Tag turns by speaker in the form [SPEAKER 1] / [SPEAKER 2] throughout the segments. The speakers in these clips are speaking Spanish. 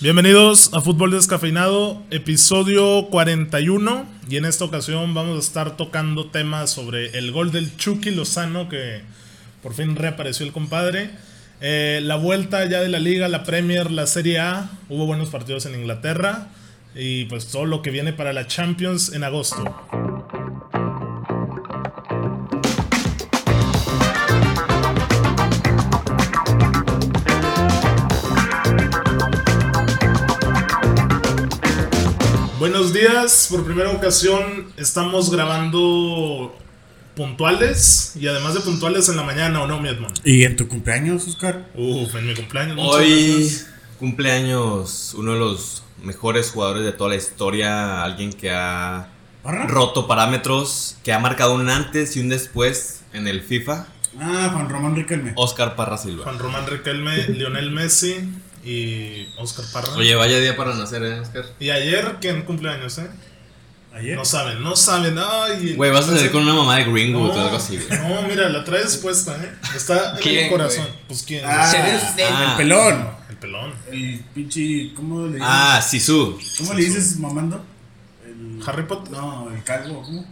[SPEAKER 1] Bienvenidos a Fútbol Descafeinado, episodio 41. Y en esta ocasión vamos a estar tocando temas sobre el gol del Chucky Lozano, que por fin reapareció el compadre. Eh, la vuelta ya de la Liga, la Premier, la Serie A. Hubo buenos partidos en Inglaterra. Y pues todo lo que viene para la Champions en agosto. Buenos días, por primera ocasión estamos grabando puntuales y además de puntuales en la mañana, ¿o no, mi Edmond?
[SPEAKER 2] ¿Y en tu cumpleaños, Oscar?
[SPEAKER 1] Uf, en mi cumpleaños. muchas
[SPEAKER 3] Hoy
[SPEAKER 1] gracias.
[SPEAKER 3] cumpleaños uno de los mejores jugadores de toda la historia, alguien que ha
[SPEAKER 2] ¿Parra?
[SPEAKER 3] roto parámetros, que ha marcado un antes y un después en el FIFA,
[SPEAKER 2] ah, Juan Román Riquelme.
[SPEAKER 3] Oscar Parra Silva.
[SPEAKER 1] Juan Román Riquelme, Lionel Messi y Oscar Parra.
[SPEAKER 3] Oye, vaya día para nacer, ¿eh, Oscar?
[SPEAKER 1] Y ayer, ¿quién cumpleaños, eh?
[SPEAKER 2] ¿Ayer?
[SPEAKER 1] No saben, no saben. Ay,
[SPEAKER 3] Güey, vas a salir con una mamá de Greenwood
[SPEAKER 1] No,
[SPEAKER 3] o algo así, güey.
[SPEAKER 1] No, mira, la traes puesta, eh. Está en el
[SPEAKER 4] ¿Quién,
[SPEAKER 1] corazón.
[SPEAKER 4] güey?
[SPEAKER 1] Pues quién.
[SPEAKER 2] Ah,
[SPEAKER 4] Seres de-
[SPEAKER 3] ah.
[SPEAKER 2] el pelón.
[SPEAKER 1] El pelón.
[SPEAKER 2] El pinche... ¿Cómo le dices?
[SPEAKER 3] Ah, Sisu.
[SPEAKER 2] ¿Cómo le dices mamando? El...
[SPEAKER 1] Harry Potter.
[SPEAKER 2] No, el calvo. ¿Cómo?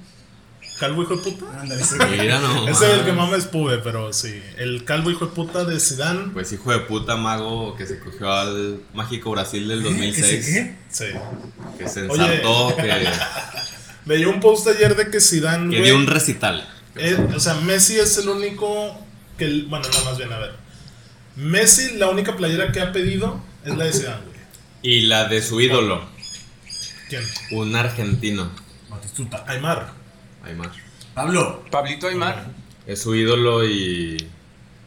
[SPEAKER 1] Calvo hijo de puta.
[SPEAKER 2] Ándale, ese güey.
[SPEAKER 3] Mira no.
[SPEAKER 1] Ese es el que más me espuve, pero sí. El calvo hijo de puta de Zidane.
[SPEAKER 3] Pues hijo de puta mago que se cogió al Mágico Brasil del
[SPEAKER 2] ¿Eh? ¿Ese
[SPEAKER 3] 2006,
[SPEAKER 2] qué?
[SPEAKER 1] Sí.
[SPEAKER 3] que se
[SPEAKER 1] Oye.
[SPEAKER 3] ensartó, que,
[SPEAKER 1] Leí un post ayer de que Zidane,
[SPEAKER 3] que
[SPEAKER 1] güey,
[SPEAKER 3] dio un recital.
[SPEAKER 1] Eh, o sea, Messi es el único que. el- Bueno, no, más bien, a ver. Messi, la única playera que ha pedido es la de Zidane, güey.
[SPEAKER 3] Y la de su ídolo,
[SPEAKER 1] ¿Quién?
[SPEAKER 3] un argentino,
[SPEAKER 2] Batistuta.
[SPEAKER 1] Aymar.
[SPEAKER 3] Aymar.
[SPEAKER 2] Pablo.
[SPEAKER 4] Pablito Aymar.
[SPEAKER 3] Es su ídolo y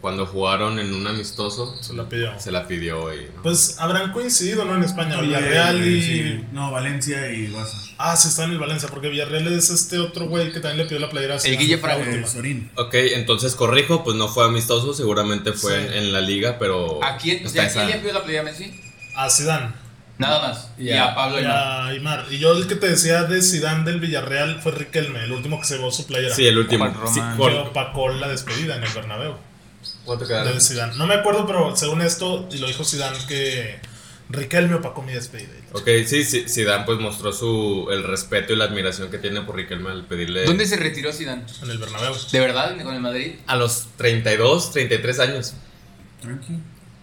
[SPEAKER 3] cuando jugaron en un amistoso
[SPEAKER 1] Se la pidió.
[SPEAKER 3] se la pidió y ¿no?
[SPEAKER 1] Pues habrán coincidido, ¿no? En España.
[SPEAKER 2] Oye,
[SPEAKER 1] Villarreal y.
[SPEAKER 2] eh, sí. No, Valencia y Guasa.
[SPEAKER 1] Ah, sí, está en el Valencia, porque Villarreal es este otro güey que también le pidió la playera a Zidane.
[SPEAKER 4] Guille
[SPEAKER 1] Fue la
[SPEAKER 4] Fraga.
[SPEAKER 1] última.
[SPEAKER 2] Eh, Sorín.
[SPEAKER 3] Ok, entonces corrijo, pues no fue amistoso, seguramente fue
[SPEAKER 1] Sí.
[SPEAKER 3] en, en la liga, pero
[SPEAKER 4] ¿A quién, o
[SPEAKER 3] está
[SPEAKER 4] sea, ¿a
[SPEAKER 3] esa-
[SPEAKER 4] quién le pidió la playa a Messi?
[SPEAKER 1] A Zidane.
[SPEAKER 4] Nada más. Y
[SPEAKER 3] Ya.
[SPEAKER 4] a Pablo
[SPEAKER 1] y
[SPEAKER 4] Aymar.
[SPEAKER 1] a Aymar. Y yo el que te decía de Zidane del Villarreal fue Riquelme, el último que se llevó su playera.
[SPEAKER 3] Sí, el último.
[SPEAKER 4] Juan Román.
[SPEAKER 3] Sí,
[SPEAKER 1] Que
[SPEAKER 3] Juan-
[SPEAKER 1] opacó la despedida en el Bernabéu.
[SPEAKER 3] ¿Cuánto
[SPEAKER 1] de Zidane. No me acuerdo, pero según esto, y lo dijo Zidane, que Riquelme opacó mi despedida.
[SPEAKER 3] Ok, sí, sí, Zidane pues mostró su, el respeto y la admiración que tiene por Riquelme al pedirle
[SPEAKER 4] ¿Dónde se retiró Zidane?
[SPEAKER 1] En el Bernabéu.
[SPEAKER 4] ¿De verdad con el Madrid?
[SPEAKER 3] a los 32, 33 años.
[SPEAKER 2] Tranqui.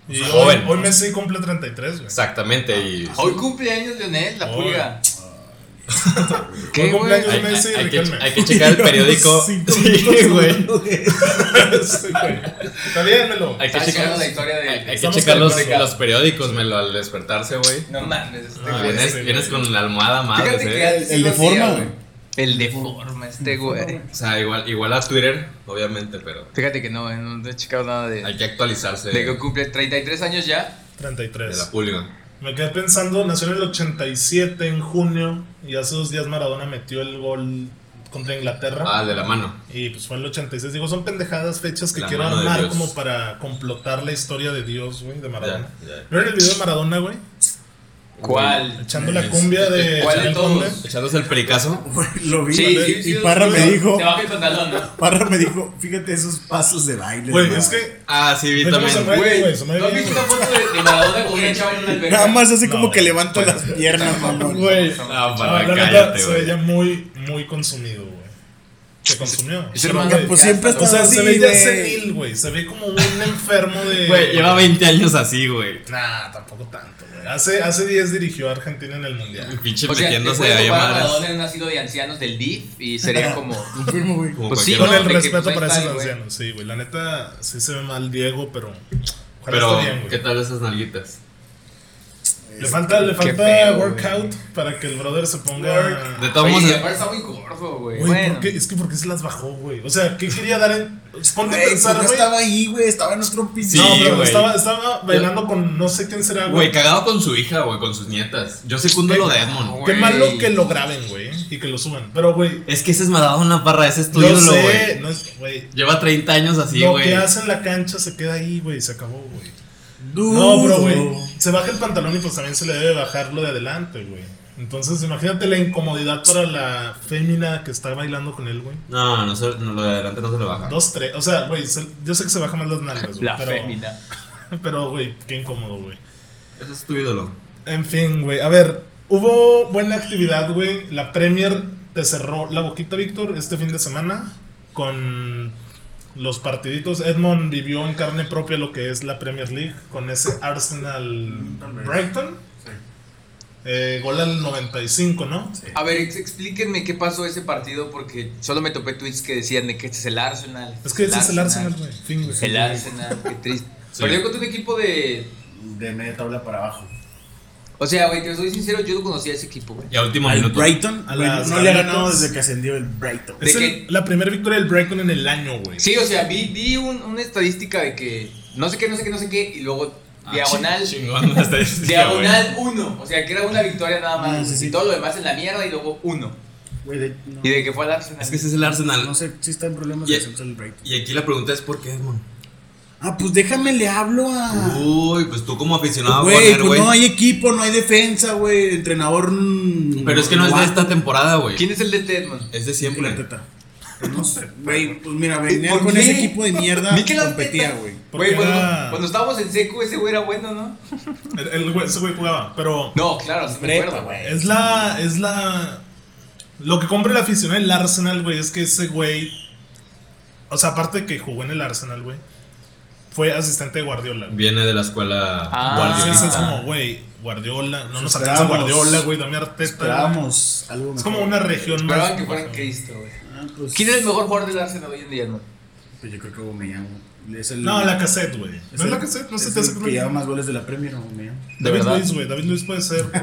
[SPEAKER 1] Y
[SPEAKER 3] O sea,
[SPEAKER 1] hoy,
[SPEAKER 3] joven.
[SPEAKER 1] hoy Messi cumple 33, güey.
[SPEAKER 3] Exactamente, y
[SPEAKER 1] Ah,
[SPEAKER 4] Hoy cumpleaños Leonel, la
[SPEAKER 1] Hoy.
[SPEAKER 4] pulga.
[SPEAKER 1] Hoy
[SPEAKER 4] ¿Qué, güey?
[SPEAKER 1] cumpleaños
[SPEAKER 3] hay,
[SPEAKER 1] Messi y
[SPEAKER 3] hay- hay que,
[SPEAKER 1] Riquelme.
[SPEAKER 3] hay que checar el periódico.
[SPEAKER 2] Cinco
[SPEAKER 3] Sí,
[SPEAKER 2] minutos,
[SPEAKER 3] güey.
[SPEAKER 1] Sí, güey. Está bien, Melo.
[SPEAKER 3] Hay que
[SPEAKER 4] Está
[SPEAKER 3] checar,
[SPEAKER 4] haciendo la historia de-
[SPEAKER 3] hay- hay que
[SPEAKER 1] Estamos
[SPEAKER 3] checar los,
[SPEAKER 1] calificados.
[SPEAKER 3] los periódicos, Melo, al despertarse, güey.
[SPEAKER 4] No mames. este
[SPEAKER 1] Ah,
[SPEAKER 4] güey.
[SPEAKER 3] Vienes,
[SPEAKER 1] sí,
[SPEAKER 3] vienes
[SPEAKER 1] güey.
[SPEAKER 3] con la almohada madre,
[SPEAKER 4] Fíjate que
[SPEAKER 3] ¿eh?
[SPEAKER 4] antes
[SPEAKER 2] El de
[SPEAKER 4] lo hacía,
[SPEAKER 2] forma, güey.
[SPEAKER 4] El de forma, este güey.
[SPEAKER 3] O sea, igual, igual a Twitter, obviamente, pero
[SPEAKER 4] Fíjate que no, güey, no he checado nada de,
[SPEAKER 3] hay que actualizarse
[SPEAKER 4] de que
[SPEAKER 3] de
[SPEAKER 4] cumple 33 años ya.
[SPEAKER 3] la
[SPEAKER 1] 33.
[SPEAKER 3] pulga.
[SPEAKER 1] Me quedé pensando, nació en el 87, en junio, y hace dos días Maradona metió el gol contra Inglaterra.
[SPEAKER 3] Ah, de la mano.
[SPEAKER 1] Y pues fue el 86. Digo, son pendejadas fechas que
[SPEAKER 3] La
[SPEAKER 1] quiero
[SPEAKER 3] mano de
[SPEAKER 1] armar
[SPEAKER 3] Dios.
[SPEAKER 1] como para complotar la historia de Dios, güey, de Maradona.
[SPEAKER 3] Ya, ya.
[SPEAKER 1] ¿Vieron el video de Maradona, güey?
[SPEAKER 4] ¿Cuál?
[SPEAKER 1] Echando la cumbia de
[SPEAKER 4] ¿Cuál de
[SPEAKER 1] Chanel
[SPEAKER 4] todos?
[SPEAKER 1] Conde.
[SPEAKER 3] Echándose el pericazo.
[SPEAKER 2] Lo vi.
[SPEAKER 4] Sí, sí, sí,
[SPEAKER 2] y Parra
[SPEAKER 4] sí,
[SPEAKER 2] me
[SPEAKER 4] sí.
[SPEAKER 2] dijo...
[SPEAKER 4] Se baja el pantalón, ¿no?
[SPEAKER 2] Parra me dijo, fíjate esos pasos de baile.
[SPEAKER 1] Güey,
[SPEAKER 2] güey.
[SPEAKER 1] es que.
[SPEAKER 3] Ah, sí, vi
[SPEAKER 1] Pero no se
[SPEAKER 3] también.
[SPEAKER 1] mueve. Güey,
[SPEAKER 4] Güey,
[SPEAKER 1] se me
[SPEAKER 4] ¿no has
[SPEAKER 1] ve
[SPEAKER 4] visto
[SPEAKER 1] bien,
[SPEAKER 4] una foto de, de Maradona con una chava en una alberca?
[SPEAKER 2] Nada más así como
[SPEAKER 1] No,
[SPEAKER 2] que levanta las piernas, mamón.
[SPEAKER 1] Güey.
[SPEAKER 3] Ah,
[SPEAKER 1] Ah,
[SPEAKER 3] para,
[SPEAKER 1] la neta,
[SPEAKER 3] cállate,
[SPEAKER 1] se
[SPEAKER 3] güey.
[SPEAKER 1] veía muy, muy consumido, güey. Se consumió.
[SPEAKER 4] Es
[SPEAKER 1] Pero,
[SPEAKER 4] hermano,
[SPEAKER 1] güey,
[SPEAKER 2] Pues siempre
[SPEAKER 1] o
[SPEAKER 2] estás
[SPEAKER 1] sea,
[SPEAKER 2] así,
[SPEAKER 1] se veía
[SPEAKER 2] güey.
[SPEAKER 1] senil, güey. Se ve como un enfermo de.
[SPEAKER 3] Güey, lleva 20 años así, güey.
[SPEAKER 1] Nah, tampoco tanto, güey. Hace, hace 10 dirigió a Argentina en el mundial.
[SPEAKER 3] El pinche
[SPEAKER 4] O sea, te
[SPEAKER 3] metiéndose
[SPEAKER 4] puedes
[SPEAKER 3] ahí a
[SPEAKER 4] comparar a
[SPEAKER 3] madres.
[SPEAKER 4] Maradona en un asilo de ancianos del DIF y sería como...
[SPEAKER 2] Confirmo, güey.
[SPEAKER 3] Como
[SPEAKER 4] Pues sí,
[SPEAKER 3] cualquier-
[SPEAKER 1] Con
[SPEAKER 4] No,
[SPEAKER 1] el
[SPEAKER 4] de que,
[SPEAKER 1] respeto
[SPEAKER 4] pues, ahí
[SPEAKER 1] para
[SPEAKER 4] está,
[SPEAKER 1] esos
[SPEAKER 4] güey.
[SPEAKER 1] ancianos, sí, güey. La neta, sí se ve mal Diego, pero. Ojalá
[SPEAKER 3] Pero,
[SPEAKER 1] esté bien, güey.
[SPEAKER 3] ¿qué tal esas nalguitas?
[SPEAKER 1] Le falta, le
[SPEAKER 4] Qué
[SPEAKER 1] falta
[SPEAKER 4] feo, güey.
[SPEAKER 1] workout para que el brother se
[SPEAKER 3] De
[SPEAKER 1] ponga.
[SPEAKER 3] todos modos,
[SPEAKER 4] Oye,
[SPEAKER 3] eh,
[SPEAKER 4] aparte está muy gordo, güey.
[SPEAKER 1] Güey,
[SPEAKER 4] Bueno.
[SPEAKER 1] ¿por qué? es que porque se las bajó, güey. O sea, ¿qué quería dar en. Ponte a
[SPEAKER 2] Güey, pues
[SPEAKER 1] pensar,
[SPEAKER 2] no
[SPEAKER 1] güey.
[SPEAKER 2] estaba ahí, güey. Estaba en nuestro piso.
[SPEAKER 1] no, pero
[SPEAKER 3] güey.
[SPEAKER 1] estaba, estaba bailando con no sé quién será,
[SPEAKER 3] güey,
[SPEAKER 1] güey.
[SPEAKER 3] cagado con su hija, güey, con sus nietas. Yo secundo lo de Edmond.
[SPEAKER 1] Qué
[SPEAKER 4] güey.
[SPEAKER 1] malo que lo graben, güey. Y que lo suban. Pero, güey,
[SPEAKER 3] Es que ese es Maradona, parra, ese es tu
[SPEAKER 1] yo
[SPEAKER 3] ídolo,
[SPEAKER 1] sé.
[SPEAKER 3] güey.
[SPEAKER 1] No es, güey.
[SPEAKER 3] Lleva 30 años así,
[SPEAKER 1] lo
[SPEAKER 3] güey.
[SPEAKER 1] que hace en la cancha se queda ahí, güey. Se acabó, güey.
[SPEAKER 2] Dudo.
[SPEAKER 1] No, pero, güey.
[SPEAKER 3] Uh.
[SPEAKER 1] Se baja el pantalón y pues también se le debe bajar lo de adelante, güey. Entonces, imagínate la incomodidad para la fémina que está bailando con él, güey.
[SPEAKER 3] No, no, se- no, lo de adelante no se le baja.
[SPEAKER 1] Dos, tres. O sea, güey, se- yo sé que se baja más las nalgas, güey.
[SPEAKER 4] La
[SPEAKER 1] pero,
[SPEAKER 4] fémina.
[SPEAKER 1] Pero, güey, qué incómodo, güey.
[SPEAKER 3] Ese es tu ídolo.
[SPEAKER 1] En fin, güey. A ver, hubo buena actividad, güey. La Premier te cerró la boquita, Víctor, este fin de semana con los partiditos. Edmond vivió en carne propia lo que es la Premier League con ese Arsenal Brighton. Eh, gol al 95, ¿no?
[SPEAKER 2] Sí.
[SPEAKER 4] A ver, ex- explíquenme qué pasó ese partido porque solo me topé tweets que decían de que este es el Arsenal.
[SPEAKER 1] Es que ese es el Arsenal, güey. Fin, güey.
[SPEAKER 4] El Arsenal, qué triste.
[SPEAKER 3] Sí.
[SPEAKER 4] Perdió contra un equipo de.
[SPEAKER 2] De media tabla para abajo.
[SPEAKER 4] O sea, güey, te soy sincero, yo no conocía ese equipo, güey.
[SPEAKER 3] Y a último
[SPEAKER 2] Al
[SPEAKER 3] minuto.
[SPEAKER 2] Brighton.
[SPEAKER 1] A
[SPEAKER 2] güey,
[SPEAKER 1] las
[SPEAKER 2] no le ha ganado
[SPEAKER 1] galitas.
[SPEAKER 2] desde que ascendió el Brighton.
[SPEAKER 1] Es
[SPEAKER 4] ¿De
[SPEAKER 1] el-
[SPEAKER 4] qué?
[SPEAKER 1] la primera victoria del Brighton en el año, güey.
[SPEAKER 4] Sí, o sea, vi, vi un- una estadística de que no sé qué, no sé qué, no sé qué, y luego
[SPEAKER 2] Ah,
[SPEAKER 4] diagonal,
[SPEAKER 3] Ah, Chingón, la estadística,
[SPEAKER 4] diagonal 1. O sea, que era una victoria nada más.
[SPEAKER 2] Ah, sí, sí.
[SPEAKER 4] Y todo lo demás en la mierda y luego 1.
[SPEAKER 2] Güey, de- no,
[SPEAKER 4] Y de que fue al Arsenal.
[SPEAKER 3] güey. Es que ese es el
[SPEAKER 2] no
[SPEAKER 3] Arsenal.
[SPEAKER 2] sé si está en problemas
[SPEAKER 3] Y-
[SPEAKER 2] de ascenso el Brighton.
[SPEAKER 3] Y aquí la pregunta es: ¿por qué, Edmond?
[SPEAKER 2] Ah, pues déjame, le hablo a.
[SPEAKER 3] Uy, pues tú como aficionado,
[SPEAKER 2] Ah. Güey,
[SPEAKER 3] Warner,
[SPEAKER 2] pues
[SPEAKER 3] güey.
[SPEAKER 2] no hay equipo, no hay defensa, güey. el Entrenador. mm,
[SPEAKER 3] Pero es que no es de
[SPEAKER 2] novato.
[SPEAKER 3] esta temporada, güey.
[SPEAKER 4] ¿Quién es el de Tedman?
[SPEAKER 3] Es de siempre.
[SPEAKER 2] Arteta. Pues no sé, güey. Pues mira, venía
[SPEAKER 4] ¿Por
[SPEAKER 2] con
[SPEAKER 4] qué?
[SPEAKER 2] ese equipo de mierda.
[SPEAKER 4] Mikel Arteta.
[SPEAKER 2] Ah, competía, güey.
[SPEAKER 1] Porque
[SPEAKER 4] Güey, cuando,
[SPEAKER 1] era-
[SPEAKER 4] cuando estábamos en seco, ese güey era bueno, ¿no?
[SPEAKER 1] El, el güey, ese güey jugaba, pero
[SPEAKER 4] No, claro, sí me
[SPEAKER 2] Prepa,
[SPEAKER 4] acuerdo.
[SPEAKER 2] güey.
[SPEAKER 1] es la es la lo que compra el aficionado del Arsenal, güey, es que ese güey o sea, aparte de que jugó en el Arsenal, güey, fue asistente de Guardiola. güey.
[SPEAKER 3] Viene de la escuela.
[SPEAKER 4] Ah.
[SPEAKER 1] Guardiola
[SPEAKER 3] guardiolista.
[SPEAKER 1] es como, güey, Guardiola, no nos
[SPEAKER 2] Esperamos.
[SPEAKER 1] alcanza Guardiola, güey, dame Arteta. güey.
[SPEAKER 2] Esperábamos algo
[SPEAKER 1] Es
[SPEAKER 2] mejor.
[SPEAKER 1] como una región más.
[SPEAKER 4] Esperaban que fueran
[SPEAKER 1] baja,
[SPEAKER 4] Cristo, güey.
[SPEAKER 2] Ah, pues,
[SPEAKER 4] ¿Quién es el mejor jugador del Arsenal hoy en día, no?
[SPEAKER 2] Pues yo creo que Aubameyang. güey. Es el-
[SPEAKER 1] güey. No, la cassette, güey.
[SPEAKER 2] es
[SPEAKER 1] No es
[SPEAKER 2] el-
[SPEAKER 1] la cassette, no se
[SPEAKER 2] es
[SPEAKER 1] te hace
[SPEAKER 2] el
[SPEAKER 1] problema.
[SPEAKER 2] que lleva más goles de la Premier, Aubameyang.
[SPEAKER 4] De
[SPEAKER 1] David
[SPEAKER 4] verdad.
[SPEAKER 1] Luis, güey, David Luis puede ser porque,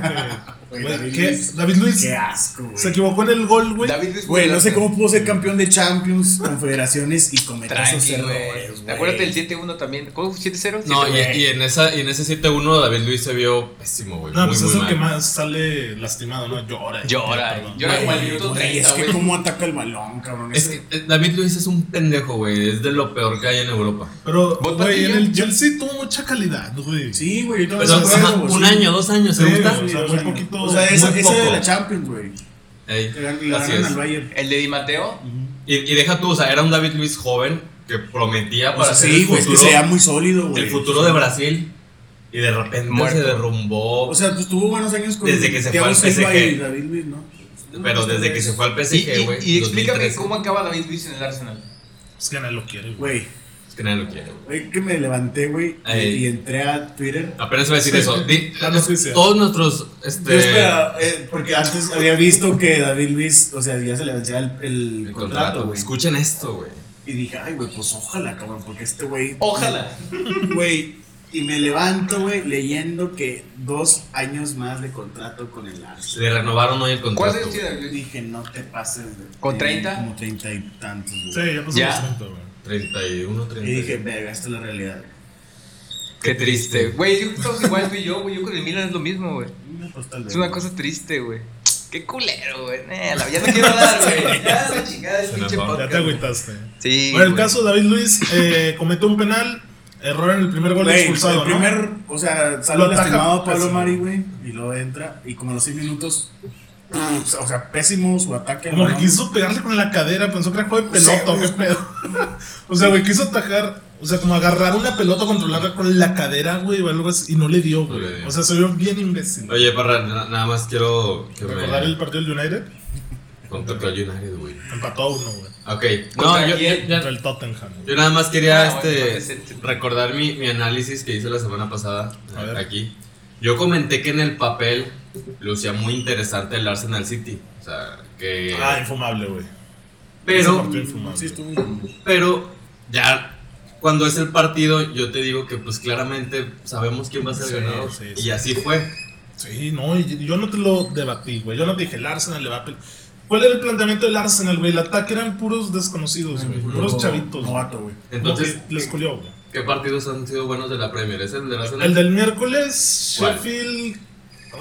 [SPEAKER 2] Güey,
[SPEAKER 1] güey,
[SPEAKER 2] David
[SPEAKER 1] ¿qué?
[SPEAKER 2] Luis.
[SPEAKER 1] David Luis
[SPEAKER 2] Qué asco, güey.
[SPEAKER 1] se equivocó en el gol, güey.
[SPEAKER 4] David Luis
[SPEAKER 2] Güey, no sé
[SPEAKER 4] Arsenal.
[SPEAKER 2] cómo pudo ser campeón de Champions, confederaciones y cometer esos
[SPEAKER 4] Tranqui,
[SPEAKER 2] errores,
[SPEAKER 4] güey.
[SPEAKER 2] güey.
[SPEAKER 4] Acuérdate del 7-1 también. ¿Cómo? ¿7-0?
[SPEAKER 3] No, y,
[SPEAKER 2] güey.
[SPEAKER 3] y en esa, y en ese 7-1 David Luis se vio pésimo, güey.
[SPEAKER 1] No,
[SPEAKER 3] Muy,
[SPEAKER 1] pues
[SPEAKER 3] muy
[SPEAKER 1] es el
[SPEAKER 3] mal.
[SPEAKER 1] que más sale lastimado, ¿no? Llora.
[SPEAKER 4] Llora,
[SPEAKER 1] perdón.
[SPEAKER 4] llora. como al minuto
[SPEAKER 2] Güey,
[SPEAKER 4] 30,
[SPEAKER 2] Es que
[SPEAKER 4] güey.
[SPEAKER 2] cómo ataca el balón, cabrón.
[SPEAKER 3] Es
[SPEAKER 2] ese-
[SPEAKER 3] que eh, David Luis es un pendejo, güey. Es de lo peor que hay en Europa.
[SPEAKER 1] Pero,
[SPEAKER 4] ¿Vos,
[SPEAKER 1] güey, en
[SPEAKER 4] Patillo?
[SPEAKER 1] el Chelsea tuvo mucha calidad, güey.
[SPEAKER 2] Sí, güey, ahorita
[SPEAKER 3] Pero,
[SPEAKER 2] me acuerdo,
[SPEAKER 3] ajá,
[SPEAKER 2] güey,
[SPEAKER 3] un
[SPEAKER 2] sí.
[SPEAKER 3] año, dos años, ¿se
[SPEAKER 1] Sí,
[SPEAKER 3] gusta?
[SPEAKER 1] o sea, muy poquito,
[SPEAKER 2] O sea, esa,
[SPEAKER 3] muy
[SPEAKER 2] esa
[SPEAKER 3] poco.
[SPEAKER 2] de la Champions, güey.
[SPEAKER 3] Ey,
[SPEAKER 2] Le gan- le
[SPEAKER 3] así
[SPEAKER 2] ganan
[SPEAKER 3] es.
[SPEAKER 2] al Bayern.
[SPEAKER 4] El de Di Mateo.
[SPEAKER 3] Y, y deja tú, o sea, era un David Luis joven que prometía
[SPEAKER 2] O
[SPEAKER 3] para
[SPEAKER 2] sea,
[SPEAKER 3] ser
[SPEAKER 2] sí,
[SPEAKER 3] el
[SPEAKER 2] güey, es
[SPEAKER 3] futuro,
[SPEAKER 2] que se veía muy sólido, güey.
[SPEAKER 3] el futuro de Brasil. Y de repente
[SPEAKER 4] Muerto.
[SPEAKER 3] se derrumbó.
[SPEAKER 2] O sea, pues tuvo buenos años con
[SPEAKER 3] Desde que se
[SPEAKER 2] Thiago
[SPEAKER 3] fue al
[SPEAKER 2] Silva
[SPEAKER 3] PSG.
[SPEAKER 2] y David Luis, ¿no? Pues,
[SPEAKER 3] pero desde que se fue al
[SPEAKER 4] Y,
[SPEAKER 3] PSG,
[SPEAKER 4] y-
[SPEAKER 3] güey.
[SPEAKER 4] y explícame
[SPEAKER 3] 2013.
[SPEAKER 4] cómo acaba David Luis en el Arsenal.
[SPEAKER 1] Es que nadie lo quiere, güey.
[SPEAKER 2] Güey,
[SPEAKER 3] Es que nadie lo quiere, güey.
[SPEAKER 2] güey, que me levanté, güey, y,
[SPEAKER 3] Ey.
[SPEAKER 2] y entré a Twitter.
[SPEAKER 3] Apenas iba a decir eso. Di-
[SPEAKER 1] La noticia.
[SPEAKER 3] todos nuestros.
[SPEAKER 2] Yo
[SPEAKER 3] Este,
[SPEAKER 2] esperaba, eh, porque antes había visto que David Luis, o sea, ya se le vencía el, el
[SPEAKER 3] el
[SPEAKER 2] contrato,
[SPEAKER 3] contrato,
[SPEAKER 2] güey.
[SPEAKER 3] Escuchen esto, güey.
[SPEAKER 2] Y dije, ay, güey, pues ojalá, cabrón, porque este güey.
[SPEAKER 4] Ojalá.
[SPEAKER 2] Güey, y me levanto, güey, leyendo que dos años más de contrato con el Arsenal.
[SPEAKER 3] Le renovaron hoy el contrato.
[SPEAKER 4] ¿Cuántos años
[SPEAKER 3] güey.
[SPEAKER 4] tiene David Luis?
[SPEAKER 2] Dije, no te pases, güey.
[SPEAKER 4] ¿Con
[SPEAKER 2] Tiene
[SPEAKER 4] 30?
[SPEAKER 2] Como 30 y tantos, güey.
[SPEAKER 1] Sí, ya pasó
[SPEAKER 4] Ya.
[SPEAKER 1] los 30, güey.
[SPEAKER 3] 31, 32.
[SPEAKER 2] Y dije, verga, esta es la realidad.
[SPEAKER 4] Qué triste. Eh, Güey, yo creo que estamos igual tú y yo, güey. Yo con el Milan es lo mismo, güey.
[SPEAKER 2] No, pues, tal vez,
[SPEAKER 4] Es una
[SPEAKER 2] güey.
[SPEAKER 4] cosa triste, güey. Qué culero, güey. Eh, la- ya no quiero dar, güey. Ya, la chingada es
[SPEAKER 3] Se
[SPEAKER 4] pinche
[SPEAKER 3] enojó.
[SPEAKER 1] Ya te
[SPEAKER 4] podcast. güey.
[SPEAKER 1] agüitaste.
[SPEAKER 4] Sí.
[SPEAKER 1] Bueno, el
[SPEAKER 4] güey.
[SPEAKER 1] caso David Luis eh, cometió un penal, error en el primer gol
[SPEAKER 2] Güey,
[SPEAKER 1] expulsado,
[SPEAKER 2] el
[SPEAKER 1] ¿no?
[SPEAKER 2] primer, o sea, sale
[SPEAKER 1] Lo pues, ataca
[SPEAKER 2] lastimado Pablo
[SPEAKER 1] pésimo.
[SPEAKER 2] Mari, güey, y luego entra, y como a los 6 minutos, o sea, o sea, pésimo su ataque. al
[SPEAKER 1] Como que
[SPEAKER 2] balón.
[SPEAKER 1] quiso pegarle con la cadera, pensó que era juego de
[SPEAKER 2] Sí,
[SPEAKER 1] pelota,
[SPEAKER 2] güey.
[SPEAKER 1] qué pedo. O sea, güey, quiso atacar, o sea, como agarrar una pelota, controlarla con la cadera, güey, o algo así, y no le dio,
[SPEAKER 3] No le
[SPEAKER 1] güey.
[SPEAKER 3] dio.
[SPEAKER 1] O sea, se vio bien imbécil.
[SPEAKER 3] Oye, Parra, na- nada más quiero que
[SPEAKER 1] Recordar el
[SPEAKER 3] me.
[SPEAKER 1] partido del United,
[SPEAKER 3] Contra el United, güey.
[SPEAKER 1] empató a uno, güey.
[SPEAKER 3] Ok. No,
[SPEAKER 4] ¿Contra
[SPEAKER 3] yo, yo,
[SPEAKER 4] quién?
[SPEAKER 1] Contra
[SPEAKER 3] yo-
[SPEAKER 1] el Tottenham, güey.
[SPEAKER 3] yo nada más quería
[SPEAKER 4] Ah, bueno, no te
[SPEAKER 3] este,
[SPEAKER 4] sientes.
[SPEAKER 3] recordar mi, mi análisis que hice la semana pasada
[SPEAKER 1] A
[SPEAKER 3] eh,
[SPEAKER 1] ver.
[SPEAKER 3] aquí. Yo comenté que en el papel lucía muy interesante el Arsenal City. O sea, que.
[SPEAKER 1] Ah, infumable, güey.
[SPEAKER 3] pero.
[SPEAKER 1] Estoy infumable.
[SPEAKER 2] Sí, estuvo.
[SPEAKER 3] Pero ya cuando es el partido, yo te digo que pues claramente sabemos quién va a ser el
[SPEAKER 1] Sí,
[SPEAKER 3] ganador.
[SPEAKER 1] sí, sí.
[SPEAKER 3] Y así fue.
[SPEAKER 1] Sí, no, y yo no te lo debatí, güey. Yo no te dije, el Arsenal le va a pelear. ¿Cuál era el planteamiento del Arsenal, güey? El ataque eran puros desconocidos, güey. Puros chavitos. güey.
[SPEAKER 2] Novato, güey.
[SPEAKER 3] Entonces,
[SPEAKER 1] Como que les colió, güey.
[SPEAKER 3] ¿qué partidos han sido buenos de la Premier? ¿Es el de la
[SPEAKER 1] El del miércoles,
[SPEAKER 3] ¿Cuál?
[SPEAKER 1] Sheffield.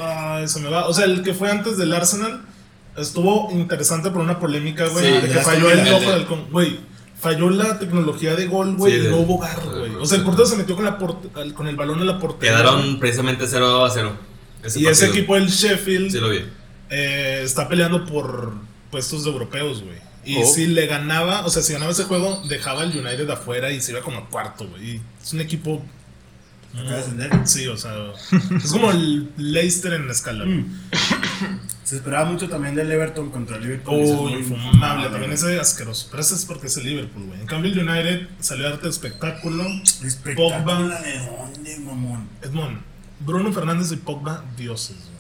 [SPEAKER 1] Ay, se me va. O sea, el que fue antes del Arsenal estuvo interesante por una polémica, güey.
[SPEAKER 3] Sí,
[SPEAKER 1] de que
[SPEAKER 3] el
[SPEAKER 2] de
[SPEAKER 1] falló
[SPEAKER 2] Aston
[SPEAKER 1] el
[SPEAKER 3] Villa.
[SPEAKER 1] ojo del. con- Güey, falló la tecnología de gol, güey.
[SPEAKER 3] Sí,
[SPEAKER 1] y
[SPEAKER 3] del-
[SPEAKER 1] no hubo bar,
[SPEAKER 3] del-
[SPEAKER 1] güey. O sea, el portero se metió con, la port- al- con el balón en la portería.
[SPEAKER 3] Quedaron precisamente 0 a 0.
[SPEAKER 1] Y ese
[SPEAKER 3] partido.
[SPEAKER 1] equipo, el Sheffield,
[SPEAKER 3] Sí, lo vi.
[SPEAKER 1] eh, está peleando por puestos de europeos, güey. Y
[SPEAKER 4] Oh.
[SPEAKER 1] si le ganaba, o sea, si ganaba ese juego, dejaba al United afuera y se iba como cuarto, güey. Y Es un equipo
[SPEAKER 2] Acaba de ascender.
[SPEAKER 1] Sí, o sea, es como el Leicester en la escala. güey.
[SPEAKER 2] Se esperaba mucho también del Everton contra el Liverpool. Eso
[SPEAKER 1] Uy,
[SPEAKER 2] es muy
[SPEAKER 1] infumable.
[SPEAKER 2] infumable,
[SPEAKER 1] También ese es asqueroso. Pero ese es porque es el Liverpool, güey. En cambio, el United salió arte de espectáculo.
[SPEAKER 2] güey. Espectáculo
[SPEAKER 1] Pogba.
[SPEAKER 2] de dónde, mamón.
[SPEAKER 1] Edmond, Bruno Fernández y Pogba, dioses, güey.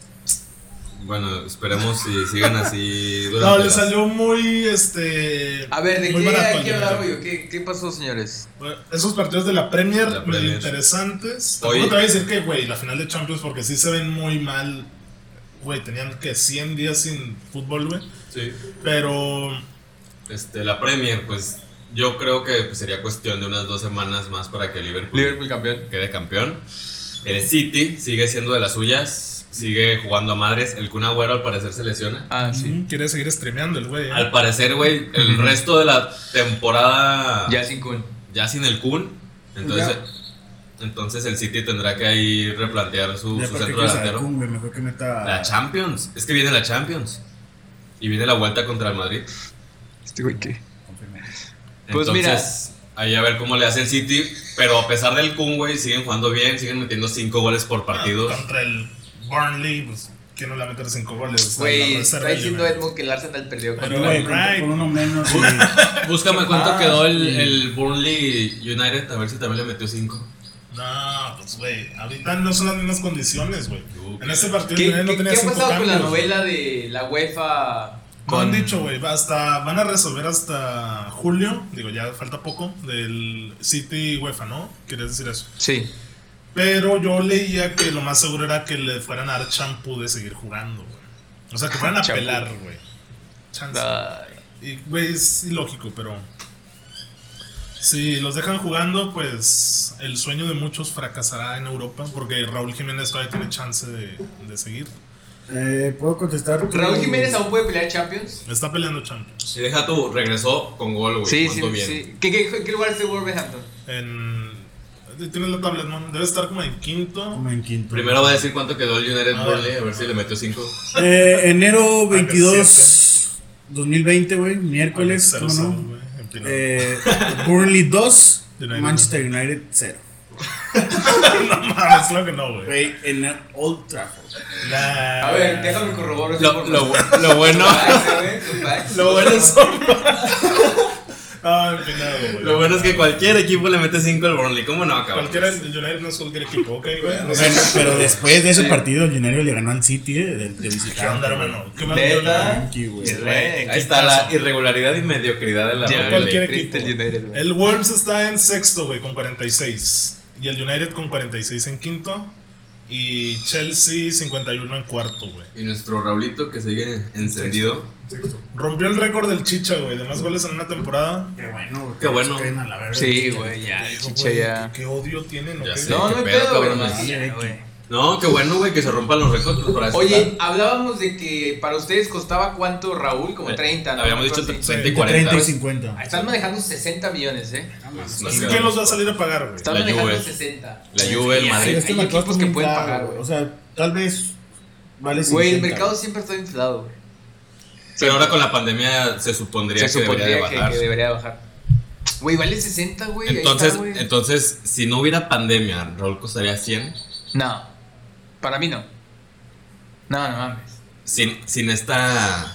[SPEAKER 3] Bueno, esperemos si sigan así
[SPEAKER 1] No,
[SPEAKER 3] durante
[SPEAKER 1] le
[SPEAKER 3] las-
[SPEAKER 1] salió muy, este...
[SPEAKER 4] A ver, ¿de
[SPEAKER 1] muy
[SPEAKER 4] qué
[SPEAKER 1] barato
[SPEAKER 4] hay
[SPEAKER 1] el
[SPEAKER 4] que
[SPEAKER 1] United.
[SPEAKER 4] hablar, güey? ¿Qué, ¿Qué pasó, señores?
[SPEAKER 1] Bueno, Esos partidos de la Premier,
[SPEAKER 3] La
[SPEAKER 1] medio
[SPEAKER 3] Premier.
[SPEAKER 1] interesantes.
[SPEAKER 3] Oye.
[SPEAKER 1] Tampoco te voy a decir que, güey, la final de Champions, porque sí se ven muy mal. Güey, tenían que 100 días sin fútbol, güey.
[SPEAKER 3] Sí.
[SPEAKER 1] Pero
[SPEAKER 3] Este, la Premier, pues yo creo que pues, sería cuestión de unas dos semanas más para que Liverpool,
[SPEAKER 4] Liverpool campeón.
[SPEAKER 3] quede campeón. El City sigue siendo de las suyas, sigue jugando a madres. El Kun Agüero al parecer se lesiona.
[SPEAKER 4] Ah, sí.
[SPEAKER 1] mm, quiere seguir streameando el güey. ¿eh?
[SPEAKER 3] Al parecer, güey, el resto de la temporada
[SPEAKER 4] Ya sin Kun.
[SPEAKER 3] ya sin el Kun. Entonces, entonces el City tendrá que ahí replantear su,
[SPEAKER 2] Ya
[SPEAKER 3] su
[SPEAKER 2] para qué
[SPEAKER 3] centro
[SPEAKER 2] quieres a
[SPEAKER 3] delantero.
[SPEAKER 2] Kun, güey, mejor que meta a-
[SPEAKER 3] La Champions. Es que viene la Champions. Y viene la vuelta contra el Madrid.
[SPEAKER 4] Este güey qué.
[SPEAKER 3] Pues
[SPEAKER 4] Pues
[SPEAKER 3] mira. Ahí a ver cómo le hace el City. Pero a pesar del Kun, güey, siguen jugando bien. Siguen metiendo 5 goles por partido.
[SPEAKER 1] Contra el Burnley, pues, ¿quién no le va a meter 5 goles? O sea,
[SPEAKER 4] Güey,
[SPEAKER 1] la reserva
[SPEAKER 4] está diciendo
[SPEAKER 1] del
[SPEAKER 4] Edmond que el Arsenal perdió
[SPEAKER 1] Pero,
[SPEAKER 2] Pero,
[SPEAKER 4] contra
[SPEAKER 2] güey,
[SPEAKER 4] el...
[SPEAKER 1] Right.
[SPEAKER 2] con con uno menos, güey.
[SPEAKER 3] Búscame cuánto
[SPEAKER 4] Ah,
[SPEAKER 3] quedó el, el Burnley United. A ver si también le metió 5.
[SPEAKER 1] No, pues, güey, ahorita no son las mismas condiciones, güey.
[SPEAKER 3] Tú,
[SPEAKER 1] En este partido
[SPEAKER 4] ¿Qué,
[SPEAKER 1] el United no
[SPEAKER 4] qué,
[SPEAKER 1] tenía
[SPEAKER 4] qué ha
[SPEAKER 1] 5
[SPEAKER 4] pasado con la
[SPEAKER 1] cambios.
[SPEAKER 4] novela de la UEFA?
[SPEAKER 1] No han
[SPEAKER 4] con-
[SPEAKER 1] dicho, güey, va hasta, van a resolver hasta julio, digo, ya falta poco, del City UEFA, ¿no? Querías decir eso.
[SPEAKER 4] Sí.
[SPEAKER 1] Pero yo leía que lo más seguro era que le fueran a dar champú de seguir jugando, güey. O sea, que fueran a
[SPEAKER 4] Champú.
[SPEAKER 1] pelar, güey. Chance.
[SPEAKER 4] Ay.
[SPEAKER 1] Y, güey, es ilógico, pero. Si los dejan jugando, pues el sueño de muchos fracasará en Europa, porque Raúl Jiménez todavía tiene chance de, de seguir.
[SPEAKER 2] Eh, ¿Puedo contestar? tu-
[SPEAKER 4] ¿Raúl Jiménez aún puede pelear Champions?
[SPEAKER 1] Está peleando Champions.
[SPEAKER 3] Si deja tú, regresó con gol, güey.
[SPEAKER 4] Sí, sí,
[SPEAKER 3] cuánto bien.
[SPEAKER 4] sí. ¿Qué, qué, qué lugar es el Wolverhampton?
[SPEAKER 1] En. eh, Tienes la tabla, ¿no? Debe estar como en quinto.
[SPEAKER 2] Como en quinto.
[SPEAKER 3] Primero va a decir cuánto quedó el United
[SPEAKER 1] Ah.
[SPEAKER 3] Burnley. A ver si le metió 5.
[SPEAKER 2] Eh, enero
[SPEAKER 1] que
[SPEAKER 2] 22, 2020, güey, miércoles,
[SPEAKER 1] Cero,
[SPEAKER 2] ¿cómo
[SPEAKER 1] cero,
[SPEAKER 2] no?
[SPEAKER 1] güey, en final.
[SPEAKER 2] Eh, Burnley 2,
[SPEAKER 1] United.
[SPEAKER 2] Manchester United 0.
[SPEAKER 1] no mames, claro que no, güey.
[SPEAKER 2] Güey, en el Old Trafford.
[SPEAKER 1] Nah.
[SPEAKER 4] A ver, déjame corroborar esa
[SPEAKER 3] Lo, lo
[SPEAKER 4] información.
[SPEAKER 3] bu- lo bueno.
[SPEAKER 1] Lo bueno es. Ah, en final, güey.
[SPEAKER 3] Lo bueno es que cualquier equipo le mete 5 al Burnley. ¿Cómo no, cabrón?
[SPEAKER 1] Cualquiera, el United no es cualquier equipo, ¿ok, güey? No sé
[SPEAKER 2] Bueno, pero después de ese
[SPEAKER 4] Sí.
[SPEAKER 2] partido, el United le ganó al City eh, de, de visitante.
[SPEAKER 1] qué onda, hermano. Qué mal
[SPEAKER 4] Neta.
[SPEAKER 1] día, güey.
[SPEAKER 2] Tranqui, güey.
[SPEAKER 4] Güey,
[SPEAKER 3] Ahí está la irregularidad y mediocridad de la
[SPEAKER 4] Ya,
[SPEAKER 3] Premier
[SPEAKER 1] cualquier
[SPEAKER 3] League.
[SPEAKER 1] equipo.
[SPEAKER 4] Triste el United, güey.
[SPEAKER 1] El Wolves está en sexto, güey, con 46. Y el United con 46 en quinto. Y Chelsea 51 en cuarto, güey.
[SPEAKER 3] Y nuestro Raulito que sigue encendido.
[SPEAKER 1] Rompió el récord del Chicha, güey, de más goles en una temporada.
[SPEAKER 2] Qué bueno, güey,
[SPEAKER 3] Qué
[SPEAKER 2] que nos
[SPEAKER 3] bueno.
[SPEAKER 2] queden a la verga.
[SPEAKER 4] Sí, güey, ya,
[SPEAKER 1] Digo,
[SPEAKER 4] chicha
[SPEAKER 1] güey,
[SPEAKER 4] ya.
[SPEAKER 1] ¿Qué, qué odio tienen,
[SPEAKER 3] Ya
[SPEAKER 1] ¿ok?
[SPEAKER 3] sé.
[SPEAKER 4] No,
[SPEAKER 3] qué
[SPEAKER 4] no hay
[SPEAKER 3] pedo,
[SPEAKER 4] pedo, güey.
[SPEAKER 3] cabrones.
[SPEAKER 4] no, ya, güey.
[SPEAKER 3] No, qué bueno, güey, que se rompan los récords. pues, para eso
[SPEAKER 4] Oye,
[SPEAKER 3] está.
[SPEAKER 4] hablábamos de que para ustedes costaba cuánto Raúl, como
[SPEAKER 3] Eh,
[SPEAKER 4] 30, ¿no?
[SPEAKER 3] habíamos
[SPEAKER 4] Algo
[SPEAKER 3] dicho
[SPEAKER 4] así.
[SPEAKER 3] 30 y 40.
[SPEAKER 2] 30 y
[SPEAKER 4] Ah,
[SPEAKER 2] 50.
[SPEAKER 4] Están manejando 60 millones, ¿eh?
[SPEAKER 3] Pues,
[SPEAKER 1] Es
[SPEAKER 3] nos
[SPEAKER 1] que
[SPEAKER 3] quedamos.
[SPEAKER 1] ¿Quién los va a salir a pagar, güey?
[SPEAKER 4] Están
[SPEAKER 3] La
[SPEAKER 4] manejando
[SPEAKER 3] Juve.
[SPEAKER 4] 60.
[SPEAKER 3] La Juve, el
[SPEAKER 4] Sí,
[SPEAKER 3] Madrid.
[SPEAKER 2] este Es que
[SPEAKER 4] Hay
[SPEAKER 2] la cosa
[SPEAKER 4] equipos
[SPEAKER 2] está
[SPEAKER 4] que
[SPEAKER 2] muy
[SPEAKER 4] pueden
[SPEAKER 2] clara,
[SPEAKER 4] pagar,
[SPEAKER 2] güey.
[SPEAKER 4] güey.
[SPEAKER 2] O sea, tal vez vale
[SPEAKER 4] Güey, el
[SPEAKER 2] 50,
[SPEAKER 4] mercado
[SPEAKER 2] güey.
[SPEAKER 4] siempre está inflado, güey.
[SPEAKER 3] Pero ahora con la pandemia se supondría
[SPEAKER 4] Se
[SPEAKER 3] que debería de
[SPEAKER 4] supondría que,
[SPEAKER 3] bajar.
[SPEAKER 4] que debería bajar. Güey, vale 60, güey. ahí
[SPEAKER 3] entonces,
[SPEAKER 4] está, güey.
[SPEAKER 3] entonces, si no hubiera pandemia, Raúl costaría 100.
[SPEAKER 4] No, para mí no. No, no mames.
[SPEAKER 3] Sin, sin esta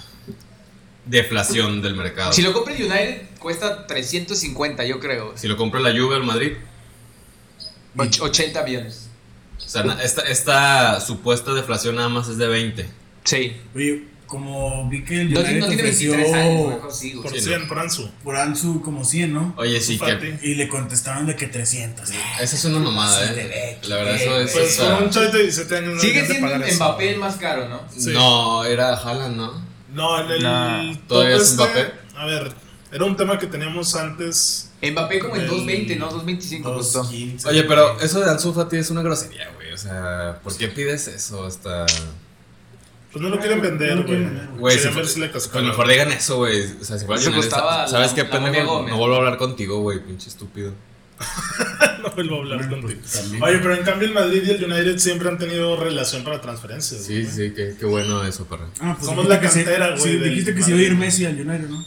[SPEAKER 3] deflación del mercado.
[SPEAKER 4] Si lo compra el United, cuesta 350, yo creo.
[SPEAKER 3] Si lo compra la Juve o el Madrid,
[SPEAKER 4] Och- 80 millones.
[SPEAKER 3] O sea, na- esta, esta supuesta deflación nada más es de 20.
[SPEAKER 4] Sí.
[SPEAKER 2] Oye, como vi que el
[SPEAKER 4] No,
[SPEAKER 2] United
[SPEAKER 4] tiene- no tiene
[SPEAKER 2] ofreció
[SPEAKER 4] 23 años, mejor sí, güey.
[SPEAKER 1] Por
[SPEAKER 3] Sí, no.
[SPEAKER 1] 100, por Ansu.
[SPEAKER 2] por Ansu como 100, ¿no?
[SPEAKER 3] Oye, sí, que.
[SPEAKER 1] Fati.
[SPEAKER 2] Y le contestaron de que 300.
[SPEAKER 3] Esa es una mamada,
[SPEAKER 2] Sí, te
[SPEAKER 3] ¿eh?
[SPEAKER 2] ve,
[SPEAKER 3] La verdad,
[SPEAKER 2] te
[SPEAKER 3] eso
[SPEAKER 2] ve.
[SPEAKER 3] es.
[SPEAKER 1] Pues
[SPEAKER 3] o sea,
[SPEAKER 1] con un chavito de 17 años no
[SPEAKER 4] Sigue
[SPEAKER 1] deberían de
[SPEAKER 4] siendo
[SPEAKER 1] pagar eso.
[SPEAKER 4] Mbappé el más caro, ¿no?
[SPEAKER 1] sí.
[SPEAKER 3] No, era Haaland, ¿no?
[SPEAKER 1] No, en el
[SPEAKER 4] Nah.
[SPEAKER 1] top
[SPEAKER 3] ¿Todavía es
[SPEAKER 1] este,
[SPEAKER 3] Mbappé?
[SPEAKER 1] A ver, era un tema que teníamos antes.
[SPEAKER 4] Mbappé como en
[SPEAKER 1] El-
[SPEAKER 4] 220, ¿no? 225 costó.
[SPEAKER 2] 215.
[SPEAKER 3] Oye, pero eso de Ansu Fati es una grosería, güey. O sea, ¿por qué pides eso hasta.
[SPEAKER 1] Pues no lo quieren
[SPEAKER 2] No
[SPEAKER 1] vender,
[SPEAKER 2] lo quieren
[SPEAKER 1] güey.
[SPEAKER 2] vender,
[SPEAKER 3] Güey,
[SPEAKER 1] Querían
[SPEAKER 3] si
[SPEAKER 1] ver
[SPEAKER 3] fu-
[SPEAKER 1] si le
[SPEAKER 3] Pues
[SPEAKER 1] cascaban.
[SPEAKER 3] mejor digan eso, güey. O sea, si fuera
[SPEAKER 4] Eso
[SPEAKER 3] Lionel,
[SPEAKER 4] costaba
[SPEAKER 3] ¿Sabes
[SPEAKER 4] Pues la-
[SPEAKER 3] qué
[SPEAKER 4] la
[SPEAKER 3] pendejo?
[SPEAKER 4] momia
[SPEAKER 3] No,
[SPEAKER 4] Gómez.
[SPEAKER 3] vuelvo a hablar contigo, güey, pinche estúpido.
[SPEAKER 1] No vuelvo a hablar contigo.
[SPEAKER 2] También.
[SPEAKER 1] Oye, pero en cambio el Madrid y el United siempre han tenido relación para transferencias.
[SPEAKER 3] Sí,
[SPEAKER 1] güey.
[SPEAKER 3] sí, qué, qué bueno eso, perro.
[SPEAKER 2] Ah, pues
[SPEAKER 1] Somos
[SPEAKER 2] dijiste
[SPEAKER 1] la
[SPEAKER 2] que se-
[SPEAKER 1] cantera, güey,
[SPEAKER 2] Sí,
[SPEAKER 1] del
[SPEAKER 2] dijiste que se iba a ir
[SPEAKER 1] Madrid.
[SPEAKER 2] Messi al United, ¿no?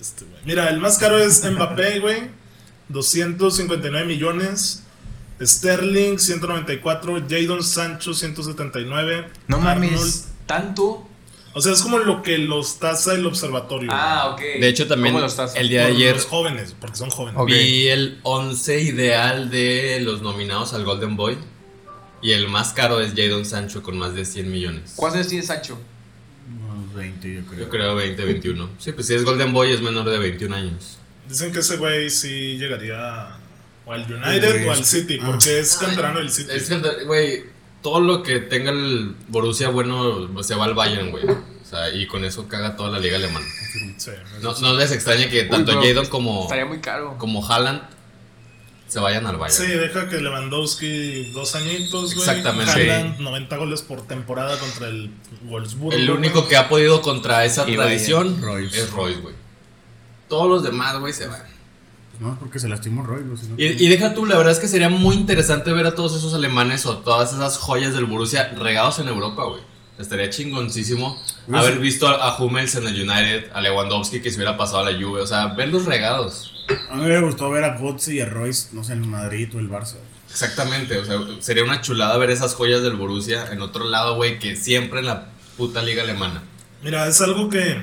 [SPEAKER 1] Este, güey. Mira, el más caro es Mbappé, güey. 259 millones. Sterling 194, Jadon Sancho 179.
[SPEAKER 4] No mames,
[SPEAKER 1] Arnold.
[SPEAKER 4] tanto.
[SPEAKER 1] O sea, es como lo que los tasa el observatorio.
[SPEAKER 4] Ah, ok.
[SPEAKER 3] De hecho, también
[SPEAKER 4] ¿Cómo lo estás?
[SPEAKER 3] el
[SPEAKER 1] Por
[SPEAKER 3] día de ayer
[SPEAKER 1] Los jóvenes, porque son jóvenes.
[SPEAKER 4] Ok.
[SPEAKER 3] vi el 11 ideal de los nominados al Golden Boy. Y el más caro es Jadon Sancho con más de 100 millones.
[SPEAKER 4] ¿Cuántos años tiene Sancho?
[SPEAKER 2] Unos 20, yo creo.
[SPEAKER 3] Yo creo 20, 21. Sí, pues si es Golden Boy es menor de 21 años.
[SPEAKER 1] Dicen que ese güey sí llegaría o al
[SPEAKER 2] El
[SPEAKER 1] United
[SPEAKER 2] güey
[SPEAKER 1] o al
[SPEAKER 2] es-
[SPEAKER 1] City,
[SPEAKER 2] ah.
[SPEAKER 1] porque es canterano del City.
[SPEAKER 3] Es que, güey, todo lo que tenga el Borussia bueno se va al Bayern, güey. O sea, y con eso caga toda la liga alemana.
[SPEAKER 1] Sí,
[SPEAKER 3] No, no les extraña que tanto
[SPEAKER 4] pero
[SPEAKER 3] Jadon como,
[SPEAKER 4] Estaría muy caro.
[SPEAKER 3] como Haaland se vayan al Bayern.
[SPEAKER 1] Sí, deja que Lewandowski dos añitos, güey.
[SPEAKER 3] Exactamente.
[SPEAKER 1] Haaland, 90 goles por temporada contra el Wolfsburgo.
[SPEAKER 3] El único que ha podido contra esa
[SPEAKER 4] Y
[SPEAKER 3] tradición
[SPEAKER 2] Royce.
[SPEAKER 3] es Royce, güey. Todos los demás, güey, se van.
[SPEAKER 2] No, porque se lastimó Roy. No, Si no-
[SPEAKER 3] Y, y deja tú, la verdad es que sería muy interesante ver a todos esos alemanes o todas esas joyas del Borussia regados en Europa, güey. Estaría chingoncísimo
[SPEAKER 2] Güey,
[SPEAKER 3] haber
[SPEAKER 2] sí.
[SPEAKER 3] visto a, a Hummels en el United, a Lewandowski que se hubiera pasado a la Juve, o sea, verlos regados.
[SPEAKER 2] A mí me gustó ver a Götze y a Royce, no sé, en el Madrid o el Barça.
[SPEAKER 3] Exactamente, o sea, sería una chulada ver esas joyas del Borussia en otro lado, güey, que siempre en la puta liga alemana.
[SPEAKER 1] Mira, es algo que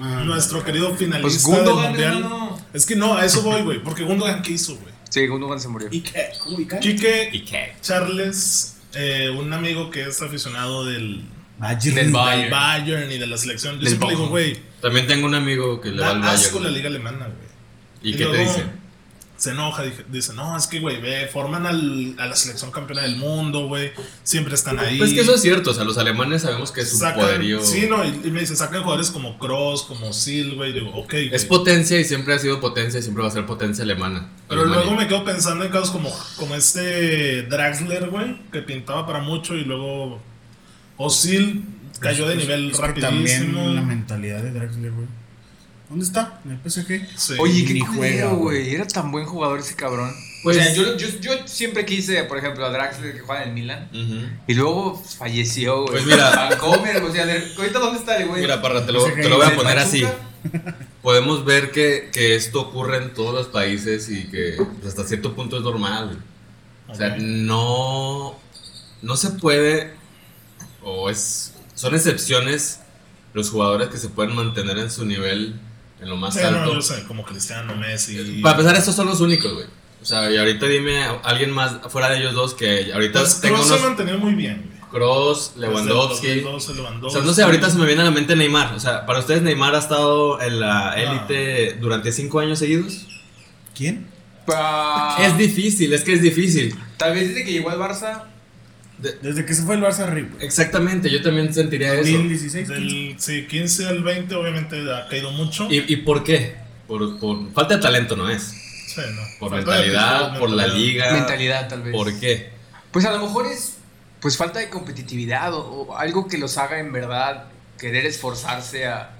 [SPEAKER 2] Ah,
[SPEAKER 1] nuestro querido
[SPEAKER 4] Pues
[SPEAKER 1] finalista del
[SPEAKER 4] Gundogan,
[SPEAKER 1] mundial.
[SPEAKER 4] hermano.
[SPEAKER 1] Es que no, a eso voy, güey. Porque Gundogan, ¿qué hizo, güey?
[SPEAKER 3] ¿Eh?
[SPEAKER 4] Sí, Gundogan se murió.
[SPEAKER 2] ¿Y qué? ¿Cómo y qué?
[SPEAKER 1] Quique
[SPEAKER 3] ¿Y qué?
[SPEAKER 1] Charles, eh, un amigo que es aficionado del,
[SPEAKER 3] Del
[SPEAKER 2] Bayern.
[SPEAKER 3] Bayern.
[SPEAKER 1] del Bayern y de la selección. Yo
[SPEAKER 4] Del
[SPEAKER 1] siempre le digo,
[SPEAKER 4] Bochum.
[SPEAKER 1] güey,
[SPEAKER 3] También tengo un amigo que le va al
[SPEAKER 1] da asco la
[SPEAKER 3] Bayern.
[SPEAKER 1] liga alemana, güey.
[SPEAKER 3] ¿Y qué te
[SPEAKER 1] luego
[SPEAKER 3] dice?
[SPEAKER 1] Se enoja, dije- dice, no, es que, güey, ve, forman al- a la selección campeona del mundo, güey, siempre están ahí.
[SPEAKER 3] Pues que eso es cierto, o sea, los alemanes sabemos que es un
[SPEAKER 1] Sacan-
[SPEAKER 3] poderío.
[SPEAKER 1] Sí, no, y, y me dice, sacan jugadores como Cross, como Sil, güey, digo, ok. güey.
[SPEAKER 3] Es potencia y siempre ha sido potencia y siempre va a ser potencia alemana.
[SPEAKER 1] Pero
[SPEAKER 3] Alemania.
[SPEAKER 1] luego me quedo pensando en casos como, como este Draxler, güey, que pintaba para mucho y luego Osil cayó de
[SPEAKER 2] Es-
[SPEAKER 1] nivel
[SPEAKER 2] es que
[SPEAKER 1] rapidísimo.
[SPEAKER 2] También la mentalidad de Draxler, güey. ¿Dónde está? En el PSG.
[SPEAKER 1] Sí.
[SPEAKER 4] Oye,
[SPEAKER 2] Ni
[SPEAKER 4] qué
[SPEAKER 2] juega,
[SPEAKER 4] culero,
[SPEAKER 2] güey.
[SPEAKER 4] güey. Era tan buen jugador ese cabrón.
[SPEAKER 3] Pues-
[SPEAKER 4] o sea, yo, yo, yo siempre quise, por ejemplo, a Draxler que juega en el Milan.
[SPEAKER 3] Ujú.
[SPEAKER 4] Y luego falleció, güey.
[SPEAKER 3] Pues mira.
[SPEAKER 4] Van Comer, o sea, de- ahorita dónde está el güey.
[SPEAKER 3] Mira, Parra, te lo,
[SPEAKER 2] Ese
[SPEAKER 3] te lo voy a
[SPEAKER 4] ¿De
[SPEAKER 3] poner así.
[SPEAKER 4] Pues, Pachuca?
[SPEAKER 3] Podemos ver que, que esto ocurre en todos los países y que pues, hasta cierto punto es normal. O sea,
[SPEAKER 1] Ok.
[SPEAKER 3] no, no se puede, o es, son excepciones los jugadores que se pueden mantener en su nivel en lo más
[SPEAKER 1] Sí, no,
[SPEAKER 3] alto. pues,
[SPEAKER 1] yo sé, como Cristiano Messi.
[SPEAKER 3] Para empezar, estos son los únicos, güey. O sea, y ahorita dime a alguien más fuera de ellos dos que ahorita
[SPEAKER 1] Pues
[SPEAKER 3] tenga
[SPEAKER 1] Kroos se ha
[SPEAKER 3] unos
[SPEAKER 1] mantenido muy bien, güey.
[SPEAKER 3] Cross,
[SPEAKER 1] Desde el
[SPEAKER 3] Lewandowski.
[SPEAKER 1] 2012,
[SPEAKER 3] O
[SPEAKER 1] Lewandowski.
[SPEAKER 3] sea, no sé, ahorita se me viene a la mente Neymar. O sea, para ustedes Neymar ha estado en la
[SPEAKER 1] Ah.
[SPEAKER 3] élite durante cinco años seguidos.
[SPEAKER 2] ¿Quién?
[SPEAKER 4] Pa-
[SPEAKER 1] Ah.
[SPEAKER 3] Es difícil, es que es difícil.
[SPEAKER 4] Tal vez desde que llegó al Barça.
[SPEAKER 2] Desde que se fue el Barça arriba.
[SPEAKER 3] Exactamente, yo también sentiría eso.
[SPEAKER 2] 2016.
[SPEAKER 1] Del sí, 15 al 20 obviamente ha caído mucho.
[SPEAKER 3] ¿Y, y por qué? Por, por falta de talento no es.
[SPEAKER 1] Sí, no.
[SPEAKER 3] Por
[SPEAKER 1] Falta de
[SPEAKER 3] mentalidad,
[SPEAKER 1] actitud,
[SPEAKER 3] por la
[SPEAKER 1] mentalidad.
[SPEAKER 3] liga.
[SPEAKER 4] Mentalidad, tal vez.
[SPEAKER 3] ¿Por qué?
[SPEAKER 4] Pues a lo mejor es pues falta de competitividad o, o algo que los haga en verdad querer esforzarse a...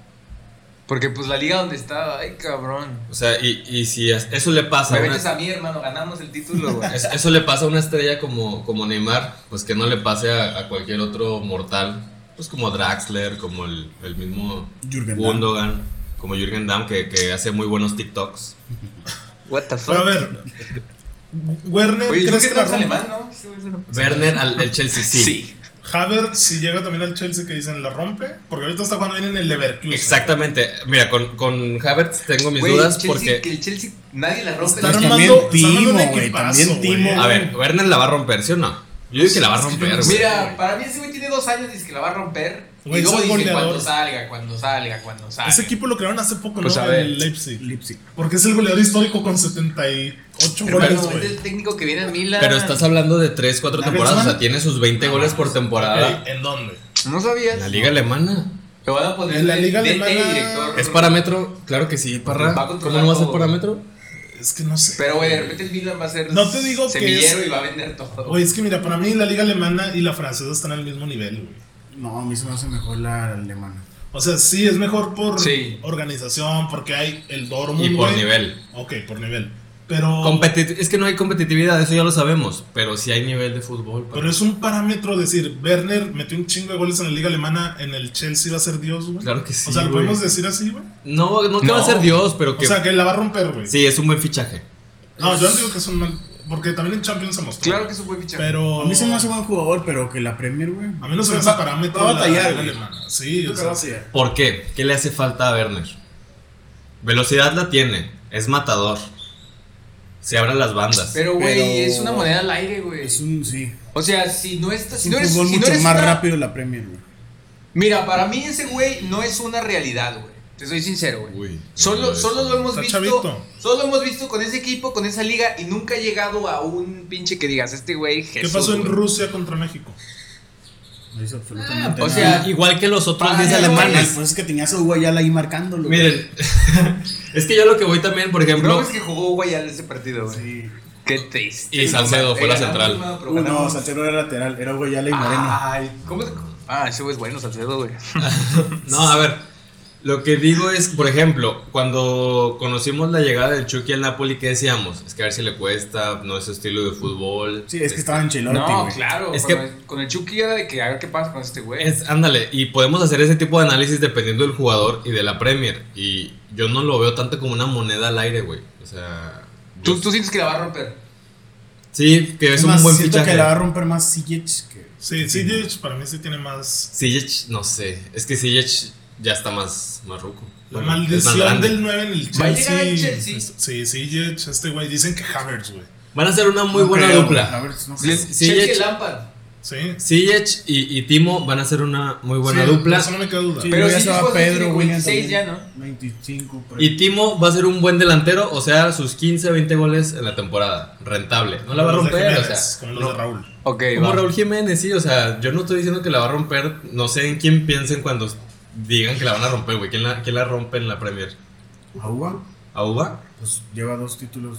[SPEAKER 4] Porque pues la liga donde está, ay cabrón.
[SPEAKER 3] O sea, y, y si as- eso le pasa a
[SPEAKER 4] Me
[SPEAKER 3] una-
[SPEAKER 4] metes a mí, hermano, ganamos el título, güey.
[SPEAKER 3] es- eso le pasa a una estrella como, como Neymar, pues que no le pase a, a cualquier otro mortal, pues como Draxler, como el, el mismo
[SPEAKER 2] Jürgen Damm.
[SPEAKER 3] Gundogan, como Jürgen Damm, que, que hace muy buenos TikToks.
[SPEAKER 4] What the
[SPEAKER 1] Pero a ver, Werner,
[SPEAKER 4] Oye, ¿crees
[SPEAKER 1] ¿crees
[SPEAKER 4] que
[SPEAKER 1] que la
[SPEAKER 4] no es
[SPEAKER 1] rompa?
[SPEAKER 4] alemán, no? Sí, güey, sí, no.
[SPEAKER 3] Werner al del Chelsea, sí.
[SPEAKER 1] Havertz, si llega también al Chelsea que dicen la rompe, porque ahorita está jugando bien en el Leverkusen.
[SPEAKER 3] Exactamente. Mira, con, con Havertz tengo mis
[SPEAKER 4] Güey,
[SPEAKER 3] dudas
[SPEAKER 4] Chelsea-
[SPEAKER 3] porque...
[SPEAKER 4] Que el Chelsea nadie la rompe.
[SPEAKER 1] Está
[SPEAKER 2] Pero
[SPEAKER 1] armando,
[SPEAKER 2] también
[SPEAKER 1] está armando un
[SPEAKER 2] Timo, güey,
[SPEAKER 1] equipazo,
[SPEAKER 2] también
[SPEAKER 1] güey.
[SPEAKER 2] Timo.
[SPEAKER 3] A ver, Werner la va a romper, ¿sí o no? Yo digo que la va a romper, güey.
[SPEAKER 4] Mira, para mí ese güey tiene dos años dice que la va a romper.
[SPEAKER 1] Güey,
[SPEAKER 4] y luego
[SPEAKER 1] son
[SPEAKER 4] dice
[SPEAKER 1] goleador.
[SPEAKER 4] cuando salga, cuando salga, cuando salga.
[SPEAKER 1] Ese equipo lo crearon hace poco,
[SPEAKER 4] Pues
[SPEAKER 1] ¿no?
[SPEAKER 4] a ver.
[SPEAKER 1] El Leipzig.
[SPEAKER 2] Leipzig.
[SPEAKER 1] Porque es el goleador histórico con 78
[SPEAKER 4] Bueno,
[SPEAKER 1] goles,
[SPEAKER 4] es
[SPEAKER 1] güey.
[SPEAKER 4] el técnico que viene a Milan.
[SPEAKER 3] Pero estás hablando de 3, 4 temporadas, o sea, tiene sus 20 goles por temporada.
[SPEAKER 2] Ah.
[SPEAKER 1] Ok, ¿En dónde?
[SPEAKER 4] No sabías.
[SPEAKER 3] En la liga alemana.
[SPEAKER 4] Lo van a poner
[SPEAKER 1] En la
[SPEAKER 4] de-
[SPEAKER 1] liga
[SPEAKER 4] de- de
[SPEAKER 1] alemana-
[SPEAKER 4] director.
[SPEAKER 3] ¿Es parámetro? Claro que sí, Parra.
[SPEAKER 4] Va a
[SPEAKER 3] ¿Cómo
[SPEAKER 4] controlar
[SPEAKER 3] no va a ser
[SPEAKER 4] todo.
[SPEAKER 3] parámetro?
[SPEAKER 1] Es que no sé.
[SPEAKER 4] Pero, güey, de repente el Milan va a ser
[SPEAKER 1] No te digo que
[SPEAKER 4] semillero
[SPEAKER 1] es-
[SPEAKER 4] y va a vender todo.
[SPEAKER 1] Güey, es que mira, para mí la liga alemana y la francesa están al mismo nivel, güey.
[SPEAKER 2] No, a mí se me hace mejor la alemana.
[SPEAKER 1] O sea, sí, es mejor por
[SPEAKER 4] Sí.
[SPEAKER 1] organización, porque hay el Dortmund,
[SPEAKER 3] Y por
[SPEAKER 1] güey.
[SPEAKER 3] nivel.
[SPEAKER 1] Ok, por nivel. Pero,
[SPEAKER 3] Competi- es que no hay competitividad, eso ya lo sabemos. Pero sí hay nivel de fútbol. Parra.
[SPEAKER 1] pero es un parámetro decir, Werner metió un chingo de goles en la liga alemana, en el Chelsea va a ser Dios, güey.
[SPEAKER 3] Claro que sí.
[SPEAKER 1] o sea, ¿lo
[SPEAKER 3] güey.
[SPEAKER 1] podemos decir así, güey?
[SPEAKER 3] No, no que va a
[SPEAKER 4] No.
[SPEAKER 3] ser Dios, pero
[SPEAKER 1] O
[SPEAKER 3] que.
[SPEAKER 1] sea, que la va a romper, güey.
[SPEAKER 3] sí, es un buen fichaje.
[SPEAKER 1] No, yo no digo que es un mal... Porque también en Champions se mostró.
[SPEAKER 4] Claro que eso fue fichaje.
[SPEAKER 1] Pero.
[SPEAKER 2] A mí se me hace buen jugador, pero que la Premier, güey.
[SPEAKER 1] A mí no se me hace
[SPEAKER 2] Va-
[SPEAKER 1] parámetro.
[SPEAKER 2] Va a
[SPEAKER 1] la-
[SPEAKER 2] batallar,
[SPEAKER 1] la
[SPEAKER 2] güey.
[SPEAKER 1] alemana. Sí,
[SPEAKER 2] Yo
[SPEAKER 1] o
[SPEAKER 2] creo que va a
[SPEAKER 1] sea,
[SPEAKER 2] batallar.
[SPEAKER 3] ¿Por qué? ¿Qué le hace falta a Werner? Velocidad la tiene, es matador. Se abren las bandas.
[SPEAKER 4] Pero, güey,
[SPEAKER 2] Pero-
[SPEAKER 4] es una moneda al aire, güey.
[SPEAKER 2] Es un, sí.
[SPEAKER 4] O sea, si no estás.
[SPEAKER 2] Es
[SPEAKER 4] Si
[SPEAKER 2] un
[SPEAKER 4] no eres,
[SPEAKER 2] fútbol
[SPEAKER 4] si no
[SPEAKER 2] mucho
[SPEAKER 4] eres
[SPEAKER 2] más
[SPEAKER 4] una-
[SPEAKER 2] rápido la Premier, güey.
[SPEAKER 4] Mira, para mí ese güey no es una realidad, güey. Te soy sincero, güey.
[SPEAKER 3] Uy, no
[SPEAKER 4] Solo,
[SPEAKER 3] es-
[SPEAKER 4] solo lo hemos
[SPEAKER 1] Está
[SPEAKER 4] visto.
[SPEAKER 1] chavito.
[SPEAKER 4] Solo lo hemos visto con ese equipo, con esa liga, y nunca ha llegado a un pinche que digas, este güey
[SPEAKER 1] ¿Qué
[SPEAKER 4] Jesús,
[SPEAKER 1] pasó en
[SPEAKER 4] güey".
[SPEAKER 1] Rusia contra México?
[SPEAKER 2] No hizo absolutamente
[SPEAKER 4] Ah, o
[SPEAKER 2] nada.
[SPEAKER 4] sea,
[SPEAKER 5] Igual que los otros
[SPEAKER 4] Ah,
[SPEAKER 5] 10
[SPEAKER 4] no,
[SPEAKER 5] alemanes.
[SPEAKER 2] Pues es que tenías a Hugo Ayala ahí marcándolo. güey.
[SPEAKER 3] Miren, es que yo lo que voy también, por
[SPEAKER 4] No
[SPEAKER 3] ejemplo,
[SPEAKER 4] es que jugó Guayal ese partido, güey.
[SPEAKER 2] Sí.
[SPEAKER 4] Qué triste.
[SPEAKER 3] Y Salcedo fue la
[SPEAKER 4] Eh, ganamos,
[SPEAKER 3] central.
[SPEAKER 4] mano, pero
[SPEAKER 2] Uh, no,
[SPEAKER 4] ganamos. Ah.
[SPEAKER 2] Salcedo era lateral, era Hugo Ayala y Moreno.
[SPEAKER 4] Ay, ¿cómo te- Ah, ese güey es bueno, Salcedo, güey.
[SPEAKER 3] no, a ver, lo que digo es, por ejemplo, cuando conocimos la llegada del Chucky al Napoli, ¿qué decíamos? Es que a ver si le cuesta, no es su estilo de fútbol.
[SPEAKER 2] sí, es que estaba en Chilote,
[SPEAKER 4] No,
[SPEAKER 2] güey.
[SPEAKER 4] claro.
[SPEAKER 3] Es
[SPEAKER 4] con,
[SPEAKER 3] que-
[SPEAKER 4] el, con el Chucky era de que a ver qué pasa con este güey.
[SPEAKER 3] Es- ándale, y podemos hacer ese tipo de análisis dependiendo del jugador y de la Premier. Y yo no lo veo tanto como una moneda al aire, güey. O sea, yo-
[SPEAKER 4] ¿Tú, tú sientes que la va a romper.
[SPEAKER 3] sí, que es,
[SPEAKER 2] más,
[SPEAKER 3] un buen
[SPEAKER 2] siento
[SPEAKER 3] fichaje.
[SPEAKER 2] que la va a romper más Sijic que...
[SPEAKER 1] Sí, sí, para mí sí tiene más.
[SPEAKER 3] Ziyech, no sé. Es que Ziyech ya está más, más ruco.
[SPEAKER 1] La
[SPEAKER 3] Bueno, es más
[SPEAKER 1] maldición
[SPEAKER 3] grande.
[SPEAKER 1] del 9 en el Chelsea.
[SPEAKER 4] Va a llegar al Chelsea.
[SPEAKER 1] Es- Sí, sí, Jets, este güey. Dicen que Havertz, güey.
[SPEAKER 3] Van a ser una muy
[SPEAKER 2] No
[SPEAKER 3] buena
[SPEAKER 2] creo, güey. A
[SPEAKER 3] dupla.
[SPEAKER 2] ver, no
[SPEAKER 3] Sí,
[SPEAKER 2] creo.
[SPEAKER 3] sí,
[SPEAKER 4] Chelsea
[SPEAKER 3] Ziyech-
[SPEAKER 4] Lampard.
[SPEAKER 1] Sí.
[SPEAKER 3] Ziyech y, y Timo van a ser una muy buena
[SPEAKER 1] Sí,
[SPEAKER 3] dupla.
[SPEAKER 1] Eso no me queda duda.
[SPEAKER 2] Sí,
[SPEAKER 4] Pero
[SPEAKER 2] ya
[SPEAKER 4] sí,
[SPEAKER 2] estaba
[SPEAKER 4] Josu
[SPEAKER 2] Pedro,
[SPEAKER 4] tiene
[SPEAKER 2] William
[SPEAKER 4] 26
[SPEAKER 2] también.
[SPEAKER 4] ya,
[SPEAKER 2] 25, por ahí.
[SPEAKER 3] Y Timo va a ser un buen delantero, o sea, sus 15, 20 goles en la temporada. Rentable. No la va a
[SPEAKER 1] Como los de
[SPEAKER 3] romper, o sea.
[SPEAKER 1] Jiménez, Como los
[SPEAKER 3] no.
[SPEAKER 1] de Raúl.
[SPEAKER 4] Ok,
[SPEAKER 3] Como Raúl Jiménez, sí, o sea, yo no estoy diciendo que la va a romper, no sé en quién piensen cuando digan que la van a romper, güey. ¿Quién la, quién la rompe en la Premier?
[SPEAKER 2] Aúa,
[SPEAKER 3] ¿A Uba?
[SPEAKER 2] pues lleva dos títulos.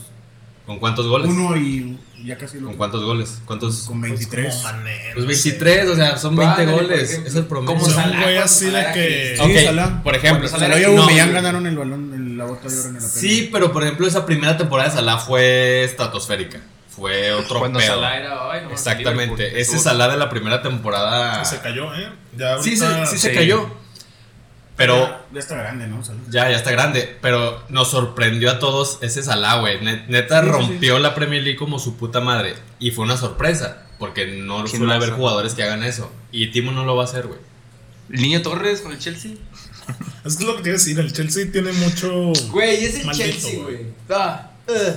[SPEAKER 3] ¿Con cuántos goles?
[SPEAKER 2] Uno y ya casi lo
[SPEAKER 3] ¿Con cuántos goles? ¿Cuántos?
[SPEAKER 2] Con
[SPEAKER 4] Pues,
[SPEAKER 2] 23.
[SPEAKER 1] Como Mané, no
[SPEAKER 3] Pues
[SPEAKER 1] sé.
[SPEAKER 3] 23, o sea, son 20
[SPEAKER 4] Vale, por
[SPEAKER 3] goles.
[SPEAKER 4] ejemplo.
[SPEAKER 3] Es el promedio.
[SPEAKER 1] O
[SPEAKER 4] Como
[SPEAKER 1] sea,
[SPEAKER 4] Salah,
[SPEAKER 1] un güey
[SPEAKER 4] cuando
[SPEAKER 1] así de
[SPEAKER 4] Salah
[SPEAKER 1] que.
[SPEAKER 2] aquí.
[SPEAKER 3] Ok,
[SPEAKER 2] Sí, Salah.
[SPEAKER 3] por ejemplo.
[SPEAKER 4] Cuando
[SPEAKER 2] Salah y
[SPEAKER 3] no,
[SPEAKER 2] Aubameyang ganaron el balón, el- la bota de oro en la
[SPEAKER 3] Sí, pero por ejemplo, esa primera temporada de Salah fue estratosférica. Fue otro
[SPEAKER 4] Cuando
[SPEAKER 3] pedo.
[SPEAKER 4] Salah era. Ay, no,
[SPEAKER 3] Exactamente.
[SPEAKER 4] Liverpool,
[SPEAKER 3] Ese
[SPEAKER 4] todo.
[SPEAKER 3] Salah de la primera temporada.
[SPEAKER 1] Se cayó, ¿eh? Ya
[SPEAKER 3] Sí,
[SPEAKER 1] ahorita-
[SPEAKER 3] se, sí se
[SPEAKER 4] Sí.
[SPEAKER 3] cayó. Pero
[SPEAKER 2] Ya está grande, ¿no? Salah.
[SPEAKER 3] Ya, ya está grande, pero nos sorprendió a todos ese Salah, güey. Ne- Neta
[SPEAKER 2] Sí, sí,
[SPEAKER 3] rompió la Premier League como su puta madre. Y fue una sorpresa, porque no
[SPEAKER 4] ¿Quién
[SPEAKER 3] suele
[SPEAKER 4] lo
[SPEAKER 3] haber
[SPEAKER 4] hace?
[SPEAKER 3] jugadores que hagan eso. Y Timo no lo va a hacer, güey.
[SPEAKER 4] Niño Torres con el Chelsea.
[SPEAKER 1] Es que es lo que te iba a decir. El Chelsea tiene mucho.
[SPEAKER 4] Güey, es el
[SPEAKER 1] Maldito,
[SPEAKER 4] Chelsea,
[SPEAKER 1] güey.
[SPEAKER 4] güey. Ah, eh,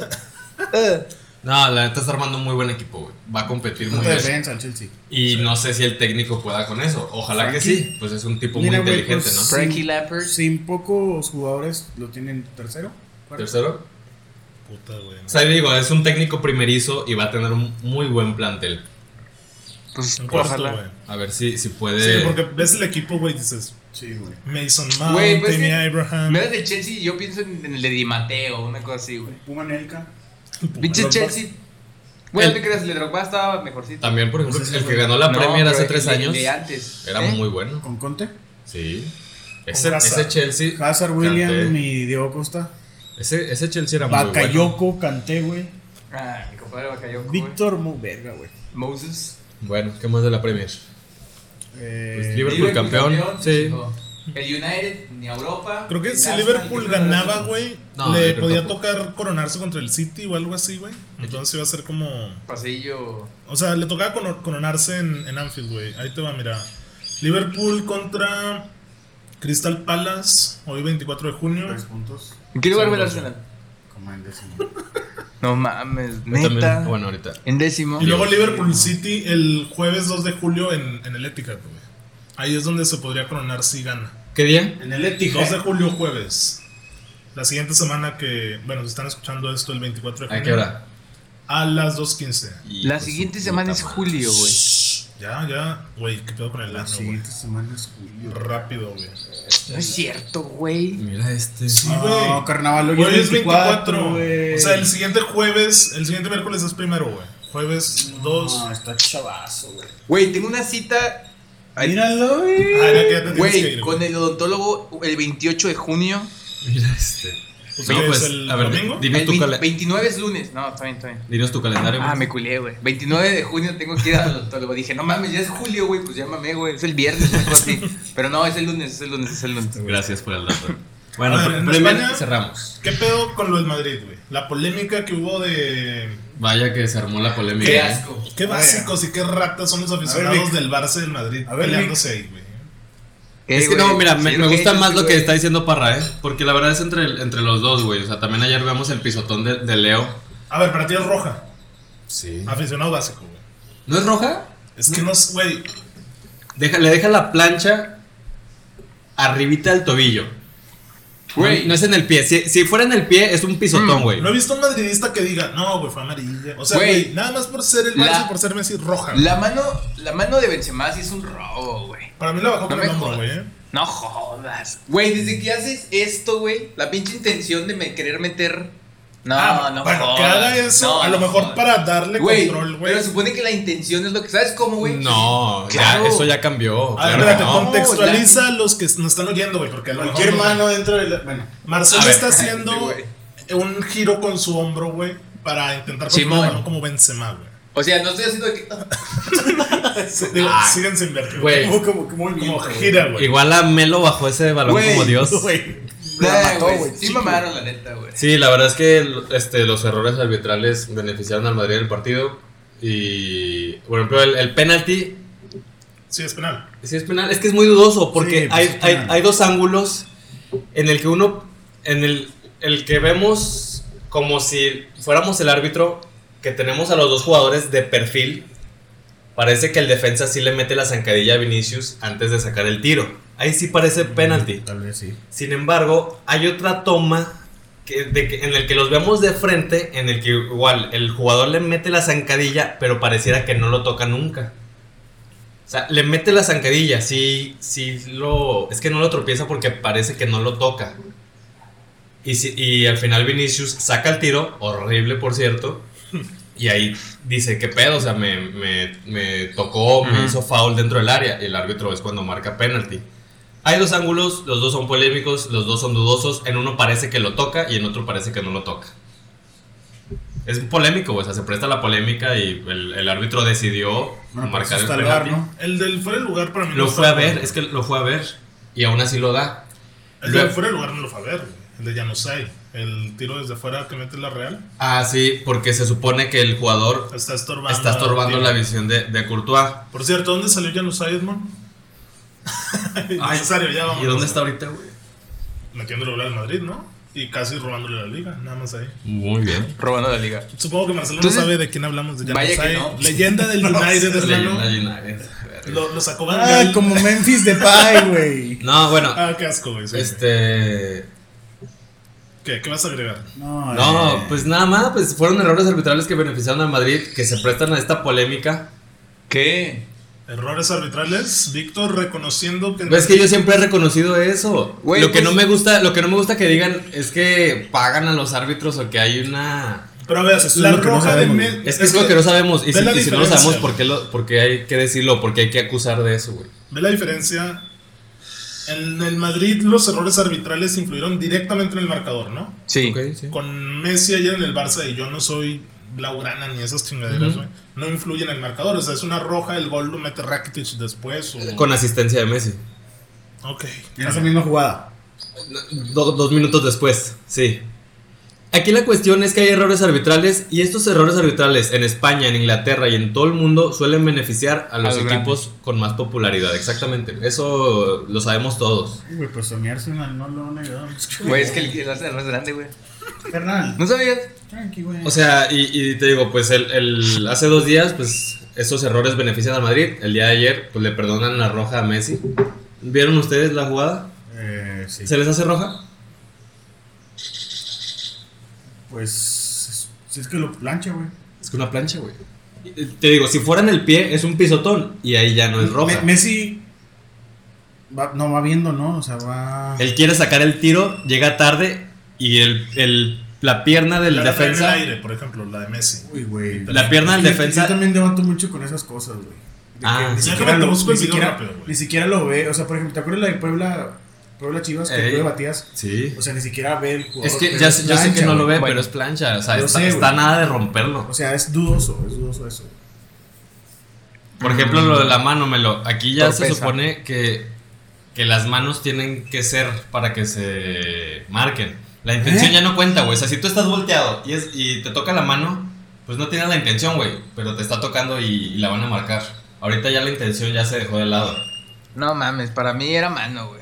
[SPEAKER 4] eh.
[SPEAKER 3] No, la neta está armando un muy buen equipo, güey. Va a competir muy
[SPEAKER 2] Punto de
[SPEAKER 3] bien.
[SPEAKER 2] defensa el Chelsea.
[SPEAKER 3] Y no sé si el técnico pueda con eso. Ojalá que
[SPEAKER 2] Frankie.
[SPEAKER 3] sí, pues es un tipo
[SPEAKER 2] Mira,
[SPEAKER 3] muy
[SPEAKER 2] güey,
[SPEAKER 3] inteligente,
[SPEAKER 2] pues,
[SPEAKER 3] ¿no?
[SPEAKER 4] Frankie Lampard.
[SPEAKER 2] Sin pocos jugadores lo tienen tercero. cuarto.
[SPEAKER 3] Tercero.
[SPEAKER 1] Puta, güey.
[SPEAKER 3] O sea, digo, es un técnico primerizo y va a tener un muy buen plantel.
[SPEAKER 4] Pues
[SPEAKER 1] En cuarto,
[SPEAKER 4] ojalá.
[SPEAKER 1] güey.
[SPEAKER 3] A ver si,
[SPEAKER 1] Sí,
[SPEAKER 3] si puede.
[SPEAKER 1] porque ves el equipo, güey, dices
[SPEAKER 2] Sí, güey.
[SPEAKER 1] Mason Mount,
[SPEAKER 4] Güey, pues,
[SPEAKER 1] Tammy
[SPEAKER 4] sí.
[SPEAKER 1] Abraham.
[SPEAKER 4] Me das de Chelsea y yo pienso en, en el de Di Mateo, una cosa así, güey.
[SPEAKER 2] Puma Nelka.
[SPEAKER 4] Pinche
[SPEAKER 1] Puma,
[SPEAKER 4] Chelsea. Güey, no
[SPEAKER 3] El-
[SPEAKER 4] te creas, el de Drogba estaba mejorcito.
[SPEAKER 3] También, por ejemplo,
[SPEAKER 2] Pues ese
[SPEAKER 3] el que
[SPEAKER 2] fue-
[SPEAKER 3] ganó la
[SPEAKER 4] No,
[SPEAKER 3] Premier
[SPEAKER 4] pero
[SPEAKER 3] hace
[SPEAKER 4] el
[SPEAKER 3] tres
[SPEAKER 4] de- el
[SPEAKER 3] años
[SPEAKER 4] de antes.
[SPEAKER 3] era
[SPEAKER 4] ¿eh?
[SPEAKER 3] muy bueno.
[SPEAKER 2] Con Conte.
[SPEAKER 3] Sí. Ese,
[SPEAKER 1] Hazard.
[SPEAKER 3] ese Chelsea.
[SPEAKER 2] Hazard, William
[SPEAKER 3] Kanté.
[SPEAKER 2] y Diego Costa.
[SPEAKER 3] Ese, ese Chelsea era muy bueno.
[SPEAKER 2] Bakayoko, Canté, güey.
[SPEAKER 4] Ah, mi compadre Bacayo. güey.
[SPEAKER 2] Víctor Mo, verga, güey.
[SPEAKER 4] Moses.
[SPEAKER 3] Bueno, ¿qué más de la Premier?
[SPEAKER 2] Eh,
[SPEAKER 3] Pues Liverpool campeón, sí.
[SPEAKER 4] El United, ni a Europa.
[SPEAKER 1] Creo que
[SPEAKER 4] ni
[SPEAKER 1] si
[SPEAKER 4] Arsenal,
[SPEAKER 1] Liverpool
[SPEAKER 4] ni nada.
[SPEAKER 1] ganaba, güey,
[SPEAKER 3] No,
[SPEAKER 1] le
[SPEAKER 3] yo creo
[SPEAKER 1] podía
[SPEAKER 3] tampoco.
[SPEAKER 1] tocar coronarse contra el City o algo así, güey. Entonces iba a ser como.
[SPEAKER 4] Pasillo.
[SPEAKER 1] O sea, le tocaba cono- coronarse en, en Anfield, güey. Ahí te va, mira. Liverpool contra Crystal Palace, hoy 24 de junio.
[SPEAKER 2] Eh, Tres puntos.
[SPEAKER 4] ¿En qué lugar
[SPEAKER 1] Sí,
[SPEAKER 4] va el
[SPEAKER 1] no,
[SPEAKER 4] Arsenal?
[SPEAKER 2] Como en décimo.
[SPEAKER 4] No mames,
[SPEAKER 3] Yo también-
[SPEAKER 4] neta.
[SPEAKER 3] bueno, ahorita.
[SPEAKER 4] En décimo.
[SPEAKER 1] Y luego Liverpool City el jueves 2 de julio en, en el Etihad, güey. Ahí es donde se podría coronar si gana.
[SPEAKER 3] ¿Qué día?
[SPEAKER 2] En
[SPEAKER 1] 2
[SPEAKER 2] el
[SPEAKER 1] de
[SPEAKER 2] Etihad.
[SPEAKER 1] julio, jueves. La siguiente semana que, bueno, si están escuchando esto el 24 de junio.
[SPEAKER 3] ¿A qué hora?
[SPEAKER 1] A las 2.15.
[SPEAKER 3] Hijo
[SPEAKER 4] La
[SPEAKER 3] de su
[SPEAKER 4] siguiente
[SPEAKER 3] pues, puta
[SPEAKER 4] semana es
[SPEAKER 3] madre.
[SPEAKER 4] julio, güey.
[SPEAKER 1] Ya, ya. Güey, qué pedo con el
[SPEAKER 2] La
[SPEAKER 1] ano, güey.
[SPEAKER 2] siguiente semana es julio.
[SPEAKER 1] Rápido, güey.
[SPEAKER 4] No es cierto, güey.
[SPEAKER 3] Mira este.
[SPEAKER 2] No, carnaval hoy,
[SPEAKER 1] Hoy
[SPEAKER 2] es 24, güey.
[SPEAKER 1] O sea, el siguiente jueves, el siguiente miércoles es primero, güey. Jueves 2.
[SPEAKER 2] No, está chavazo, güey.
[SPEAKER 4] Güey, tengo una cita. Ay,
[SPEAKER 2] Míralo, güey.
[SPEAKER 1] Ah, ya que ya te tienes que
[SPEAKER 4] Güey,
[SPEAKER 1] ir,
[SPEAKER 4] con
[SPEAKER 1] güey.
[SPEAKER 4] el odontólogo el 28 de junio.
[SPEAKER 3] Mira este.
[SPEAKER 1] Pues,
[SPEAKER 3] No,
[SPEAKER 1] ¿qué
[SPEAKER 3] pues,
[SPEAKER 1] es el
[SPEAKER 3] a ver,
[SPEAKER 1] domingo?
[SPEAKER 3] Dime
[SPEAKER 4] El
[SPEAKER 3] tu
[SPEAKER 4] 20
[SPEAKER 3] cale-
[SPEAKER 4] 29 es lunes. No, está bien, está bien.
[SPEAKER 3] Dinos tu calendario.
[SPEAKER 4] Ah,
[SPEAKER 3] pues.
[SPEAKER 4] me culé, güey. 29 de junio tengo que ir al odontólogo. Dije, no mames, ya es julio, güey. Pues llámame, güey. Es el viernes, algo así. Pero no, es el lunes, es el lunes, es el lunes.
[SPEAKER 3] Gracias por el dato. Bueno,
[SPEAKER 1] A ver,
[SPEAKER 3] pr-
[SPEAKER 1] en
[SPEAKER 3] Premier
[SPEAKER 1] España-
[SPEAKER 3] cerramos.
[SPEAKER 1] ¿Qué pedo con lo del Madrid, güey? La polémica que hubo de
[SPEAKER 3] Vaya que se armó la polémica.
[SPEAKER 5] Qué
[SPEAKER 3] ¿eh?
[SPEAKER 5] asco.
[SPEAKER 1] Qué
[SPEAKER 5] Vaya.
[SPEAKER 1] básicos y qué ratas son los
[SPEAKER 5] A ver,
[SPEAKER 1] aficionados
[SPEAKER 5] Vic.
[SPEAKER 1] del Barça y del Madrid
[SPEAKER 5] A ver,
[SPEAKER 1] peleándose ahí, güey.
[SPEAKER 3] Es que no,
[SPEAKER 4] pues
[SPEAKER 3] mira, me, me gusta más lo que está diciendo Parra, ¿eh? Porque la verdad es entre, entre los dos, güey. O sea, también ayer vemos el pisotón de, de Leo.
[SPEAKER 1] A ver, para ti es roja.
[SPEAKER 3] Sí.
[SPEAKER 1] Aficionado básico, güey.
[SPEAKER 3] ¿No es roja?
[SPEAKER 1] Es que no, es- güey.
[SPEAKER 3] Deja- le deja la plancha arribita del tobillo. Güey,
[SPEAKER 4] Güey.
[SPEAKER 3] no es en el pie. Si, si fuera en el pie, es un pisotón,
[SPEAKER 4] Mm,
[SPEAKER 3] güey.
[SPEAKER 1] No he visto un madridista que diga, no, güey, fue amarilla. O sea,
[SPEAKER 4] Güey,
[SPEAKER 1] güey, nada más por ser el
[SPEAKER 4] la-
[SPEAKER 1] Barça y por ser Messi roja. güey.
[SPEAKER 4] La mano, la mano de Benzema sí es un robo, güey.
[SPEAKER 1] Para mí la bajó con
[SPEAKER 4] No
[SPEAKER 1] el
[SPEAKER 4] me
[SPEAKER 1] hombro,
[SPEAKER 4] jodas.
[SPEAKER 1] güey. eh.
[SPEAKER 4] No jodas. Güey, desde que haces esto, güey, la pinche intención de me querer meter. No,
[SPEAKER 1] Ah,
[SPEAKER 4] no
[SPEAKER 1] bueno,
[SPEAKER 4] jodas.
[SPEAKER 1] que haga eso,
[SPEAKER 4] No,
[SPEAKER 1] a lo
[SPEAKER 4] no
[SPEAKER 1] mejor
[SPEAKER 4] jodas.
[SPEAKER 1] para darle
[SPEAKER 4] Güey,
[SPEAKER 1] control, güey.
[SPEAKER 4] pero supone que la intención es lo que. ¿Sabes cómo, güey?
[SPEAKER 3] No, ya,
[SPEAKER 4] Claro. Ah,
[SPEAKER 3] eso ya cambió.
[SPEAKER 1] A ver,
[SPEAKER 3] claro que
[SPEAKER 1] espérate,
[SPEAKER 3] no.
[SPEAKER 1] contextualiza a los que nos están oyendo, güey, porque a lo
[SPEAKER 2] Cualquier
[SPEAKER 1] mejor-
[SPEAKER 2] mano dentro de la. Bueno,
[SPEAKER 1] Marcelo
[SPEAKER 3] A ver.
[SPEAKER 1] está haciendo
[SPEAKER 4] Sí, güey.
[SPEAKER 1] un giro con su hombro, güey, para intentar
[SPEAKER 4] Simón.
[SPEAKER 1] controlarlo como Benzema, güey.
[SPEAKER 4] O sea, no estoy haciendo que.
[SPEAKER 1] Digo,
[SPEAKER 3] Ah.
[SPEAKER 1] siguen sin ver,
[SPEAKER 3] Güey,
[SPEAKER 2] como, como, como
[SPEAKER 1] Como gira, güey.
[SPEAKER 3] Igual a Melo bajó ese balón
[SPEAKER 4] Güey,
[SPEAKER 3] como Dios.
[SPEAKER 1] Güey.
[SPEAKER 4] Nah,
[SPEAKER 2] mató,
[SPEAKER 4] güey,
[SPEAKER 2] güey,
[SPEAKER 4] Sí
[SPEAKER 2] chico.
[SPEAKER 4] mamaron, la neta, güey.
[SPEAKER 3] Sí, la verdad es que el- este, los errores arbitrales beneficiaron al Madrid en el partido. Y, por ejemplo, el, el penalti,
[SPEAKER 1] Sí, es penal.
[SPEAKER 3] sí es penal, es que es muy dudoso porque
[SPEAKER 2] Sí, pues,
[SPEAKER 3] hay,
[SPEAKER 2] es
[SPEAKER 3] hay-
[SPEAKER 2] penal.
[SPEAKER 3] hay dos ángulos en el que uno, en el, el que vemos como si fuéramos el árbitro, que tenemos a los dos jugadores de perfil. Parece que el defensa sí le mete la zancadilla a Vinicius antes de sacar el tiro. Ahí sí parece penalti.
[SPEAKER 5] Tal vez sí.
[SPEAKER 3] Sin embargo, hay otra toma que- de que- en el que los vemos de frente, en el que igual el jugador le mete la zancadilla, pero pareciera que no lo toca nunca. O sea, le mete la zancadilla, sí, sí lo... Es que no lo tropieza porque parece que no lo toca. Y, si- y al final Vinicius saca el tiro, horrible por cierto, y ahí dice, ¿qué pedo? O sea, me, me- me tocó, me
[SPEAKER 4] Ujú.
[SPEAKER 3] hizo foul dentro del área. Y el árbitro es cuando marca penalty. Hay dos ángulos, los dos son polémicos, los dos son dudosos. En uno parece que lo toca y en otro parece que no lo toca. Es polémico, o sea, se presta la polémica y el, el árbitro decidió
[SPEAKER 2] Bueno, pues,
[SPEAKER 3] marcar el
[SPEAKER 2] hasta el VAR,
[SPEAKER 3] penalti.
[SPEAKER 2] ¿no?
[SPEAKER 1] El del fuera de lugar para mí
[SPEAKER 3] Lo
[SPEAKER 1] no
[SPEAKER 3] fue a
[SPEAKER 1] está-
[SPEAKER 3] ver, es que lo fue a ver y aún así lo da.
[SPEAKER 1] El de
[SPEAKER 3] Luego-
[SPEAKER 1] fuera del lugar no lo fue a ver, güey. El de Januzaj. El tiro desde fuera que mete la Real.
[SPEAKER 3] Ah, sí, porque se supone que el jugador
[SPEAKER 1] Está estorbando.
[SPEAKER 3] está estorbando
[SPEAKER 1] el
[SPEAKER 3] la
[SPEAKER 1] tiro.
[SPEAKER 3] visión de, de Courtois.
[SPEAKER 1] Por cierto, ¿dónde salió Januzaj, Edmond? Necesario, ya vamos.
[SPEAKER 3] ¿Y dónde está ahorita, güey?
[SPEAKER 1] Metiendo el gol al Madrid, ¿no? Y casi robándole la liga, nada más ahí.
[SPEAKER 3] Muy bien.
[SPEAKER 4] Robando la liga.
[SPEAKER 1] Supongo que Marcelo
[SPEAKER 4] Entonces-
[SPEAKER 1] no sabe de quién hablamos de
[SPEAKER 4] Vaya
[SPEAKER 1] Januzaj.
[SPEAKER 4] que no.
[SPEAKER 1] Leyenda del United, hermano.
[SPEAKER 3] Leyenda United.
[SPEAKER 1] Lo, lo sacó Van
[SPEAKER 5] Ah,
[SPEAKER 1] Gaal.
[SPEAKER 5] como Memphis Depay, güey.
[SPEAKER 3] No, bueno,
[SPEAKER 1] Ah, qué asco, güey. sí, güey.
[SPEAKER 3] este.
[SPEAKER 1] ¿Qué, ¿Qué vas a agregar?
[SPEAKER 2] No, eh,
[SPEAKER 3] No, pues nada más, pues fueron errores arbitrales que beneficiaron a Madrid, que se prestan a esta polémica.
[SPEAKER 4] ¿Qué?
[SPEAKER 1] Errores arbitrales. Víctor reconociendo que.
[SPEAKER 3] Es que yo siempre he reconocido eso.
[SPEAKER 4] Güey,
[SPEAKER 3] lo que
[SPEAKER 4] pues-
[SPEAKER 3] no me gusta, lo que no me gusta que digan es que pagan a los árbitros o que hay una.
[SPEAKER 1] Pero a ver,
[SPEAKER 5] es
[SPEAKER 1] la
[SPEAKER 5] lo que no
[SPEAKER 1] roja de
[SPEAKER 5] sabemos.
[SPEAKER 1] Me-
[SPEAKER 3] Es que es, lo que no sabemos. Y,
[SPEAKER 1] ve
[SPEAKER 3] si,
[SPEAKER 1] la
[SPEAKER 3] y si no lo
[SPEAKER 1] diferencia.
[SPEAKER 3] sabemos, ¿por qué, lo, por qué hay que decirlo? ¿Por qué hay que acusar de eso, güey?
[SPEAKER 1] Ve la diferencia. En el Madrid los errores arbitrales influyeron directamente en el marcador, ¿no?
[SPEAKER 4] Sí.
[SPEAKER 3] Ok, sí.
[SPEAKER 1] Con Messi ayer en el Barça y yo no soy blaugrana ni esas chingaderas,
[SPEAKER 3] Ujú.
[SPEAKER 1] güey. No influyen en el marcador, o sea, es una roja, el gol lo mete Rakitic después o...
[SPEAKER 3] Eh, Con asistencia de Messi.
[SPEAKER 1] Ok.
[SPEAKER 2] En esa misma jugada.
[SPEAKER 3] Do- dos minutos después, sí. Aquí la cuestión es que hay errores arbitrales y estos errores arbitrales en España, en Inglaterra y en todo el mundo suelen beneficiar a los
[SPEAKER 4] los
[SPEAKER 3] equipos con más popularidad, exactamente. Eso lo sabemos todos.
[SPEAKER 2] Güey, pues a mi Arsenal no lo negaron.
[SPEAKER 4] Güey, es que el, el Arsenal es grande, güey.
[SPEAKER 2] Carnal,
[SPEAKER 4] ¿No sabías?
[SPEAKER 2] tranqui, güey.
[SPEAKER 3] O sea, y, y te digo, pues el, el- hace dos días, pues esos errores benefician al Madrid. El día de ayer, pues le perdonan la roja a Messi. ¿Vieron ustedes la jugada?
[SPEAKER 2] eh, sí.
[SPEAKER 3] ¿Se les hace roja?
[SPEAKER 2] Pues. Si es que lo plancha, güey.
[SPEAKER 3] Es que una plancha, güey. Y- Te digo, si fuera en el pie, es un pisotón y ahí ya no es roja.
[SPEAKER 2] Me- Messi. va- no va viendo, ¿no? O sea, va.
[SPEAKER 3] Él quiere sacar el tiro, llega tarde y el, el- la pierna del
[SPEAKER 1] La de
[SPEAKER 3] defensa.
[SPEAKER 1] En el aire, por ejemplo, la de Messi.
[SPEAKER 2] Uy, güey.
[SPEAKER 3] La pierna del
[SPEAKER 2] Yo-
[SPEAKER 3] defensa.
[SPEAKER 2] Yo también debato mucho con esas cosas, güey. De que
[SPEAKER 3] Ah,
[SPEAKER 2] ni
[SPEAKER 3] sí.
[SPEAKER 2] siquiera
[SPEAKER 1] Déjame te
[SPEAKER 2] lo-
[SPEAKER 1] busco el
[SPEAKER 2] ni
[SPEAKER 1] video
[SPEAKER 2] siquiera-
[SPEAKER 1] rápido, güey.
[SPEAKER 2] Ni siquiera lo ve. O sea, por ejemplo, ¿te acuerdas la de Puebla, Puebla Chivas que
[SPEAKER 3] Ey.
[SPEAKER 2] tú debatías?
[SPEAKER 3] Sí.
[SPEAKER 2] O sea, ni siquiera ve el jugador.
[SPEAKER 3] Es que
[SPEAKER 2] pero
[SPEAKER 3] ya sé- yo sé que
[SPEAKER 2] plancha,
[SPEAKER 3] no lo
[SPEAKER 2] güey.
[SPEAKER 3] ve,
[SPEAKER 4] Bueno.
[SPEAKER 3] pero es plancha. O sea,
[SPEAKER 2] Yo
[SPEAKER 3] está,
[SPEAKER 2] sé,
[SPEAKER 3] está
[SPEAKER 2] güey.
[SPEAKER 3] nada de romperlo.
[SPEAKER 2] O sea, es dudoso, es dudoso eso.
[SPEAKER 3] Por ejemplo, lo de la mano, Melo. Aquí ya se
[SPEAKER 4] Torpeza.
[SPEAKER 3] supone que, que las manos tienen que ser para que se marquen. La intención
[SPEAKER 2] ¿Eh?
[SPEAKER 3] ya no cuenta, güey. O sea, si tú estás volteado y, es, y te toca la mano, pues no tienes la intención, güey, pero te está tocando y, y la van a marcar. Ahorita ya la intención ya se dejó de lado.
[SPEAKER 4] No mames, para mí era mano, güey.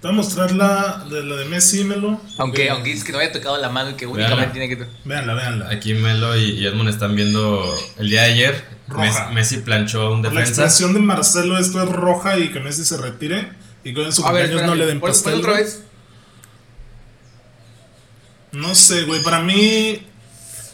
[SPEAKER 1] Te voy a mostrar la de, la de Messi, Melo.
[SPEAKER 4] Aunque,
[SPEAKER 1] Porque-
[SPEAKER 4] aunque dices que no haya tocado la mano y que
[SPEAKER 3] Véala.
[SPEAKER 4] únicamente tiene que.
[SPEAKER 1] Véanla, véanla.
[SPEAKER 3] Aquí Melo y, y Edmond están viendo el día de ayer.
[SPEAKER 1] Roja.
[SPEAKER 3] Mes- Messi planchó un
[SPEAKER 1] La
[SPEAKER 3] defensa.
[SPEAKER 1] expresión de Marcelo, esto es roja y que Messi se retire. Y que en su
[SPEAKER 4] A ver,
[SPEAKER 1] cumpleaños no le den
[SPEAKER 4] pon- pon
[SPEAKER 1] pastel.
[SPEAKER 4] otra
[SPEAKER 1] güey.
[SPEAKER 4] vez.
[SPEAKER 1] No sé, güey. Para mí,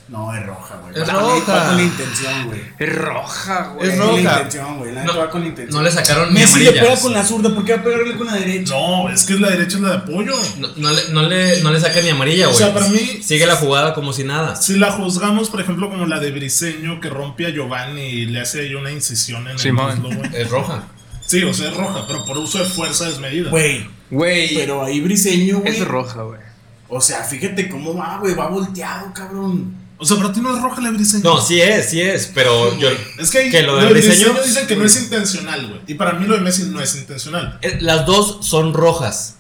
[SPEAKER 2] No, es roja, güey.
[SPEAKER 3] Es
[SPEAKER 2] Va-
[SPEAKER 3] roja.
[SPEAKER 2] Va con la intención, güey.
[SPEAKER 4] Es roja, güey.
[SPEAKER 3] Es
[SPEAKER 2] Va con la
[SPEAKER 3] roja.
[SPEAKER 2] intención, güey. La
[SPEAKER 3] No,
[SPEAKER 2] neta va con la intención.
[SPEAKER 3] No le sacaron ni
[SPEAKER 2] Messi le
[SPEAKER 3] amarillas.
[SPEAKER 2] pega con la zurda, ¿por qué va a pegarle con la derecha?
[SPEAKER 1] no, es que la derecha es la de apoyo.
[SPEAKER 3] No, no le, no, le, no le saca ni amarilla,
[SPEAKER 1] O
[SPEAKER 3] güey.
[SPEAKER 1] sea, para mí-
[SPEAKER 3] Sigue la jugada como si nada.
[SPEAKER 1] Si la juzgamos, por ejemplo, como la de Briseño que rompe a Giovanni y le hace ahí una incisión en
[SPEAKER 4] Simón.
[SPEAKER 1] el muslo, güey.
[SPEAKER 3] Es roja.
[SPEAKER 1] Sí, o sea, es roja, pero por uso de fuerza desmedida.
[SPEAKER 2] Güey,
[SPEAKER 4] Güey,
[SPEAKER 2] pero ahí Briseño, güey.
[SPEAKER 4] es roja, güey.
[SPEAKER 2] O sea, fíjate cómo va, güey. Va volteado, cabrón.
[SPEAKER 1] O sea, para ti no es roja la de Briseño.
[SPEAKER 3] No, sí es, sí es, pero yo...
[SPEAKER 1] Es que,
[SPEAKER 3] Que
[SPEAKER 1] lo
[SPEAKER 3] lo
[SPEAKER 1] de
[SPEAKER 3] del
[SPEAKER 1] Briseño
[SPEAKER 3] Briseño-
[SPEAKER 1] dicen que no es intencional, güey. Y para mí lo de Messi no es intencional.
[SPEAKER 3] eh, Las dos son rojas.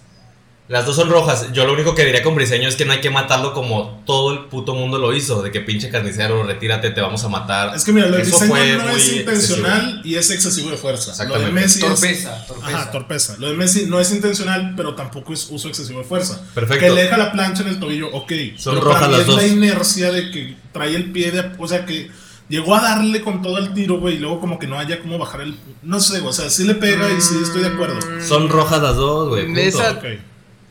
[SPEAKER 3] Las dos son rojas. Yo lo único que diría con Briseño es que no hay que matarlo como todo el puto mundo lo hizo. De que pinche carnicero, retírate, te vamos a matar.
[SPEAKER 1] Es que mira, lo de
[SPEAKER 3] Eso
[SPEAKER 1] Briseño
[SPEAKER 3] fue
[SPEAKER 1] no es
[SPEAKER 3] muy
[SPEAKER 1] intencional y es excesivo de fuerza. Lo de
[SPEAKER 3] Exactamente.
[SPEAKER 1] Messi es...
[SPEAKER 4] Torpeza, torpeza.
[SPEAKER 1] Ajá, torpeza. Lo de Messi no es intencional, pero tampoco es uso excesivo de fuerza.
[SPEAKER 3] Perfecto.
[SPEAKER 1] Que le deja la plancha en el tobillo, ok.
[SPEAKER 3] Son
[SPEAKER 1] Pero
[SPEAKER 3] rojas
[SPEAKER 1] para mí
[SPEAKER 3] las
[SPEAKER 1] es
[SPEAKER 3] dos.
[SPEAKER 1] la inercia de que trae el pie de... O sea, que llegó a darle con todo el tiro, güey, y luego como que no haya cómo bajar el... No sé, o sea, sí le pega y sí estoy de acuerdo.
[SPEAKER 3] Son rojas las dos, güey. punto.
[SPEAKER 4] De esa-
[SPEAKER 1] Ok.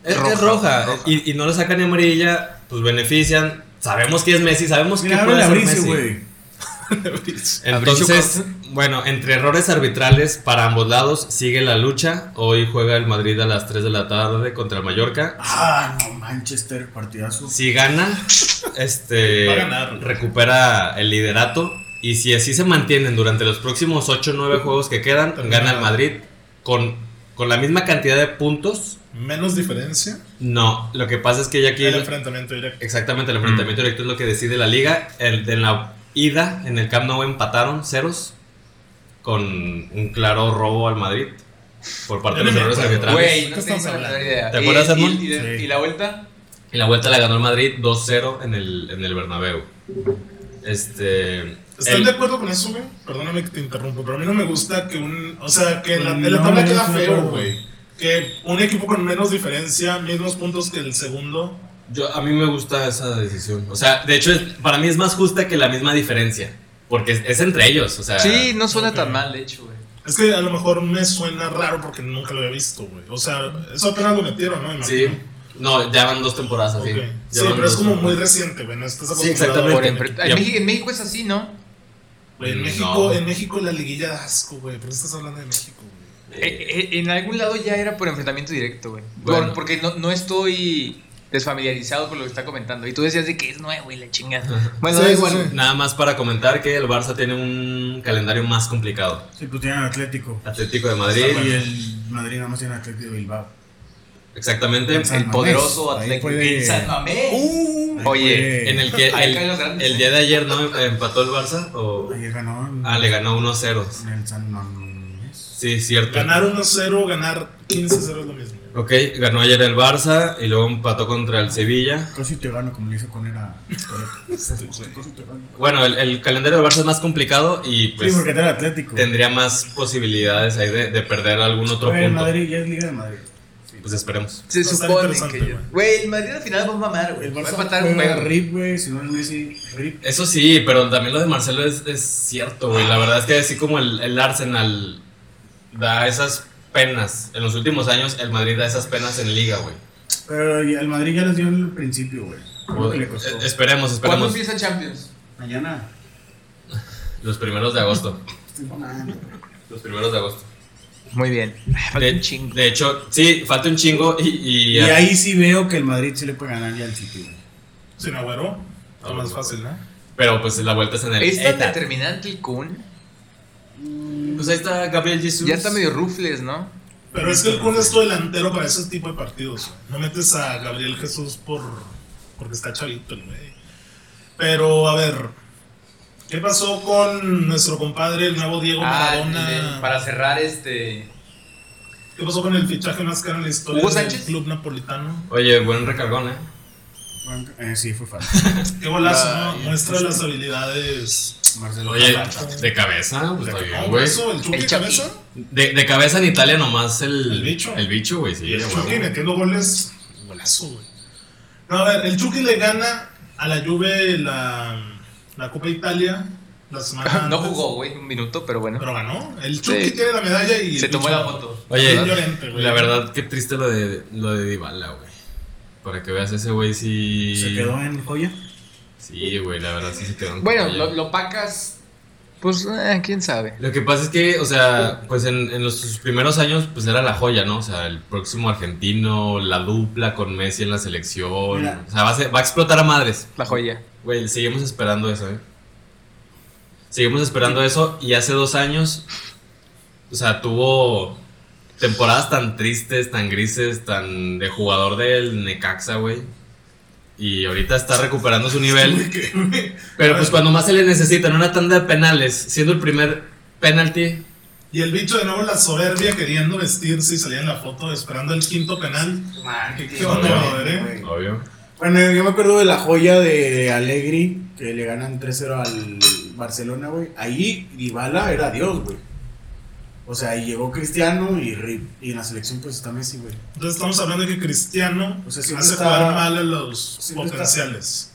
[SPEAKER 3] Es es roja.
[SPEAKER 4] Roja, roja.
[SPEAKER 3] Y, y no le sacan ni amarilla, pues benefician. Sabemos que es Messi, sabemos que
[SPEAKER 2] Mira,
[SPEAKER 3] puede
[SPEAKER 2] abre la brisa,
[SPEAKER 3] ser Messi.
[SPEAKER 2] güey.
[SPEAKER 3] Entonces, bueno, entre errores arbitrales para ambos lados sigue la lucha. Hoy juega el Madrid a las 3 de la tarde contra el Mallorca.
[SPEAKER 2] Ah, no, Manchester, partidazo.
[SPEAKER 3] Si gana, este
[SPEAKER 1] Va a ganar.
[SPEAKER 3] recupera el liderato y si así se mantienen durante los próximos 8 o 9 juegos que quedan,
[SPEAKER 1] Termina.
[SPEAKER 3] gana el Madrid con con la misma cantidad de puntos.
[SPEAKER 1] Menos diferencia.
[SPEAKER 3] No, lo que pasa es que ya aquí
[SPEAKER 1] El enfrentamiento directo.
[SPEAKER 3] Exactamente,
[SPEAKER 1] Mm.
[SPEAKER 3] el enfrentamiento directo es lo que decide la liga. El, en la ida, en el Camp Nou empataron ceros con un claro robo al Madrid por parte de los
[SPEAKER 1] Yo no me
[SPEAKER 3] errores
[SPEAKER 1] acuerdo.
[SPEAKER 3] arbitrales.
[SPEAKER 4] Güey,
[SPEAKER 1] ¿Qué
[SPEAKER 4] no
[SPEAKER 1] estamos
[SPEAKER 4] tienes la
[SPEAKER 1] hablando?
[SPEAKER 4] menor idea.
[SPEAKER 3] ¿Te
[SPEAKER 4] ¿Y-
[SPEAKER 3] acuerdas,
[SPEAKER 4] y-
[SPEAKER 3] Edmond?
[SPEAKER 4] y de-
[SPEAKER 1] Sí.
[SPEAKER 4] ¿Y la vuelta?
[SPEAKER 3] Y la vuelta la ganó el Madrid 2-0 en el, en el Bernabéu. Este,
[SPEAKER 1] ¿Estás
[SPEAKER 3] el-
[SPEAKER 1] de acuerdo con eso, güey? Perdóname que te interrumpo, pero a mí no me gusta que un. O sea, que la,
[SPEAKER 2] No,
[SPEAKER 1] la tabla
[SPEAKER 2] no
[SPEAKER 1] queda
[SPEAKER 2] estoy de
[SPEAKER 1] feo,
[SPEAKER 2] acuerdo.
[SPEAKER 1] güey. Que un equipo con menos diferencia, mismos puntos que el segundo.
[SPEAKER 3] yo, a mí me gusta esa decisión. O sea, de hecho, es- para mí es más justa que la misma diferencia. Porque es, es entre ellos. O sea,
[SPEAKER 4] Sí, no suena
[SPEAKER 1] ok.
[SPEAKER 4] tan mal, de hecho, güey.
[SPEAKER 1] Es que a lo mejor me suena raro porque nunca lo había visto, güey. O sea, eso apenas lo metieron, ¿no? Me
[SPEAKER 3] sí.
[SPEAKER 1] imagino.
[SPEAKER 3] No, ya van dos temporadas
[SPEAKER 1] Ok.
[SPEAKER 3] así. Ya
[SPEAKER 1] Sí,
[SPEAKER 3] van
[SPEAKER 1] pero es
[SPEAKER 3] dos
[SPEAKER 1] como muy
[SPEAKER 3] temporadas.
[SPEAKER 1] reciente, güey. No estás
[SPEAKER 3] Sí,
[SPEAKER 1] acostumbrado a
[SPEAKER 4] Por
[SPEAKER 1] ver
[SPEAKER 3] exactamente.
[SPEAKER 1] que-
[SPEAKER 4] empre- en,
[SPEAKER 3] Ya-
[SPEAKER 4] México, en México es así, ¿no?
[SPEAKER 1] Güey, en
[SPEAKER 3] No.
[SPEAKER 1] México, en México la liguilla da asco, güey. ¿Por qué estás hablando de México, güey?
[SPEAKER 4] Eh, eh, en algún lado ya era por enfrentamiento directo, güey.
[SPEAKER 3] Bueno.
[SPEAKER 4] Por- Porque no, no estoy desfamiliarizado con lo que está comentando. Y tú decías de que es nuevo y la chingada. Bueno,
[SPEAKER 1] Sí,
[SPEAKER 4] da
[SPEAKER 1] sí,
[SPEAKER 4] igual.
[SPEAKER 1] sí.
[SPEAKER 3] Nada más para comentar que el Barça tiene un calendario más complicado.
[SPEAKER 2] Sí, pues tienen Atlético.
[SPEAKER 3] Atlético de
[SPEAKER 2] Y
[SPEAKER 3] Madrid,
[SPEAKER 2] el Madrid nada más tiene Atlético de Bilbao.
[SPEAKER 3] exactamente.
[SPEAKER 2] San
[SPEAKER 4] El
[SPEAKER 2] Mamés.
[SPEAKER 4] poderoso
[SPEAKER 2] Ahí
[SPEAKER 4] Atlético
[SPEAKER 2] puede-
[SPEAKER 4] en San Mamés.
[SPEAKER 1] Uh,
[SPEAKER 2] Ahí
[SPEAKER 4] Oye,
[SPEAKER 2] fue-
[SPEAKER 3] En el que
[SPEAKER 4] Uh, Ahí
[SPEAKER 3] el,
[SPEAKER 4] caen los grandes,
[SPEAKER 3] el
[SPEAKER 4] ¿eh?
[SPEAKER 3] día de ayer no empató el Barça o
[SPEAKER 2] Ayer ganó en-
[SPEAKER 3] ah, le ganó 1-0.
[SPEAKER 2] en el San Mamés.
[SPEAKER 3] Sí, cierto.
[SPEAKER 1] Ganar 1-0, ganar 15-0 es lo mismo. güey.
[SPEAKER 3] Ok, ganó ayer el Barça y luego empató contra el Sevilla.
[SPEAKER 2] Casi te gano, como le hizo con era. Casi te gano.
[SPEAKER 3] Bueno, el, el calendario del Barça es más complicado y
[SPEAKER 2] Sí,
[SPEAKER 3] pues
[SPEAKER 2] porque era el Atlético.
[SPEAKER 3] tendría más posibilidades ahí de, de perder algún otro
[SPEAKER 2] Oye, el
[SPEAKER 3] punto.
[SPEAKER 2] Madrid ya es Liga de Madrid.
[SPEAKER 3] Pues esperemos.
[SPEAKER 4] se
[SPEAKER 1] va a estar
[SPEAKER 4] supone
[SPEAKER 1] interesante,
[SPEAKER 4] que yo.
[SPEAKER 1] güey.
[SPEAKER 4] Güey, el Madrid al final va a mamar, güey.
[SPEAKER 2] El
[SPEAKER 4] Va a
[SPEAKER 2] Barça
[SPEAKER 4] empatar un
[SPEAKER 2] juega
[SPEAKER 4] juego.
[SPEAKER 2] Rip, güey. Si no es Messi, Rip.
[SPEAKER 3] Eso sí, pero también lo de Marcelo es, es cierto, güey. La verdad es que así como el, el Arsenal da esas penas, en los últimos años el Madrid da esas penas en liga, güey.
[SPEAKER 2] Pero ya- el Madrid ya los dio en el principio, güey. Fue lo que le costó.
[SPEAKER 3] Eh, Esperemos,
[SPEAKER 4] ¿Cuándo
[SPEAKER 3] esperemos.
[SPEAKER 4] empieza Champions?
[SPEAKER 2] Mañana. este,
[SPEAKER 3] Los primeros de agosto.
[SPEAKER 2] estoy mamando.
[SPEAKER 3] Los primeros de agosto.
[SPEAKER 4] Muy bien. Ah, Falta un
[SPEAKER 3] De,
[SPEAKER 4] chingo.
[SPEAKER 3] de hecho, sí, falta un chingo y... y-
[SPEAKER 2] Y ahí sí veo que el Madrid sí le puede ganar ya al City, güey.
[SPEAKER 1] Sin agüero,
[SPEAKER 3] Ah,
[SPEAKER 1] está más fácil, ¿no?
[SPEAKER 3] Pero pues la vuelta es en el...
[SPEAKER 4] ¿Es tan
[SPEAKER 3] Etihad.
[SPEAKER 4] determinante el Kun?
[SPEAKER 3] Pues ahí está Gabriel Jesús.
[SPEAKER 4] Ya está medio rufles, ¿no?
[SPEAKER 1] Pero es que el Kun es tu delantero para ese tipo de partidos. güey. No metes a Gabriel Jesús por porque está chavito el güey. Pero a ver, ¿qué pasó con nuestro compadre, el nuevo Diego
[SPEAKER 4] Ah, el
[SPEAKER 1] Maradona?
[SPEAKER 4] de- para cerrar este.
[SPEAKER 1] ¿Qué pasó con el fichaje más caro en la historia
[SPEAKER 4] ¿Hugo
[SPEAKER 1] del
[SPEAKER 4] Sánchez?
[SPEAKER 1] club napolitano?
[SPEAKER 3] Oye, buen recargón, ¿eh?
[SPEAKER 2] Franco- eh, sí, fue falta.
[SPEAKER 1] Qué golazo, ¿no?
[SPEAKER 4] Ay,
[SPEAKER 1] Muestra las habilidades.
[SPEAKER 2] Marcelo
[SPEAKER 3] Oye,
[SPEAKER 2] fue falta.
[SPEAKER 3] de cabeza, pues está bien,
[SPEAKER 1] ¿Cómo
[SPEAKER 3] güey.
[SPEAKER 1] eso? ¿El Chucky
[SPEAKER 4] El Chucky.
[SPEAKER 1] cabeza?
[SPEAKER 3] De, de cabeza en Italia nomás el,
[SPEAKER 1] El bicho.
[SPEAKER 3] El bicho, güey, sí.
[SPEAKER 1] Y el
[SPEAKER 3] güey.
[SPEAKER 1] Chucky metiendo goles. Golazo, güey. No, a ver, el Chucky le gana a la Juve la, la Copa Italia la semana
[SPEAKER 4] No
[SPEAKER 1] antes,
[SPEAKER 4] jugó, güey, un minuto, pero bueno.
[SPEAKER 1] Pero ganó. El Chucky
[SPEAKER 4] Sí.
[SPEAKER 1] tiene la medalla y.
[SPEAKER 4] Se tomó la foto.
[SPEAKER 3] Oye,
[SPEAKER 1] Bien llorente, güey.
[SPEAKER 3] la verdad, qué triste lo de, lo de Dybala, güey. Para que veas ese güey, sí.
[SPEAKER 2] ¿Se quedó en joya?
[SPEAKER 3] Sí, güey, la verdad sí se quedó en
[SPEAKER 4] Bueno,
[SPEAKER 3] joya.
[SPEAKER 4] lo, lo pacas. Pues, eh, quién sabe.
[SPEAKER 3] Lo que pasa es que, o sea, pues en, en los sus primeros años, pues era la joya, ¿no? O sea, el próximo argentino, la dupla con Messi en la selección.
[SPEAKER 2] Mira.
[SPEAKER 3] O sea, va a, ser- va a explotar a madres.
[SPEAKER 4] La joya.
[SPEAKER 3] Güey, seguimos esperando eso, ¿eh? Seguimos esperando eso y hace dos años, o sea, tuvo temporadas tan tristes, tan grises, tan de jugador del Necaxa, güey. Y ahorita está recuperando su nivel. Pero pues cuando más se le necesita en una tanda de penales, siendo el primer penalti,
[SPEAKER 1] Y el bicho de nuevo la soberbia queriendo vestirse y salía en la foto esperando el quinto penal.
[SPEAKER 2] Man, Ah, qué- qué
[SPEAKER 1] No,
[SPEAKER 2] onda,
[SPEAKER 1] no,
[SPEAKER 2] güey,
[SPEAKER 1] eh.
[SPEAKER 2] güey.
[SPEAKER 3] obvio.
[SPEAKER 2] Bueno, yo me acuerdo de la joya de Allegri, que le ganan 3-0 al Barcelona, güey. Ahí Dybala era Dios, güey. O sea, y llegó Cristiano y Rip. Y en la selección, pues está Messi, güey.
[SPEAKER 1] Entonces estamos hablando de que Cristiano
[SPEAKER 2] O sea, siempre
[SPEAKER 1] hace
[SPEAKER 2] está-
[SPEAKER 1] jugar mal a los
[SPEAKER 2] siempre está-
[SPEAKER 1] potenciales.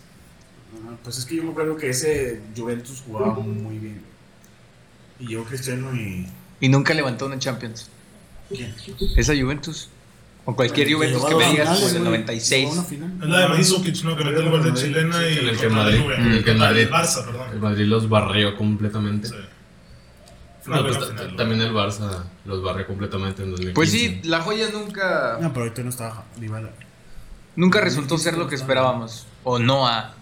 [SPEAKER 2] Ah, Pues es que yo me acuerdo que ese Juventus jugaba muy bien. güey. Y llegó Cristiano y.
[SPEAKER 4] Y nunca levantó una Champions.
[SPEAKER 2] ¿Quién?
[SPEAKER 4] Esa Juventus. O cualquier Juventus
[SPEAKER 2] Llegó a
[SPEAKER 4] que me
[SPEAKER 2] dos
[SPEAKER 4] digas, pues,
[SPEAKER 2] finales,
[SPEAKER 4] como en el
[SPEAKER 2] güey.
[SPEAKER 4] 96.
[SPEAKER 2] Llegó a una final.
[SPEAKER 1] Es la de Manzukic, ¿no? Que metió el gol de Chilena y
[SPEAKER 3] en el que
[SPEAKER 1] contra la
[SPEAKER 3] Madrid-
[SPEAKER 1] Juve.
[SPEAKER 3] en el que
[SPEAKER 1] Contra
[SPEAKER 3] Madrid-
[SPEAKER 1] Barça,
[SPEAKER 3] El
[SPEAKER 1] perdón.
[SPEAKER 3] Madrid los barrió completamente.
[SPEAKER 1] Sí. Fue
[SPEAKER 3] No,
[SPEAKER 1] una
[SPEAKER 3] pues,
[SPEAKER 1] buena
[SPEAKER 3] ta-
[SPEAKER 1] final,
[SPEAKER 3] también el Barça los barrió completamente en 2015.
[SPEAKER 4] Pues sí, la joya nunca,
[SPEAKER 2] No, pero ahorita no estaba Dybala.
[SPEAKER 4] nunca resultó ser lo que esperábamos. O no ha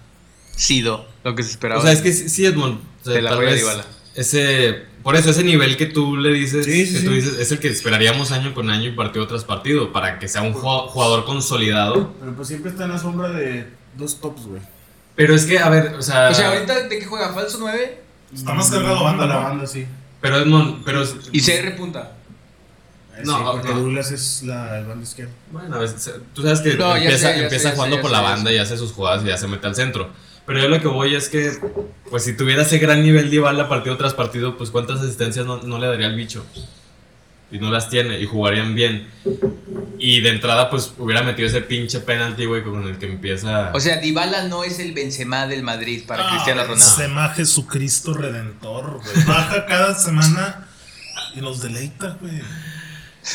[SPEAKER 4] sido lo que se esperaba.
[SPEAKER 3] O sea, es que sí, sí, Edmond. o sea,
[SPEAKER 4] Te la
[SPEAKER 3] tal
[SPEAKER 4] juega
[SPEAKER 3] vez
[SPEAKER 4] Dybala.
[SPEAKER 3] Ese, por eso, ese nivel que tú le dices,
[SPEAKER 2] Sí, sí,
[SPEAKER 3] que tú
[SPEAKER 2] sí.
[SPEAKER 3] dices, es el que esperaríamos año con año y partido tras partido, para que sea un ju- jugador consolidado.
[SPEAKER 2] Pero pues siempre está en la sombra de dos tops, güey.
[SPEAKER 3] Pero es que, a ver, o sea.
[SPEAKER 4] O sea, ahorita de que juega falso 9
[SPEAKER 1] Está más cargado banda,
[SPEAKER 2] la
[SPEAKER 1] ¿no?
[SPEAKER 2] banda, sí.
[SPEAKER 3] Pero Edmond, pero. es-
[SPEAKER 4] y se repunta.
[SPEAKER 3] No,
[SPEAKER 2] No,
[SPEAKER 3] no,
[SPEAKER 2] porque
[SPEAKER 3] no.
[SPEAKER 2] Douglas es la el banda izquierda.
[SPEAKER 3] Bueno, a veces, tú sabes que
[SPEAKER 4] No, ya
[SPEAKER 3] empieza,
[SPEAKER 4] sé, ya
[SPEAKER 3] empieza
[SPEAKER 4] sé, ya
[SPEAKER 3] jugando
[SPEAKER 4] sé, ya
[SPEAKER 3] por
[SPEAKER 4] sé,
[SPEAKER 3] la
[SPEAKER 4] ya
[SPEAKER 3] banda y hace sus jugadas y ya se mete al centro. Pero yo lo que voy es que, pues si tuviera ese gran nivel de Ibala partido tras partido, pues cuántas asistencias no, no le daría al bicho. Y no las tiene, y jugarían bien. Y de entrada, pues hubiera metido ese pinche penalti, güey, con el que empieza.
[SPEAKER 4] O sea, Dybala no es el Benzema del Madrid para
[SPEAKER 1] Ah,
[SPEAKER 4] Cristiano Ronaldo.
[SPEAKER 1] Benzema, Jesucristo Redentor, güey. Baja cada semana y nos deleita, güey.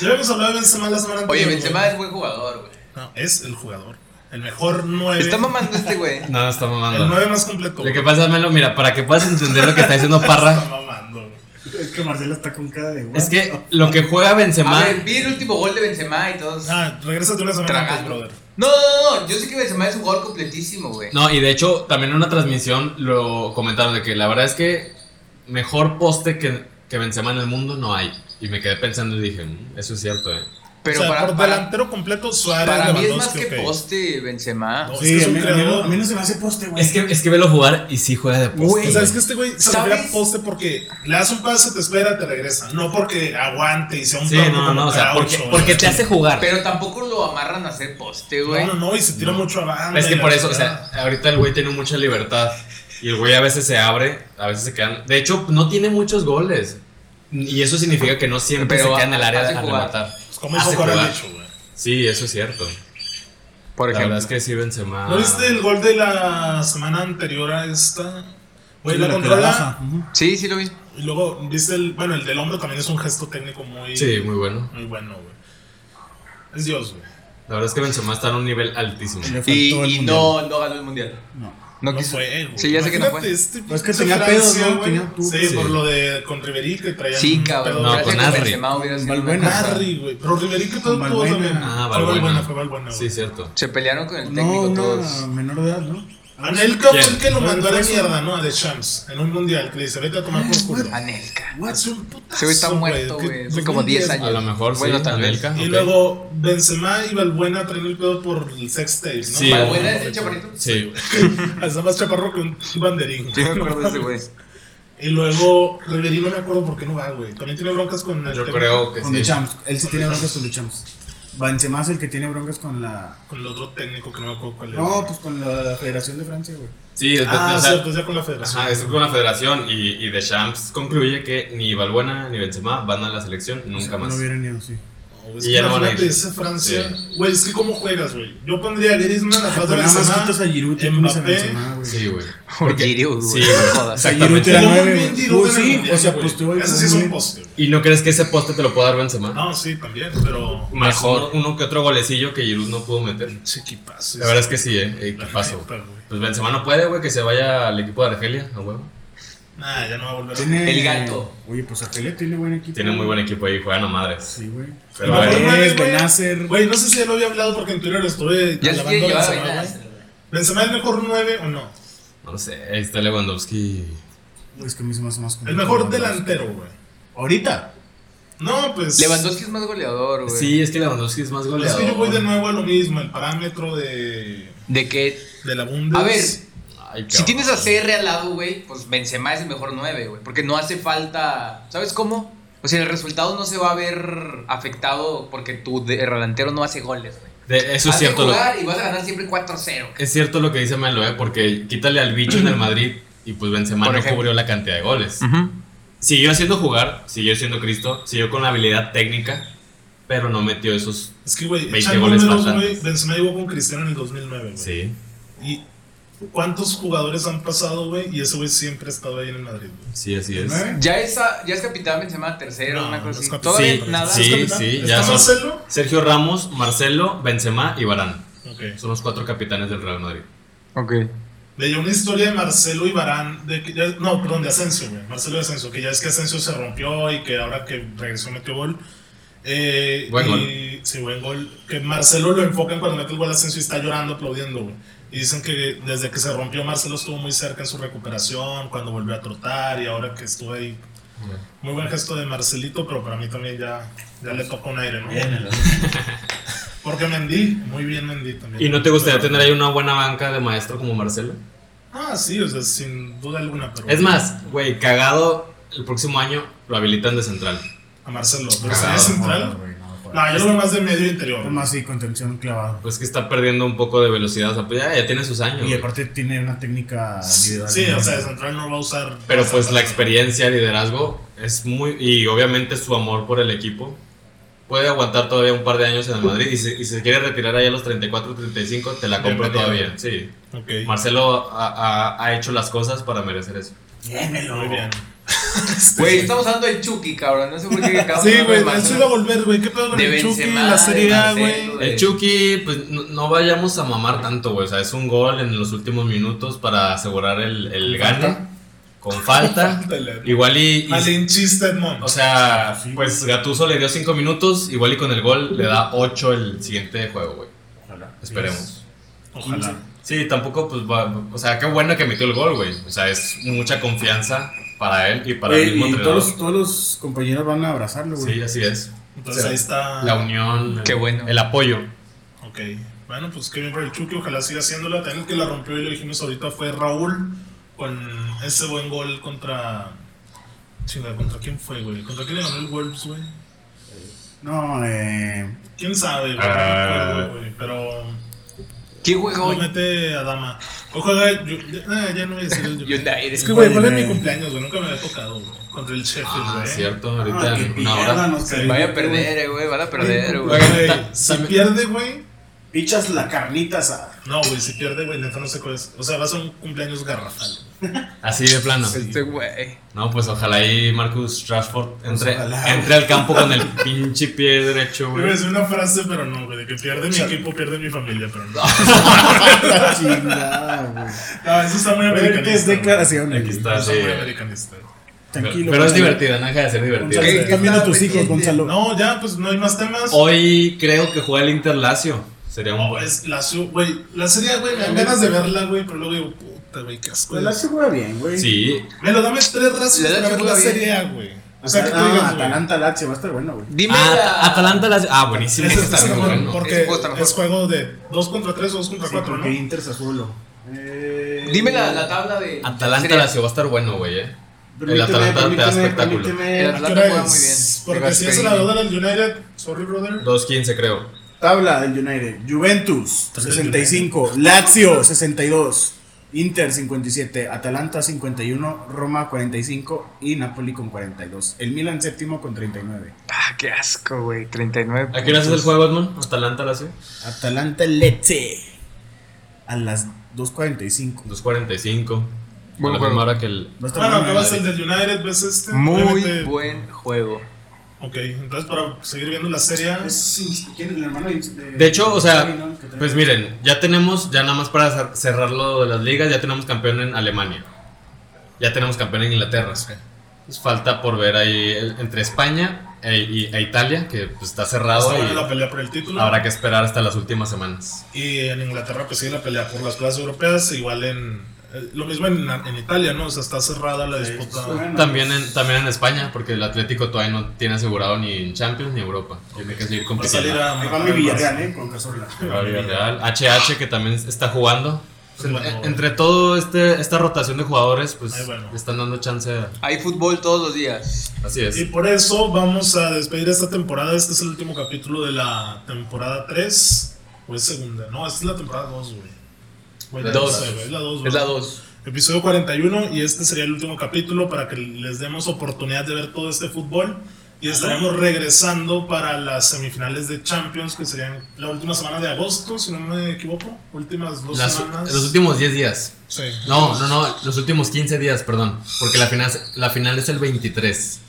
[SPEAKER 1] Ya habíamos hablado de Benzema la semana
[SPEAKER 4] Oye,
[SPEAKER 1] anterior.
[SPEAKER 4] Benzema
[SPEAKER 1] güey.
[SPEAKER 4] es buen jugador, güey.
[SPEAKER 1] No, es el jugador. El mejor 9.
[SPEAKER 4] Está mamando este güey.
[SPEAKER 3] no, está
[SPEAKER 1] El
[SPEAKER 3] mamando.
[SPEAKER 1] 9 más completo.
[SPEAKER 3] Lo que
[SPEAKER 1] güey.
[SPEAKER 3] pasa, Melo, mira, para que puedas entender lo que está diciendo
[SPEAKER 1] Está
[SPEAKER 3] Parra,
[SPEAKER 1] mamando, güey.
[SPEAKER 2] Es que Marcelo está con cara de
[SPEAKER 3] es que lo que juega
[SPEAKER 4] A
[SPEAKER 3] Benzema.
[SPEAKER 4] ver, vi el último gol de Benzema y todos
[SPEAKER 1] Ah, regrésate una semana antes,
[SPEAKER 4] tragando.
[SPEAKER 1] brother.
[SPEAKER 4] No, no, no, yo sé que Benzema es un jugador completísimo, güey.
[SPEAKER 3] No, y de hecho, también en una transmisión lo comentaron de que la verdad es que mejor poste que, que Benzema en el mundo no hay. Y me quedé pensando y dije, "Mm, eso es cierto, eh.
[SPEAKER 4] Pero
[SPEAKER 1] o sea,
[SPEAKER 4] para,
[SPEAKER 1] por
[SPEAKER 4] para-
[SPEAKER 1] delantero completo, Suárez,
[SPEAKER 4] para mí es más
[SPEAKER 1] Lewandowski,
[SPEAKER 4] que
[SPEAKER 1] ok.
[SPEAKER 4] poste Benzema.
[SPEAKER 1] No, es que
[SPEAKER 2] Sí,
[SPEAKER 1] es
[SPEAKER 2] a
[SPEAKER 1] un
[SPEAKER 2] mí, a, mí, no- a mí
[SPEAKER 1] creador.
[SPEAKER 2] no se me hace poste, güey.
[SPEAKER 3] Es que, es que velo jugar y sí juega de poste.
[SPEAKER 4] Güey,
[SPEAKER 1] O
[SPEAKER 3] güey.
[SPEAKER 1] sea, es que este güey se
[SPEAKER 4] ¿Sabes?
[SPEAKER 1] refiere a poste porque le das un pase, te espera, te regresa. No porque aguante y sea un
[SPEAKER 3] Sí,
[SPEAKER 1] cabrón
[SPEAKER 3] no,
[SPEAKER 1] como
[SPEAKER 3] no, o sea,
[SPEAKER 1] Crouch,
[SPEAKER 3] porque,
[SPEAKER 1] güey.
[SPEAKER 3] porque te hace jugar.
[SPEAKER 4] Pero tampoco lo amarran a ser poste, güey.
[SPEAKER 1] No, no, no, y se tira mucho a banda.
[SPEAKER 3] Es que
[SPEAKER 1] y la
[SPEAKER 3] por eso, o sea,
[SPEAKER 1] chingada.
[SPEAKER 3] ahorita el güey tiene mucha libertad. Y el güey a veces se abre, a veces se quedan. De hecho, no tiene muchos goles. Y eso significa que no siempre
[SPEAKER 4] Pero
[SPEAKER 3] se queda en el área
[SPEAKER 4] hace
[SPEAKER 3] a
[SPEAKER 4] jugar.
[SPEAKER 3] rematar.
[SPEAKER 1] Es como
[SPEAKER 3] hace
[SPEAKER 1] hizo Cora
[SPEAKER 3] jugar.
[SPEAKER 1] Lecho, güey.
[SPEAKER 3] Sí, eso es cierto.
[SPEAKER 4] Por
[SPEAKER 3] La verdad
[SPEAKER 4] ejemplo.
[SPEAKER 3] es que sí, Benzema.
[SPEAKER 1] ¿No viste el gol de la semana anterior a esta? Güey, lo
[SPEAKER 2] Sí, la que la
[SPEAKER 1] controla.
[SPEAKER 2] baja, ujú.
[SPEAKER 4] Sí, sí lo vi.
[SPEAKER 1] Y luego, viste el. Bueno, el del hombro también es un gesto técnico muy.
[SPEAKER 3] Sí, muy bueno.
[SPEAKER 1] Muy bueno, güey. Es Dios, güey.
[SPEAKER 3] La verdad es que Benzema está en un nivel altísimo.
[SPEAKER 2] Le faltó
[SPEAKER 4] Y,
[SPEAKER 2] el
[SPEAKER 4] y
[SPEAKER 2] mundial.
[SPEAKER 4] no, no ganó el mundial.
[SPEAKER 2] No.
[SPEAKER 4] No,
[SPEAKER 1] No
[SPEAKER 4] quiso.
[SPEAKER 1] fue, eh, güey.
[SPEAKER 4] Sí, ya sé que no
[SPEAKER 1] Imagínate
[SPEAKER 4] fue.
[SPEAKER 1] este
[SPEAKER 2] Pues que
[SPEAKER 1] pinche
[SPEAKER 2] tenía
[SPEAKER 1] Francia,
[SPEAKER 2] pedos, ¿no?
[SPEAKER 1] güey.
[SPEAKER 2] Tenía tú.
[SPEAKER 1] Sí,
[SPEAKER 3] Sí.
[SPEAKER 1] por lo de con Ribery que traía.
[SPEAKER 4] Sí, cabrón.
[SPEAKER 3] No, con
[SPEAKER 4] Gracias a
[SPEAKER 3] Arri.
[SPEAKER 4] Benzema hubiera sido
[SPEAKER 2] Valbuena.
[SPEAKER 4] una cosa.
[SPEAKER 1] Narri, güey. Pero Ribery que todo
[SPEAKER 2] Con
[SPEAKER 1] tuvo
[SPEAKER 2] Valbuena.
[SPEAKER 1] también.
[SPEAKER 3] Ah,
[SPEAKER 1] Fue
[SPEAKER 3] Valbuena.
[SPEAKER 1] Valbuena, fue Valbuena.
[SPEAKER 3] Sí,
[SPEAKER 1] güey.
[SPEAKER 3] cierto.
[SPEAKER 4] Se pelearon con el
[SPEAKER 2] No,
[SPEAKER 4] técnico
[SPEAKER 2] una
[SPEAKER 4] todos.
[SPEAKER 2] menor de edad, ¿no?
[SPEAKER 1] Anelka fue el
[SPEAKER 3] ¿Quién?
[SPEAKER 1] que lo mandó a la
[SPEAKER 2] Eso.
[SPEAKER 1] mierda, ¿no? A The Champs, en un mundial, que le dice, vete a tomar por culo.
[SPEAKER 4] Anelka.
[SPEAKER 1] Es un putazo,
[SPEAKER 4] Se ve está
[SPEAKER 1] güey,
[SPEAKER 4] muerto,
[SPEAKER 1] que
[SPEAKER 4] güey. Hace como
[SPEAKER 1] 2010,
[SPEAKER 4] 10 años.
[SPEAKER 3] A lo mejor
[SPEAKER 4] Bueno,
[SPEAKER 3] sí,
[SPEAKER 4] tal vez.
[SPEAKER 3] Anelka.
[SPEAKER 1] Y
[SPEAKER 3] ok.
[SPEAKER 1] luego Benzema y Valbuena traen el pedo por el sex tape, ¿no?
[SPEAKER 3] Sí.
[SPEAKER 4] Valbuena
[SPEAKER 1] pues,
[SPEAKER 4] es el chaparrito.
[SPEAKER 3] Sí.
[SPEAKER 1] Hasta más chaparro que un banderín.
[SPEAKER 4] Yo me acuerdo de ese güey.
[SPEAKER 1] Y luego Ribery no me acuerdo por qué no va, güey. También tiene broncas con el
[SPEAKER 3] Yo
[SPEAKER 1] tema.
[SPEAKER 3] creo que
[SPEAKER 2] Con The
[SPEAKER 3] sí.
[SPEAKER 2] Champs. Él sí tiene broncas con The Champs. Benzema es el que tiene broncas con la.
[SPEAKER 1] Con el otro técnico que no me acuerdo cuál era.
[SPEAKER 2] No, pues con la Federación de Francia, güey.
[SPEAKER 3] Sí, el-
[SPEAKER 1] ah,
[SPEAKER 3] o sea,
[SPEAKER 1] cierto, es ya con la federación.
[SPEAKER 3] ajá, es con la federación y, y The Champs concluye que ni Valbuena ni Benzema van a la selección nunca
[SPEAKER 2] No
[SPEAKER 3] más.
[SPEAKER 2] hubieran ido, sí.
[SPEAKER 1] Oh, es
[SPEAKER 3] Y
[SPEAKER 1] que
[SPEAKER 3] ya no van a
[SPEAKER 1] imagínate
[SPEAKER 3] ir.
[SPEAKER 1] esa Francia. Güey, es que cómo juegas, güey. Yo pondría a Griezmann atrás de
[SPEAKER 2] Pero nada más quitas a
[SPEAKER 1] Benzema.
[SPEAKER 2] Giroud y pones a
[SPEAKER 1] Mbappé.
[SPEAKER 2] Benzema, güey.
[SPEAKER 3] Sí, güey.
[SPEAKER 4] Porque Giroud, güey,
[SPEAKER 3] sí,
[SPEAKER 4] no
[SPEAKER 3] güey,
[SPEAKER 4] jodas.
[SPEAKER 2] O sea, Giroud era
[SPEAKER 1] Jugó muy
[SPEAKER 2] nueve.
[SPEAKER 1] bien Giroud
[SPEAKER 2] Pues
[SPEAKER 1] en el
[SPEAKER 2] sí,
[SPEAKER 1] Mundial,
[SPEAKER 2] o sea,
[SPEAKER 1] güey.
[SPEAKER 2] pues tuvo
[SPEAKER 1] Ese sí es un poste, güey.
[SPEAKER 3] ¿Y no crees que ese poste te lo pueda dar Benzema?
[SPEAKER 1] No, sí, también, pero.
[SPEAKER 3] Más
[SPEAKER 4] Mejor.
[SPEAKER 3] Uno, uno que otro golecillo que Giroud no pudo meter.
[SPEAKER 1] Sí, equipazo.
[SPEAKER 3] La verdad es que sí, ¿eh? eh, ¿Qué
[SPEAKER 1] La
[SPEAKER 3] pasó?
[SPEAKER 1] neta, güey.
[SPEAKER 3] Pues Benzema no puede, güey, que se vaya al equipo de Argelia, a huevo.
[SPEAKER 1] Nah, ya no va a volver.
[SPEAKER 2] Tiene-
[SPEAKER 4] El gato.
[SPEAKER 2] Oye, pues Argelia tiene buen equipo.
[SPEAKER 3] Tiene muy buen equipo ahí, juegan a madres.
[SPEAKER 2] Sí, güey.
[SPEAKER 3] Pero
[SPEAKER 1] No,
[SPEAKER 3] bueno,
[SPEAKER 1] no,
[SPEAKER 2] Mbappé,
[SPEAKER 1] no, no, no.
[SPEAKER 2] Benacer.
[SPEAKER 1] Güey, no sé si ya lo había hablado porque en Twitter estuve
[SPEAKER 4] Ya se
[SPEAKER 1] alabando
[SPEAKER 4] quiere
[SPEAKER 1] a
[SPEAKER 4] llevar a
[SPEAKER 1] Benzema, güey.
[SPEAKER 4] Benazir, güey.
[SPEAKER 1] ¿Benzema es mejor 9 o no?
[SPEAKER 3] no lo sé, ahí está Lewandowski.
[SPEAKER 2] Es que a mí se me hace más complicado.
[SPEAKER 1] El mejor delantero, güey.
[SPEAKER 2] Ahorita.
[SPEAKER 1] No, pues.
[SPEAKER 4] Lewandowski es más goleador, güey.
[SPEAKER 3] Sí, es que Lewandowski es más
[SPEAKER 1] Es
[SPEAKER 3] goleador.
[SPEAKER 1] que yo voy de nuevo a lo mismo, el parámetro de,
[SPEAKER 4] De que,
[SPEAKER 1] de la Bundes.
[SPEAKER 4] a ver,
[SPEAKER 3] Ay, cabrón.
[SPEAKER 4] si tienes a CR al lado, güey, pues Benzema es el mejor 9, güey. Porque no hace falta, ¿sabes cómo? O sea, el resultado no se va a ver afectado porque tu de- delantero no hace goles, güey.
[SPEAKER 3] De- eso es
[SPEAKER 4] Vas a
[SPEAKER 3] cierto. Lo,
[SPEAKER 4] jugar y vas a ganar siempre 4-0.
[SPEAKER 3] es cierto lo que dice Melo, ¿eh? Porque quítale al bicho en el Madrid y pues Benzema
[SPEAKER 4] Por
[SPEAKER 3] no
[SPEAKER 4] ejemplo.
[SPEAKER 3] cubrió la cantidad de goles. Siguió haciendo jugar, siguió siendo Cristo, siguió con la habilidad técnica, pero no metió esos.
[SPEAKER 1] es que, güey,
[SPEAKER 3] 20
[SPEAKER 1] echando
[SPEAKER 3] goles
[SPEAKER 1] números,
[SPEAKER 3] más
[SPEAKER 1] güey,
[SPEAKER 3] antes.
[SPEAKER 1] Benzema llegó con Cristiano en el 2009, güey.
[SPEAKER 3] Sí.
[SPEAKER 1] ¿Y cuántos jugadores han pasado, güey? Y ese güey siempre ha estado ahí en el Madrid, güey.
[SPEAKER 3] Sí, así es.
[SPEAKER 2] ¿Nueve?
[SPEAKER 4] Ya, esa, ya es capitán Benzema tercero,
[SPEAKER 1] No,
[SPEAKER 4] una
[SPEAKER 1] no es
[SPEAKER 4] cosa así.
[SPEAKER 1] capitán,
[SPEAKER 4] Todavía
[SPEAKER 3] sí,
[SPEAKER 4] nada.
[SPEAKER 3] sí.
[SPEAKER 1] ¿Es capitán?
[SPEAKER 3] ya
[SPEAKER 1] ¿Está
[SPEAKER 3] son-
[SPEAKER 1] Marcelo?
[SPEAKER 3] Sergio Ramos, Marcelo, Benzema y Barán.
[SPEAKER 1] Ok.
[SPEAKER 3] Son los cuatro capitanes del Real Madrid.
[SPEAKER 4] Ok.
[SPEAKER 1] Leí una historia de Marcelo y Barán, de que ya- no, perdón, de Asensio, güey. Marcelo de Asensio, que ya es que Asensio se rompió y que ahora que regresó metió gol. Eh,
[SPEAKER 3] Buen
[SPEAKER 1] y-
[SPEAKER 3] gol.
[SPEAKER 1] Sí, buen gol. Que Marcelo lo enfocan cuando mete el gol a Asensio y está llorando, aplaudiendo, güey. Y dicen que desde que se rompió Marcelo estuvo muy cerca en su recuperación, cuando volvió a trotar y ahora que estuvo ahí. Muy buen gesto de Marcelito, pero para mí también ya, ya le tocó un aire, ¿no? Porque Mendy, muy bien Mendy también.
[SPEAKER 3] ¿Y no te gustaría
[SPEAKER 1] Pero-
[SPEAKER 3] tener ahí una buena banca de maestro como Marcelo?
[SPEAKER 1] Ah, sí, o sea, sin duda alguna. Pero
[SPEAKER 3] Es más, güey, cagado, el próximo año lo habilitan de central.
[SPEAKER 1] A Marcelo. Pero
[SPEAKER 3] Cagado,
[SPEAKER 1] sería central. No, yo lo veo más de medio interior.
[SPEAKER 2] Ah, Más así, contención clavado.
[SPEAKER 3] Pues que está perdiendo un poco de velocidad, o sea, pues ya, ya tiene sus años.
[SPEAKER 2] Y
[SPEAKER 3] güey.
[SPEAKER 2] aparte tiene una técnica
[SPEAKER 1] Sí,
[SPEAKER 2] individual.
[SPEAKER 1] o sea, central no va a usar.
[SPEAKER 3] Pero pues la experiencia, liderazgo, es muy... Y obviamente su amor por el equipo. Puede aguantar todavía un par de años en el Madrid y si, y si se quiere retirar ahí a los 34, 35, te la compro
[SPEAKER 1] Bienvenido.
[SPEAKER 3] todavía. Sí.
[SPEAKER 1] Ok.
[SPEAKER 3] Marcelo ha, ha- ha hecho las cosas para merecer eso.
[SPEAKER 2] Llévelo.
[SPEAKER 1] Muy bien.
[SPEAKER 4] Güey, estamos hablando del Chucky, cabrón. No sé por qué acabamos
[SPEAKER 1] Sí,
[SPEAKER 4] de
[SPEAKER 1] güey,
[SPEAKER 4] hablar
[SPEAKER 1] eso
[SPEAKER 4] de Marcelo.
[SPEAKER 1] iba a volver, güey. ¿Qué pedo con
[SPEAKER 4] De
[SPEAKER 1] el Chucky,
[SPEAKER 4] Benzema,
[SPEAKER 1] la Serie
[SPEAKER 4] de
[SPEAKER 1] A,
[SPEAKER 4] Marcelo,
[SPEAKER 1] güey?
[SPEAKER 4] de-
[SPEAKER 3] El Chucky, pues no, no vayamos a mamar tanto, güey. O sea, es un gol en los últimos minutos para asegurar el, el gane. Con falta. Igual y. y-
[SPEAKER 1] Malinchista, Edmond.
[SPEAKER 3] o sea,
[SPEAKER 2] Sí.
[SPEAKER 3] pues Gatuso le dio 5 minutos. Igual y con el gol le da 8 el siguiente juego, güey.
[SPEAKER 2] Ojalá.
[SPEAKER 3] Esperemos.
[SPEAKER 1] Ojalá.
[SPEAKER 3] Sí, tampoco, pues va. O sea, qué bueno que metió el gol, güey. O sea, es mucha confianza para él y para
[SPEAKER 2] Güey,
[SPEAKER 3] el mismo
[SPEAKER 2] y
[SPEAKER 3] entrenador.
[SPEAKER 2] todos, todos los compañeros van a abrazarlo, güey.
[SPEAKER 3] Sí, así es.
[SPEAKER 1] Entonces
[SPEAKER 3] Sí.
[SPEAKER 1] ahí
[SPEAKER 2] Ah.
[SPEAKER 1] está.
[SPEAKER 3] La unión, el-
[SPEAKER 4] Qué bueno.
[SPEAKER 3] el apoyo.
[SPEAKER 1] Ok. Bueno, pues qué bien por el Chucky. Ojalá siga haciéndola. También el que la rompió y lo dijimos ahorita fue Raúl con ese buen gol contra. Chinga, ¿contra quién fue, güey? ¿Contra quién le ganó el Wolves, güey?
[SPEAKER 2] No, eh.
[SPEAKER 1] ¿Quién sabe? güey?
[SPEAKER 3] Ah.
[SPEAKER 1] No me acuerdo, güey, pero
[SPEAKER 4] ¿Qué juega
[SPEAKER 1] lo
[SPEAKER 4] hoy?
[SPEAKER 1] mete a dama. O juega el- yo- ya- ah, ya no voy a decir el
[SPEAKER 4] Hyundai,
[SPEAKER 1] Es
[SPEAKER 4] eres
[SPEAKER 1] que, güey,
[SPEAKER 2] Vale,
[SPEAKER 1] ¿cuál es mi
[SPEAKER 2] güey.
[SPEAKER 1] cumpleaños, güey? Nunca me había tocado, güey. Contra el Sheffield,
[SPEAKER 3] Ah,
[SPEAKER 1] güey.
[SPEAKER 3] cierto, ahorita
[SPEAKER 2] Ah, que
[SPEAKER 3] en una hora.
[SPEAKER 2] pierdan, o sea,
[SPEAKER 4] Vaya a perder, eh, güey, van a perder, güey.
[SPEAKER 1] Güey,
[SPEAKER 3] ta-
[SPEAKER 1] si
[SPEAKER 3] también-
[SPEAKER 1] pierde, güey.
[SPEAKER 2] Pichas la carnita asada.
[SPEAKER 1] No, güey, si pierde, güey, neta no sé cuál es. O sea, va a ser un cumpleaños garrafal.
[SPEAKER 3] Así de plano.
[SPEAKER 4] Este güey.
[SPEAKER 3] No, pues ojalá ahí Marcus Rashford entre,
[SPEAKER 2] Ojalá.
[SPEAKER 3] entre al campo con el pinche pie derecho,
[SPEAKER 1] Iba a
[SPEAKER 3] güey.
[SPEAKER 1] decir una frase, pero no, güey. De que pierde mi equipo, pierde mi familia, pero no.
[SPEAKER 2] Chingada, güey.
[SPEAKER 1] No, eso está muy
[SPEAKER 2] Pero que
[SPEAKER 1] americanista.
[SPEAKER 2] es
[SPEAKER 1] güey.
[SPEAKER 2] declaración,
[SPEAKER 3] Aquí
[SPEAKER 2] güey.
[SPEAKER 3] está,
[SPEAKER 1] Eso
[SPEAKER 3] sí.
[SPEAKER 1] está muy americanista.
[SPEAKER 3] Pero,
[SPEAKER 2] Tranquilo.
[SPEAKER 3] pero es
[SPEAKER 2] Gonzalo.
[SPEAKER 3] divertida, no deja de ser divertida.
[SPEAKER 2] Gonzalo,
[SPEAKER 4] ¿Qué- qué
[SPEAKER 2] también de
[SPEAKER 4] estaba
[SPEAKER 2] tus hijos,
[SPEAKER 4] pendiente?
[SPEAKER 2] Gonzalo.
[SPEAKER 1] No, ya, pues no hay más temas.
[SPEAKER 3] Hoy creo que juega el Inter Lazio. Sería un
[SPEAKER 1] No, es Pues, la su- güey. La serie, güey, me dan ganas de verla, güey, pero luego digo, puta, güey, qué asco.
[SPEAKER 2] Pues la se juega bien, güey.
[SPEAKER 3] Sí,
[SPEAKER 1] Me lo dame tres razas
[SPEAKER 4] La
[SPEAKER 1] para
[SPEAKER 4] Lazio
[SPEAKER 1] ver
[SPEAKER 4] juega
[SPEAKER 1] la
[SPEAKER 4] bien.
[SPEAKER 1] serie A, güey. O
[SPEAKER 2] O
[SPEAKER 1] sea, que tú digas, güey,
[SPEAKER 2] Ah, Atalanta Lazio va a estar bueno, güey.
[SPEAKER 4] Dime
[SPEAKER 3] Ah,
[SPEAKER 4] la-
[SPEAKER 3] Atalanta Lazio. Ah, buenísimo.
[SPEAKER 1] ese
[SPEAKER 3] ese
[SPEAKER 1] está
[SPEAKER 3] está bien
[SPEAKER 1] mejor,
[SPEAKER 3] bueno.
[SPEAKER 1] porque
[SPEAKER 4] Ese juego está mejor.
[SPEAKER 1] es juego de 2 contra 3 o 2 contra
[SPEAKER 2] Sí,
[SPEAKER 1] 4,
[SPEAKER 2] porque
[SPEAKER 1] ¿no?
[SPEAKER 2] Inter se solo. Eh,
[SPEAKER 4] Dime la, la tabla de.
[SPEAKER 3] Atalanta
[SPEAKER 4] Serie A.
[SPEAKER 3] Lazio va a estar bueno, güey, eh.
[SPEAKER 2] permíteme,
[SPEAKER 3] Atalanta te da
[SPEAKER 2] permíteme,
[SPEAKER 3] espectáculo.
[SPEAKER 2] permíteme.
[SPEAKER 4] El-
[SPEAKER 1] ¿A
[SPEAKER 4] Atlanta
[SPEAKER 1] qué hora
[SPEAKER 4] juega
[SPEAKER 1] es?
[SPEAKER 4] muy bien.
[SPEAKER 1] Porque si es la deuda del United, sorry, brother.
[SPEAKER 3] 2-15 creo.
[SPEAKER 2] Tabla del United. Juventus, 65. Lazio, 62. Inter, 57. Atalanta, 51. Roma, 45. Y Napoli con 42. El Milan, séptimo con 39.
[SPEAKER 4] Ah, qué asco, güey. 39.
[SPEAKER 3] ¿A qué hora haces el juego, Batman? Atalanta, Lazio.
[SPEAKER 2] Atalanta, Lecce. A las 2.45.
[SPEAKER 3] 2.45.
[SPEAKER 4] Buen
[SPEAKER 3] a la
[SPEAKER 4] juego.
[SPEAKER 3] misma hora que el.
[SPEAKER 2] Ah, Va a estar
[SPEAKER 1] Bueno,
[SPEAKER 2] bueno,
[SPEAKER 1] que vas
[SPEAKER 2] madre.
[SPEAKER 1] el del United, ves este.
[SPEAKER 4] Muy
[SPEAKER 1] Obviamente-
[SPEAKER 4] buen juego.
[SPEAKER 1] Ok, entonces para seguir viendo la serie.
[SPEAKER 2] Es, sí, ¿quién es el hermano de- de-
[SPEAKER 3] De hecho, o sea,
[SPEAKER 2] Xavi, no? Que trae-
[SPEAKER 3] pues miren, ya tenemos, ya nada más para cer- cerrar lo de las ligas, ya tenemos campeón en Alemania. Ya tenemos campeón en Inglaterra. Pues falta por ver ahí el- entre España e, y- e Italia, que pues, está cerrado
[SPEAKER 1] Está buena la
[SPEAKER 3] y
[SPEAKER 1] pelea por el título.
[SPEAKER 3] habrá que esperar hasta las últimas semanas.
[SPEAKER 1] Y en Inglaterra, pues sigue la pelea por las plazas europeas. Igual en. eh, Lo mismo en, en Italia, ¿no? O sea, está cerrada la disputa.
[SPEAKER 2] Bueno,
[SPEAKER 3] También en, también en España, porque el Atlético todavía no tiene asegurado ni en Champions ni Europa. Tiene que seguir
[SPEAKER 1] Va a salir
[SPEAKER 3] compitiendo.
[SPEAKER 1] a.
[SPEAKER 2] Ahí va mi Villarreal, ¿eh? Con Casorla.
[SPEAKER 3] Va a Villarreal, HH que también está jugando. Pues, en-
[SPEAKER 1] Bueno.
[SPEAKER 3] entre todo este esta rotación de jugadores, pues
[SPEAKER 1] Ay, bueno.
[SPEAKER 3] le están dando chance. a-
[SPEAKER 4] Hay fútbol todos los días.
[SPEAKER 3] Así es.
[SPEAKER 1] Y por eso vamos a despedir esta temporada. Este es el último capítulo de la temporada 3. O es segunda. No, esta es la temporada 2, güey. Güey,
[SPEAKER 3] La
[SPEAKER 1] no
[SPEAKER 3] dos.
[SPEAKER 1] sé, güey, Es la 2,
[SPEAKER 4] Es la 2.
[SPEAKER 1] Episodio 41 y este sería el último capítulo para que les demos oportunidad de ver todo este fútbol. Y estaremos regresando para las semifinales de Champions, que serían la última semana de agosto, si no me equivoco. Últimas dos
[SPEAKER 3] Las-
[SPEAKER 1] semanas.
[SPEAKER 3] los últimos 10 días.
[SPEAKER 1] Sí.
[SPEAKER 3] No, no, no, los últimos 15 días, perdón. Porque la final, la final es el 23.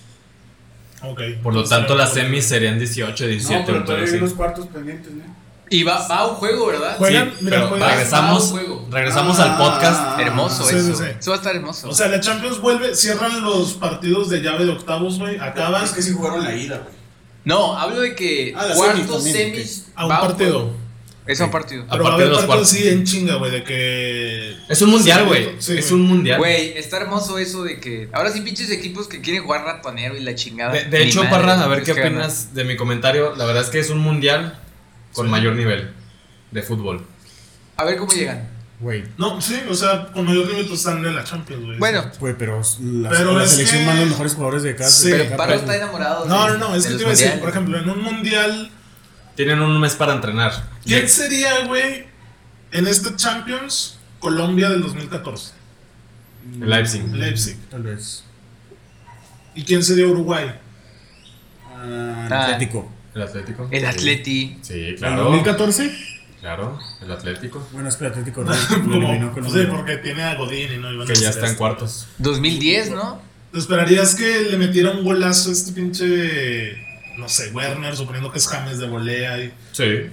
[SPEAKER 1] Ok.
[SPEAKER 3] Por lo tanto, las semis serían 18,
[SPEAKER 2] No,
[SPEAKER 3] 17.
[SPEAKER 2] pero
[SPEAKER 3] me
[SPEAKER 2] todavía hay
[SPEAKER 3] parece.
[SPEAKER 2] unos cuartos pendientes, ¿no?
[SPEAKER 4] Y va, va a un juego, ¿verdad?
[SPEAKER 1] Juega- Juegan,
[SPEAKER 3] Sí,
[SPEAKER 1] mira,
[SPEAKER 3] pero
[SPEAKER 1] juegan.
[SPEAKER 3] regresamos,
[SPEAKER 4] Ah, un juego.
[SPEAKER 3] regresamos al
[SPEAKER 2] Ah.
[SPEAKER 3] podcast.
[SPEAKER 4] Hermoso
[SPEAKER 1] Sí,
[SPEAKER 4] eso.
[SPEAKER 1] sí, sí.
[SPEAKER 4] Eso va a estar hermoso.
[SPEAKER 1] O sea, la Champions vuelve, cierran los partidos de llave de octavos, güey. Acaban
[SPEAKER 2] Es que sí jugaron la ida, güey.
[SPEAKER 4] no, hablo de que
[SPEAKER 2] Ah, la
[SPEAKER 4] cuartos,
[SPEAKER 2] semi también,
[SPEAKER 4] semis.
[SPEAKER 1] a un
[SPEAKER 4] va
[SPEAKER 1] partido.
[SPEAKER 4] Es a un partido.
[SPEAKER 3] A
[SPEAKER 1] Pero va a
[SPEAKER 3] partir
[SPEAKER 1] haber
[SPEAKER 3] de los
[SPEAKER 1] partidos
[SPEAKER 3] cuartos.
[SPEAKER 1] así en chinga, güey, de que.
[SPEAKER 3] Es un mundial,
[SPEAKER 1] Sí,
[SPEAKER 3] güey.
[SPEAKER 1] sí,
[SPEAKER 3] es
[SPEAKER 1] güey.
[SPEAKER 3] un mundial.
[SPEAKER 4] Güey, está hermoso eso de que. Ahora sí, pinches equipos que quieren jugar ratonero y la chingada.
[SPEAKER 3] De, de
[SPEAKER 4] Ni
[SPEAKER 3] hecho,
[SPEAKER 4] madre,
[SPEAKER 3] Parra, a ver qué
[SPEAKER 4] tienes que ganar.
[SPEAKER 3] opinas de mi comentario. La verdad es que es un mundial con mayor nivel de fútbol.
[SPEAKER 4] A ver cómo llegan.
[SPEAKER 1] No, sí, o sea, con mayor nivel pues, están en la Champions, güey.
[SPEAKER 4] Bueno,
[SPEAKER 2] Güey, pero la,
[SPEAKER 1] Pero
[SPEAKER 2] la
[SPEAKER 1] es
[SPEAKER 2] selección
[SPEAKER 1] que-
[SPEAKER 2] manda los mejores jugadores de casa.
[SPEAKER 1] Sí.
[SPEAKER 4] pero Parra
[SPEAKER 2] Capaz-
[SPEAKER 4] está enamorado. de-
[SPEAKER 1] No, no, no, es
[SPEAKER 4] de
[SPEAKER 1] que
[SPEAKER 4] los
[SPEAKER 1] te iba a decir,
[SPEAKER 4] mundiales.
[SPEAKER 1] por ejemplo, en un mundial,
[SPEAKER 3] Tienen un mes para entrenar.
[SPEAKER 1] ¿quién sería, güey, en este Champions Colombia del 2014?
[SPEAKER 3] El Leipzig.
[SPEAKER 1] Leipzig.
[SPEAKER 2] Mm, Tal vez.
[SPEAKER 1] ¿Y quién sería Uruguay?
[SPEAKER 2] Ah,
[SPEAKER 4] Ah.
[SPEAKER 2] Atlético.
[SPEAKER 3] El Atlético.
[SPEAKER 4] El
[SPEAKER 3] Sí.
[SPEAKER 4] Atleti.
[SPEAKER 3] Sí,
[SPEAKER 2] ¿En
[SPEAKER 3] claro.
[SPEAKER 2] 2014?
[SPEAKER 3] Claro, el Atlético.
[SPEAKER 2] Bueno, es que Atlético no, lo eliminó
[SPEAKER 1] Como,
[SPEAKER 2] con
[SPEAKER 1] pues,
[SPEAKER 2] un-
[SPEAKER 1] sí, porque tiene a Godín y no iban a
[SPEAKER 3] Que ya
[SPEAKER 1] hacer
[SPEAKER 3] está en
[SPEAKER 1] esto.
[SPEAKER 3] cuartos.
[SPEAKER 4] 2010, ¿no?
[SPEAKER 1] ¿Te esperarías que le metiera un golazo a este pinche, no sé, Werner, suponiendo que es James de volea? Y...
[SPEAKER 3] Sí.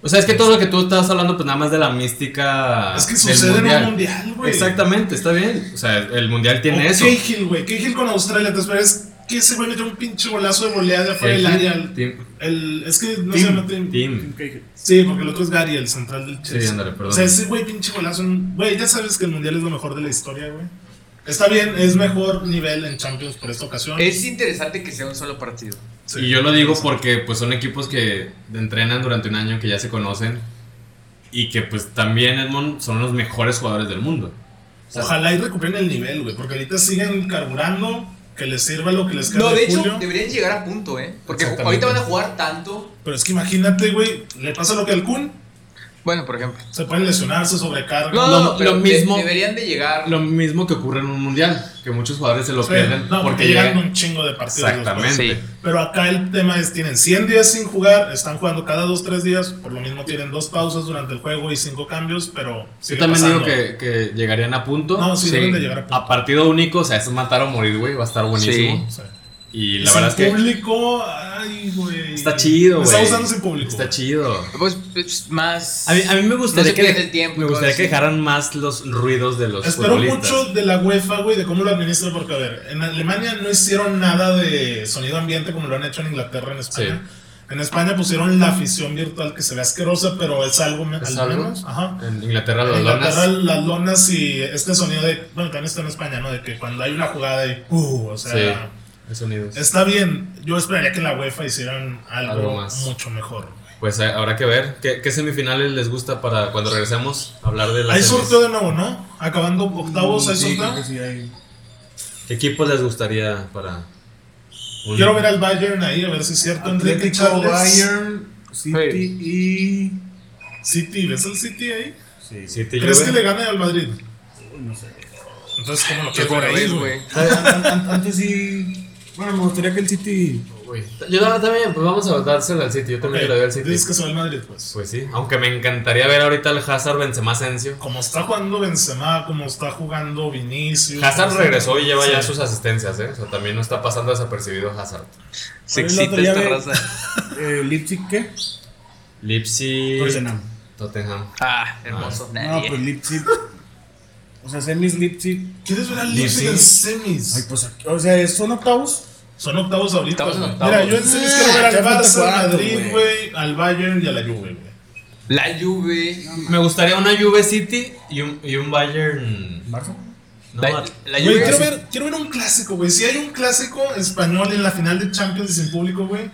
[SPEAKER 3] O sea, es que todo lo que tú estás hablando, pues nada más de la mística.
[SPEAKER 1] es que
[SPEAKER 3] Ah, del
[SPEAKER 1] sucede en un mundial, güey.
[SPEAKER 3] Exactamente, está bien. O sea, el mundial tiene
[SPEAKER 1] O
[SPEAKER 3] eso.
[SPEAKER 1] Cahill, güey, Cahill con Australia, ¿te esperas que ese güey metiera un pinche golazo de volea de afuera del área? El,
[SPEAKER 3] Team.
[SPEAKER 1] el- es que no
[SPEAKER 2] Tim.
[SPEAKER 1] se meten...
[SPEAKER 3] Team.
[SPEAKER 2] Mm.
[SPEAKER 1] Sí, porque el otro es Gary, el central del Chelsea.
[SPEAKER 3] ándale, perdón.
[SPEAKER 1] O sea, ese güey pinche golazo. en- Güey, ya sabes que el mundial es lo mejor de la historia, güey. Está bien, es mejor nivel en Champions por esta ocasión.
[SPEAKER 4] Es interesante que sea un solo partido.
[SPEAKER 1] Sí.
[SPEAKER 3] Y yo lo digo porque pues son equipos que entrenan durante un año, que ya se conocen y que pues también Edmond son los mejores jugadores del mundo.
[SPEAKER 1] Ojalá y recuperen el nivel, güey, porque ahorita siguen carburando. Que les sirva lo que les queda
[SPEAKER 4] No, de hecho,
[SPEAKER 1] julio.
[SPEAKER 4] deberían llegar a punto, ¿eh? Porque
[SPEAKER 3] Exactamente.
[SPEAKER 4] ahorita van a jugar tanto.
[SPEAKER 1] Pero es que imagínate, güey, le pasa lo que al Kun.
[SPEAKER 4] Bueno, por ejemplo.
[SPEAKER 1] Se pueden lesionar, se sobrecargan.
[SPEAKER 3] Lo-
[SPEAKER 4] No, no, no, pero
[SPEAKER 3] lo
[SPEAKER 4] de-
[SPEAKER 3] mismo-
[SPEAKER 4] deberían de llegar.
[SPEAKER 3] Lo mismo que ocurre en un mundial, que muchos jugadores se lo
[SPEAKER 1] Sí,
[SPEAKER 3] pierden
[SPEAKER 1] no,
[SPEAKER 3] porque
[SPEAKER 1] llegan
[SPEAKER 3] llegan
[SPEAKER 1] un chingo de partidos. después.
[SPEAKER 3] exactamente.
[SPEAKER 4] Sí.
[SPEAKER 1] Pero acá el tema es, tienen 100 días sin jugar, están jugando cada 2-3 días, por lo mismo tienen dos pausas durante el juego y cinco cambios, pero...
[SPEAKER 3] Yo
[SPEAKER 1] sigue
[SPEAKER 3] también digo
[SPEAKER 1] pasando.
[SPEAKER 3] que, que llegarían a punto.
[SPEAKER 1] No, sí,
[SPEAKER 4] Sí.
[SPEAKER 1] deben de llegar a punto.
[SPEAKER 3] A partido único, o sea, eso es matar o morir, güey, va a estar buenísimo.
[SPEAKER 1] O sea,
[SPEAKER 3] Y
[SPEAKER 1] y
[SPEAKER 3] la
[SPEAKER 1] sin
[SPEAKER 3] verdad es que
[SPEAKER 1] público, ay, güey.
[SPEAKER 3] está chido,
[SPEAKER 1] Me
[SPEAKER 3] güey.
[SPEAKER 1] Está usando sin público.
[SPEAKER 3] Está chido.
[SPEAKER 4] Pues, pues, más.
[SPEAKER 3] A mí, a mí me gustaría
[SPEAKER 4] No se
[SPEAKER 3] que,
[SPEAKER 4] pierde el tiempo y
[SPEAKER 3] me
[SPEAKER 4] todo
[SPEAKER 3] gustaría
[SPEAKER 4] eso.
[SPEAKER 3] que dejaran más los ruidos de los
[SPEAKER 1] Espero
[SPEAKER 3] futbolistas.
[SPEAKER 1] mucho de la UEFA, güey, de cómo lo administran, porque, a ver, en Alemania no hicieron nada de sonido ambiente como lo han hecho en Inglaterra, en España. En España pusieron la afición virtual que se ve asquerosa, pero es algo me-
[SPEAKER 3] ¿Es
[SPEAKER 1] al
[SPEAKER 3] algo?
[SPEAKER 1] menos. Ajá.
[SPEAKER 3] En Inglaterra los
[SPEAKER 1] En Inglaterra,
[SPEAKER 3] donas.
[SPEAKER 1] las lonas y este sonido de. Bueno, también está en España, ¿no? De que cuando hay una jugada y. Uh, o sea.
[SPEAKER 3] Estados Unidos.
[SPEAKER 1] Está bien. Yo esperaría que en la UEFA hicieran algo,
[SPEAKER 3] Algo más.
[SPEAKER 1] mucho mejor. güey.
[SPEAKER 3] Pues eh, habrá que ver qué, qué semifinales les gusta para cuando regresemos hablar de
[SPEAKER 1] Hay
[SPEAKER 3] las semis?
[SPEAKER 1] sorteo de nuevo, ¿no? Acabando octavos, hay
[SPEAKER 2] Mm, Sí, creo
[SPEAKER 1] sorteo.
[SPEAKER 2] que sí hay.
[SPEAKER 3] ¿Qué equipos les gustaría para Un-
[SPEAKER 1] Quiero ver al Bayern ahí, a ver si es cierto. Enrique
[SPEAKER 2] Atlético,
[SPEAKER 1] Charles.
[SPEAKER 2] Bayern, City y.
[SPEAKER 1] City, ¿ves al City ahí?
[SPEAKER 2] Sí, sí.
[SPEAKER 3] City,
[SPEAKER 1] ¿Crees
[SPEAKER 3] Juve.
[SPEAKER 1] que le gane al Madrid?
[SPEAKER 2] No sé.
[SPEAKER 1] Entonces, ¿cómo lo
[SPEAKER 4] ¿Qué
[SPEAKER 1] quieres ver ahí,
[SPEAKER 4] ves,
[SPEAKER 1] güey?
[SPEAKER 4] güey?
[SPEAKER 2] Ah, An- an- Antes sí. Bueno, me gustaría que el City.
[SPEAKER 3] Güey, Yo también- también, pues vamos a dársela al City. Yo también le doy al
[SPEAKER 1] Ok,
[SPEAKER 3] City.
[SPEAKER 1] Dices que se va al Madrid, pues.
[SPEAKER 3] Pues sí, aunque me encantaría ver ahorita al Hazard Benzema Asensio.
[SPEAKER 1] Como está jugando Benzema, como está jugando Vinicius.
[SPEAKER 3] Hazard
[SPEAKER 1] como está-
[SPEAKER 3] regresó y lleva ya
[SPEAKER 1] Sí.
[SPEAKER 3] sus asistencias, ¿eh? O sea, también no está pasando desapercibido Hazard.
[SPEAKER 4] Se
[SPEAKER 2] Oye, el
[SPEAKER 4] excita
[SPEAKER 2] otro día
[SPEAKER 4] esta
[SPEAKER 2] ve-
[SPEAKER 4] raza.
[SPEAKER 2] Eh, Leipzig, ¿qué?
[SPEAKER 3] Lipsy.
[SPEAKER 1] Pues
[SPEAKER 2] Tottenham.
[SPEAKER 3] Tottenham.
[SPEAKER 4] Ah, hermoso.
[SPEAKER 2] No,
[SPEAKER 4] Nadie.
[SPEAKER 2] pues Leipzig. O sea, semis Leipzig.
[SPEAKER 1] ¿Quieres ver al Leipzig en
[SPEAKER 2] Ay,
[SPEAKER 1] semis?
[SPEAKER 2] pues, aquí- o sea, son octavos.
[SPEAKER 1] Son octavos ahorita.
[SPEAKER 4] Octavos en
[SPEAKER 1] güey.
[SPEAKER 4] octavos.
[SPEAKER 1] Mira, yo en semis
[SPEAKER 2] Ah,
[SPEAKER 1] quiero ver
[SPEAKER 2] ya
[SPEAKER 1] al
[SPEAKER 2] falta
[SPEAKER 1] Barça, al
[SPEAKER 2] cuarto,
[SPEAKER 1] Madrid,
[SPEAKER 2] güey.
[SPEAKER 1] güey, al Bayern y a la Juve, güey.
[SPEAKER 4] La Juve.
[SPEAKER 3] Me gustaría una Juve City y un, y un Bayern.
[SPEAKER 2] Barça.
[SPEAKER 3] No,
[SPEAKER 4] La, la
[SPEAKER 1] Güey,
[SPEAKER 4] Juve.
[SPEAKER 1] quiero ver, quiero ver un clásico, güey. Si hay un clásico español en la final de Champions y sin público, güey.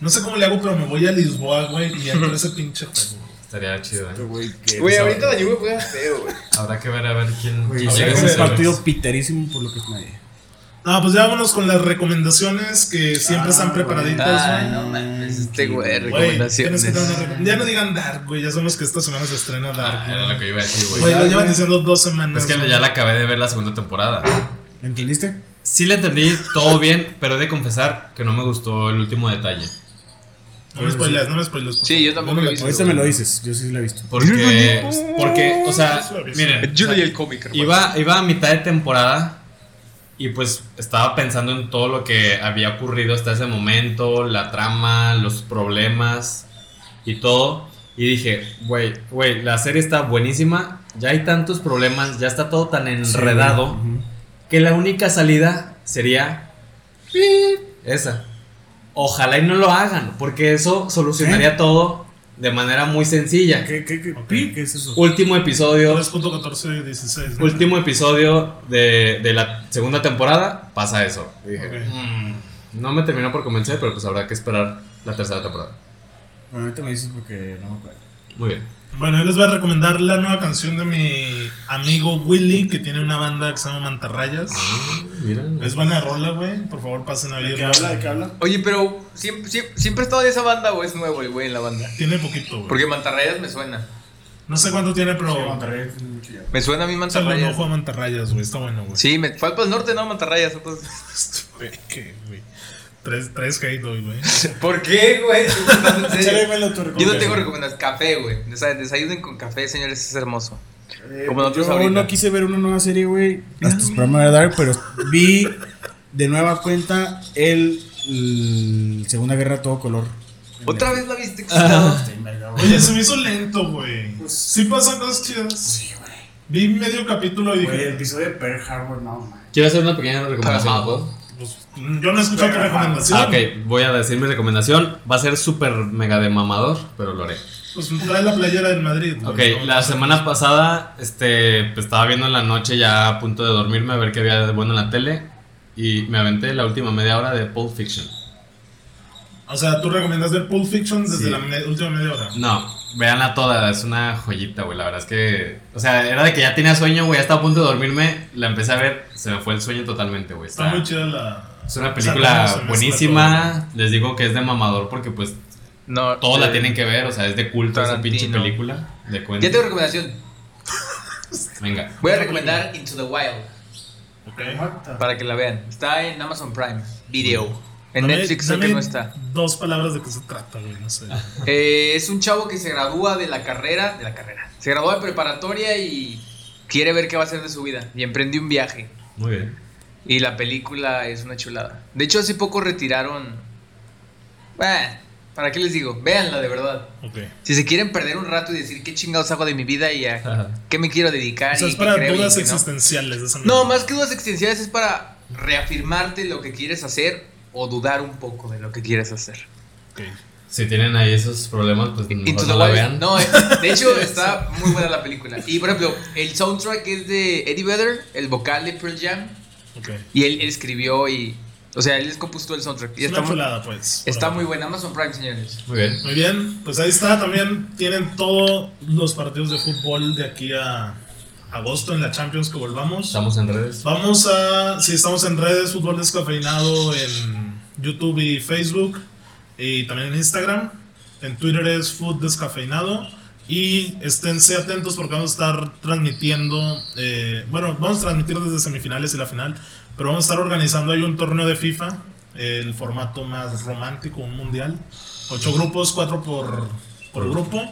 [SPEAKER 1] No sé cómo le hago, pero me voy a Lisboa, güey, y entro a ese pinche juego.
[SPEAKER 3] estaría chido, ¿eh?
[SPEAKER 2] Este Güey, que-
[SPEAKER 4] Güey, ahorita la Juve juega feo, güey.
[SPEAKER 3] Habrá que ver a ver quién.
[SPEAKER 2] Güey,
[SPEAKER 3] quién
[SPEAKER 1] sí,
[SPEAKER 3] llega
[SPEAKER 2] es
[SPEAKER 1] es
[SPEAKER 3] a
[SPEAKER 2] un
[SPEAKER 1] ese
[SPEAKER 3] ser-
[SPEAKER 2] partido piterísimo por lo que es nadie.
[SPEAKER 1] Ah, pues ya vámonos con las recomendaciones que siempre
[SPEAKER 2] Ah,
[SPEAKER 1] están
[SPEAKER 2] güey.
[SPEAKER 1] preparaditas,
[SPEAKER 4] Ay,
[SPEAKER 1] güey.
[SPEAKER 4] no mames, este güey,
[SPEAKER 1] Güey, tienes que dar una
[SPEAKER 4] recomendaciones.
[SPEAKER 1] recom- ya no digan Dark, güey. Ya sabemos que esta semana se estrena
[SPEAKER 3] Ah,
[SPEAKER 1] Dark.
[SPEAKER 3] era
[SPEAKER 1] güey.
[SPEAKER 3] lo que iba a decir,
[SPEAKER 1] Güey,
[SPEAKER 3] güey.
[SPEAKER 1] lo llevan diciendo dos semanas.
[SPEAKER 3] Es que
[SPEAKER 1] güey.
[SPEAKER 3] ya la acabé de ver la segunda temporada.
[SPEAKER 2] ¿Entendiste?
[SPEAKER 3] Sí la entendí todo bien, pero he de confesar que no me gustó el último detalle.
[SPEAKER 1] No me spoileas, no me spoileas. por
[SPEAKER 4] Sí,
[SPEAKER 1] favor.
[SPEAKER 4] yo tampoco
[SPEAKER 1] No me
[SPEAKER 4] lo
[SPEAKER 1] la
[SPEAKER 4] he visto.
[SPEAKER 1] spoilees.
[SPEAKER 2] Ahorita me lo dices, yo sí la he visto.
[SPEAKER 3] Porque, porque o sea, miren, o
[SPEAKER 4] Julie y
[SPEAKER 3] sea,
[SPEAKER 4] el cómic, hermano.
[SPEAKER 3] iba, iba a mitad de temporada y pues estaba pensando en todo lo que había ocurrido hasta ese momento, la trama, los problemas y todo. Y dije, güey, güey, la serie está buenísima, ya hay tantos problemas, ya está todo tan enredado, que la única salida sería esa. Ojalá y no lo hagan, porque eso solucionaría todo de manera muy sencilla.
[SPEAKER 2] ¿Qué, qué, qué,
[SPEAKER 1] Ok.
[SPEAKER 2] pi? ¿Qué es eso?
[SPEAKER 3] Último episodio,
[SPEAKER 1] 3.14 16. ¿no?
[SPEAKER 3] último episodio de, de la segunda temporada, pasa eso. Dije,
[SPEAKER 1] Ok.
[SPEAKER 3] "Mm". no me terminó por convencer, pero pues habrá que esperar la tercera temporada.
[SPEAKER 2] Bueno, ahorita me dices porque no me acuerdo.
[SPEAKER 3] Muy bien.
[SPEAKER 1] Bueno, yo les voy a recomendar la nueva canción de mi amigo Willy, que tiene una banda que se llama Mantarrayas.
[SPEAKER 3] Ah, Mira.
[SPEAKER 1] Es buena rola, güey. Por favor, pasen a
[SPEAKER 2] ¿De qué
[SPEAKER 1] oírla.
[SPEAKER 2] habla? ¿De qué habla?
[SPEAKER 4] Oye, pero siempre, siempre, siempre he estado de esa banda o es nuevo el güey en la banda.
[SPEAKER 1] Tiene poquito, güey.
[SPEAKER 4] Porque Mantarrayas me suena.
[SPEAKER 1] No sé cuánto tiene, pero.
[SPEAKER 2] Sí, Monterrey es mucho ya.
[SPEAKER 4] Me suena a mí
[SPEAKER 1] Échale un
[SPEAKER 4] Mantarrayas.
[SPEAKER 1] ojo a Mantarrayas, güey. Está bueno, güey.
[SPEAKER 4] Sí, me fue para el norte, ¿no? Mantarrayas. entonces.
[SPEAKER 1] Güey, ¿Qué, güey? Tres, tres hate hoy, güey.
[SPEAKER 4] ¿Por qué, güey? ¿En serio?
[SPEAKER 2] Échamelo tu
[SPEAKER 4] Yo no
[SPEAKER 2] recomendación.
[SPEAKER 4] tengo recomendaciones. Café, güey. Desa- Desayunen con café, señores, es hermoso.
[SPEAKER 2] Eh,
[SPEAKER 4] como nosotros
[SPEAKER 2] Yo
[SPEAKER 4] ahorita.
[SPEAKER 2] no quise ver una nueva serie, güey. Hasta esperarme a ver Dark, pero vi de nueva cuenta el, el Segunda Guerra a todo color.
[SPEAKER 4] ¿Otra vez la viste? excitado?
[SPEAKER 1] Oye, se me hizo lento, güey. Sí pasan cosas chidas. Sí, güey. Vi medio capítulo y
[SPEAKER 2] Güey, el
[SPEAKER 1] dije.
[SPEAKER 2] episodio de Pearl Harbor, no, man.
[SPEAKER 3] Quiero hacer una pequeña recomendación.
[SPEAKER 4] Ajá.
[SPEAKER 3] ¿puedo?
[SPEAKER 1] Pues, yo no he escuchado tu recomendación.
[SPEAKER 3] Ah, ok, voy a decir mi recomendación. Va a ser súper mega de mamador, pero lo haré.
[SPEAKER 1] Pues trae la playera del Madrid. güey.
[SPEAKER 3] Ok, la semana pasada este, pues, estaba viendo en la noche ya a punto de dormirme a ver qué había de bueno en la tele y me aventé la última media hora de Pulp Fiction.
[SPEAKER 1] O sea, tú recomiendas ver Pulp Fiction desde la me- última media hora.
[SPEAKER 3] No, véanla toda, es una joyita, güey, la verdad es que... O sea, era de que ya tenía sueño, güey, ya estaba a punto de dormirme, la empecé a ver, se me fue el sueño totalmente, güey.
[SPEAKER 1] Está
[SPEAKER 3] está-
[SPEAKER 1] muy chida la.
[SPEAKER 3] Es una
[SPEAKER 1] Está
[SPEAKER 3] película
[SPEAKER 1] como se mezcla
[SPEAKER 3] buenísima, les digo que es de mamador porque pues
[SPEAKER 4] No.
[SPEAKER 3] todos la
[SPEAKER 4] eh,
[SPEAKER 3] tienen que ver, o sea, es de culto esa
[SPEAKER 4] Tarantino.
[SPEAKER 3] pinche película de
[SPEAKER 4] Ya tengo
[SPEAKER 3] Quentin.
[SPEAKER 4] recomendación.
[SPEAKER 3] Venga.
[SPEAKER 4] Voy a recomendar Into the Wild
[SPEAKER 1] Ok.
[SPEAKER 3] Ah.
[SPEAKER 4] para que la vean. Está en Amazon Prime Video. En
[SPEAKER 1] Dame-
[SPEAKER 4] Netflix creo que
[SPEAKER 1] dame
[SPEAKER 4] no está.
[SPEAKER 1] Dos palabras de qué se trata, güey, no sé.
[SPEAKER 4] Eh, es un chavo que se gradúa de la carrera, de la carrera. Se gradúa de preparatoria y quiere ver qué va a hacer de su vida. Y emprende un viaje.
[SPEAKER 3] Muy bien.
[SPEAKER 4] Y la película es una chulada. De hecho, hace poco retiraron... Bah, ¿Para qué les digo? Véanla de verdad.
[SPEAKER 1] Ok.
[SPEAKER 4] Si se quieren perder un rato y decir qué chingados hago de mi vida y a
[SPEAKER 3] Ajá.
[SPEAKER 4] qué me quiero dedicar
[SPEAKER 1] O sea,
[SPEAKER 4] y
[SPEAKER 1] es
[SPEAKER 4] qué
[SPEAKER 1] para
[SPEAKER 4] creo y
[SPEAKER 1] dudas
[SPEAKER 4] qué no.
[SPEAKER 1] existenciales. de esa
[SPEAKER 4] No,
[SPEAKER 1] manera.
[SPEAKER 4] más que dudas existenciales es para reafirmarte lo que quieres hacer o dudar un poco de lo que quieres hacer.
[SPEAKER 1] Ok.
[SPEAKER 3] Si tienen ahí esos problemas, pues
[SPEAKER 4] Into
[SPEAKER 3] mejor
[SPEAKER 4] the
[SPEAKER 3] no la
[SPEAKER 4] Wild.
[SPEAKER 3] vean.
[SPEAKER 4] No, eh, de hecho está muy buena la película. Y por ejemplo, el soundtrack es de Eddie Vedder, el vocal de Pearl Jam,
[SPEAKER 1] Ok.
[SPEAKER 4] y él, él escribió y, o sea, él les compuso todo el soundtrack. Y
[SPEAKER 1] Es
[SPEAKER 4] está,
[SPEAKER 1] una
[SPEAKER 4] muy,
[SPEAKER 1] chulada, pues.
[SPEAKER 4] está
[SPEAKER 1] Bueno.
[SPEAKER 4] muy buena. Amazon Prime, señores.
[SPEAKER 3] Muy bien.
[SPEAKER 1] Muy bien, pues ahí está. También tienen todos los partidos de fútbol de aquí a agosto en la Champions que volvamos.
[SPEAKER 3] Estamos en redes.
[SPEAKER 1] Vamos a. Si estamos en redes, fútbol descafeinado en YouTube y Facebook. Y también en Instagram. En Twitter es Food Descafeinado. Y esténse atentos porque vamos a estar transmitiendo. eh, bueno, vamos a transmitir desde semifinales y la final. Pero vamos a estar organizando ahí un torneo de FIFA. El formato más romántico, un mundial. Ocho grupos, cuatro por, por grupo.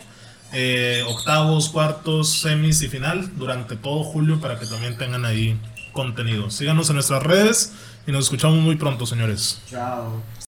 [SPEAKER 1] Eh, octavos, cuartos, semis y final durante todo julio para que también tengan ahí contenido. Síganos en nuestras redes y nos escuchamos muy pronto, señores.
[SPEAKER 2] Chao.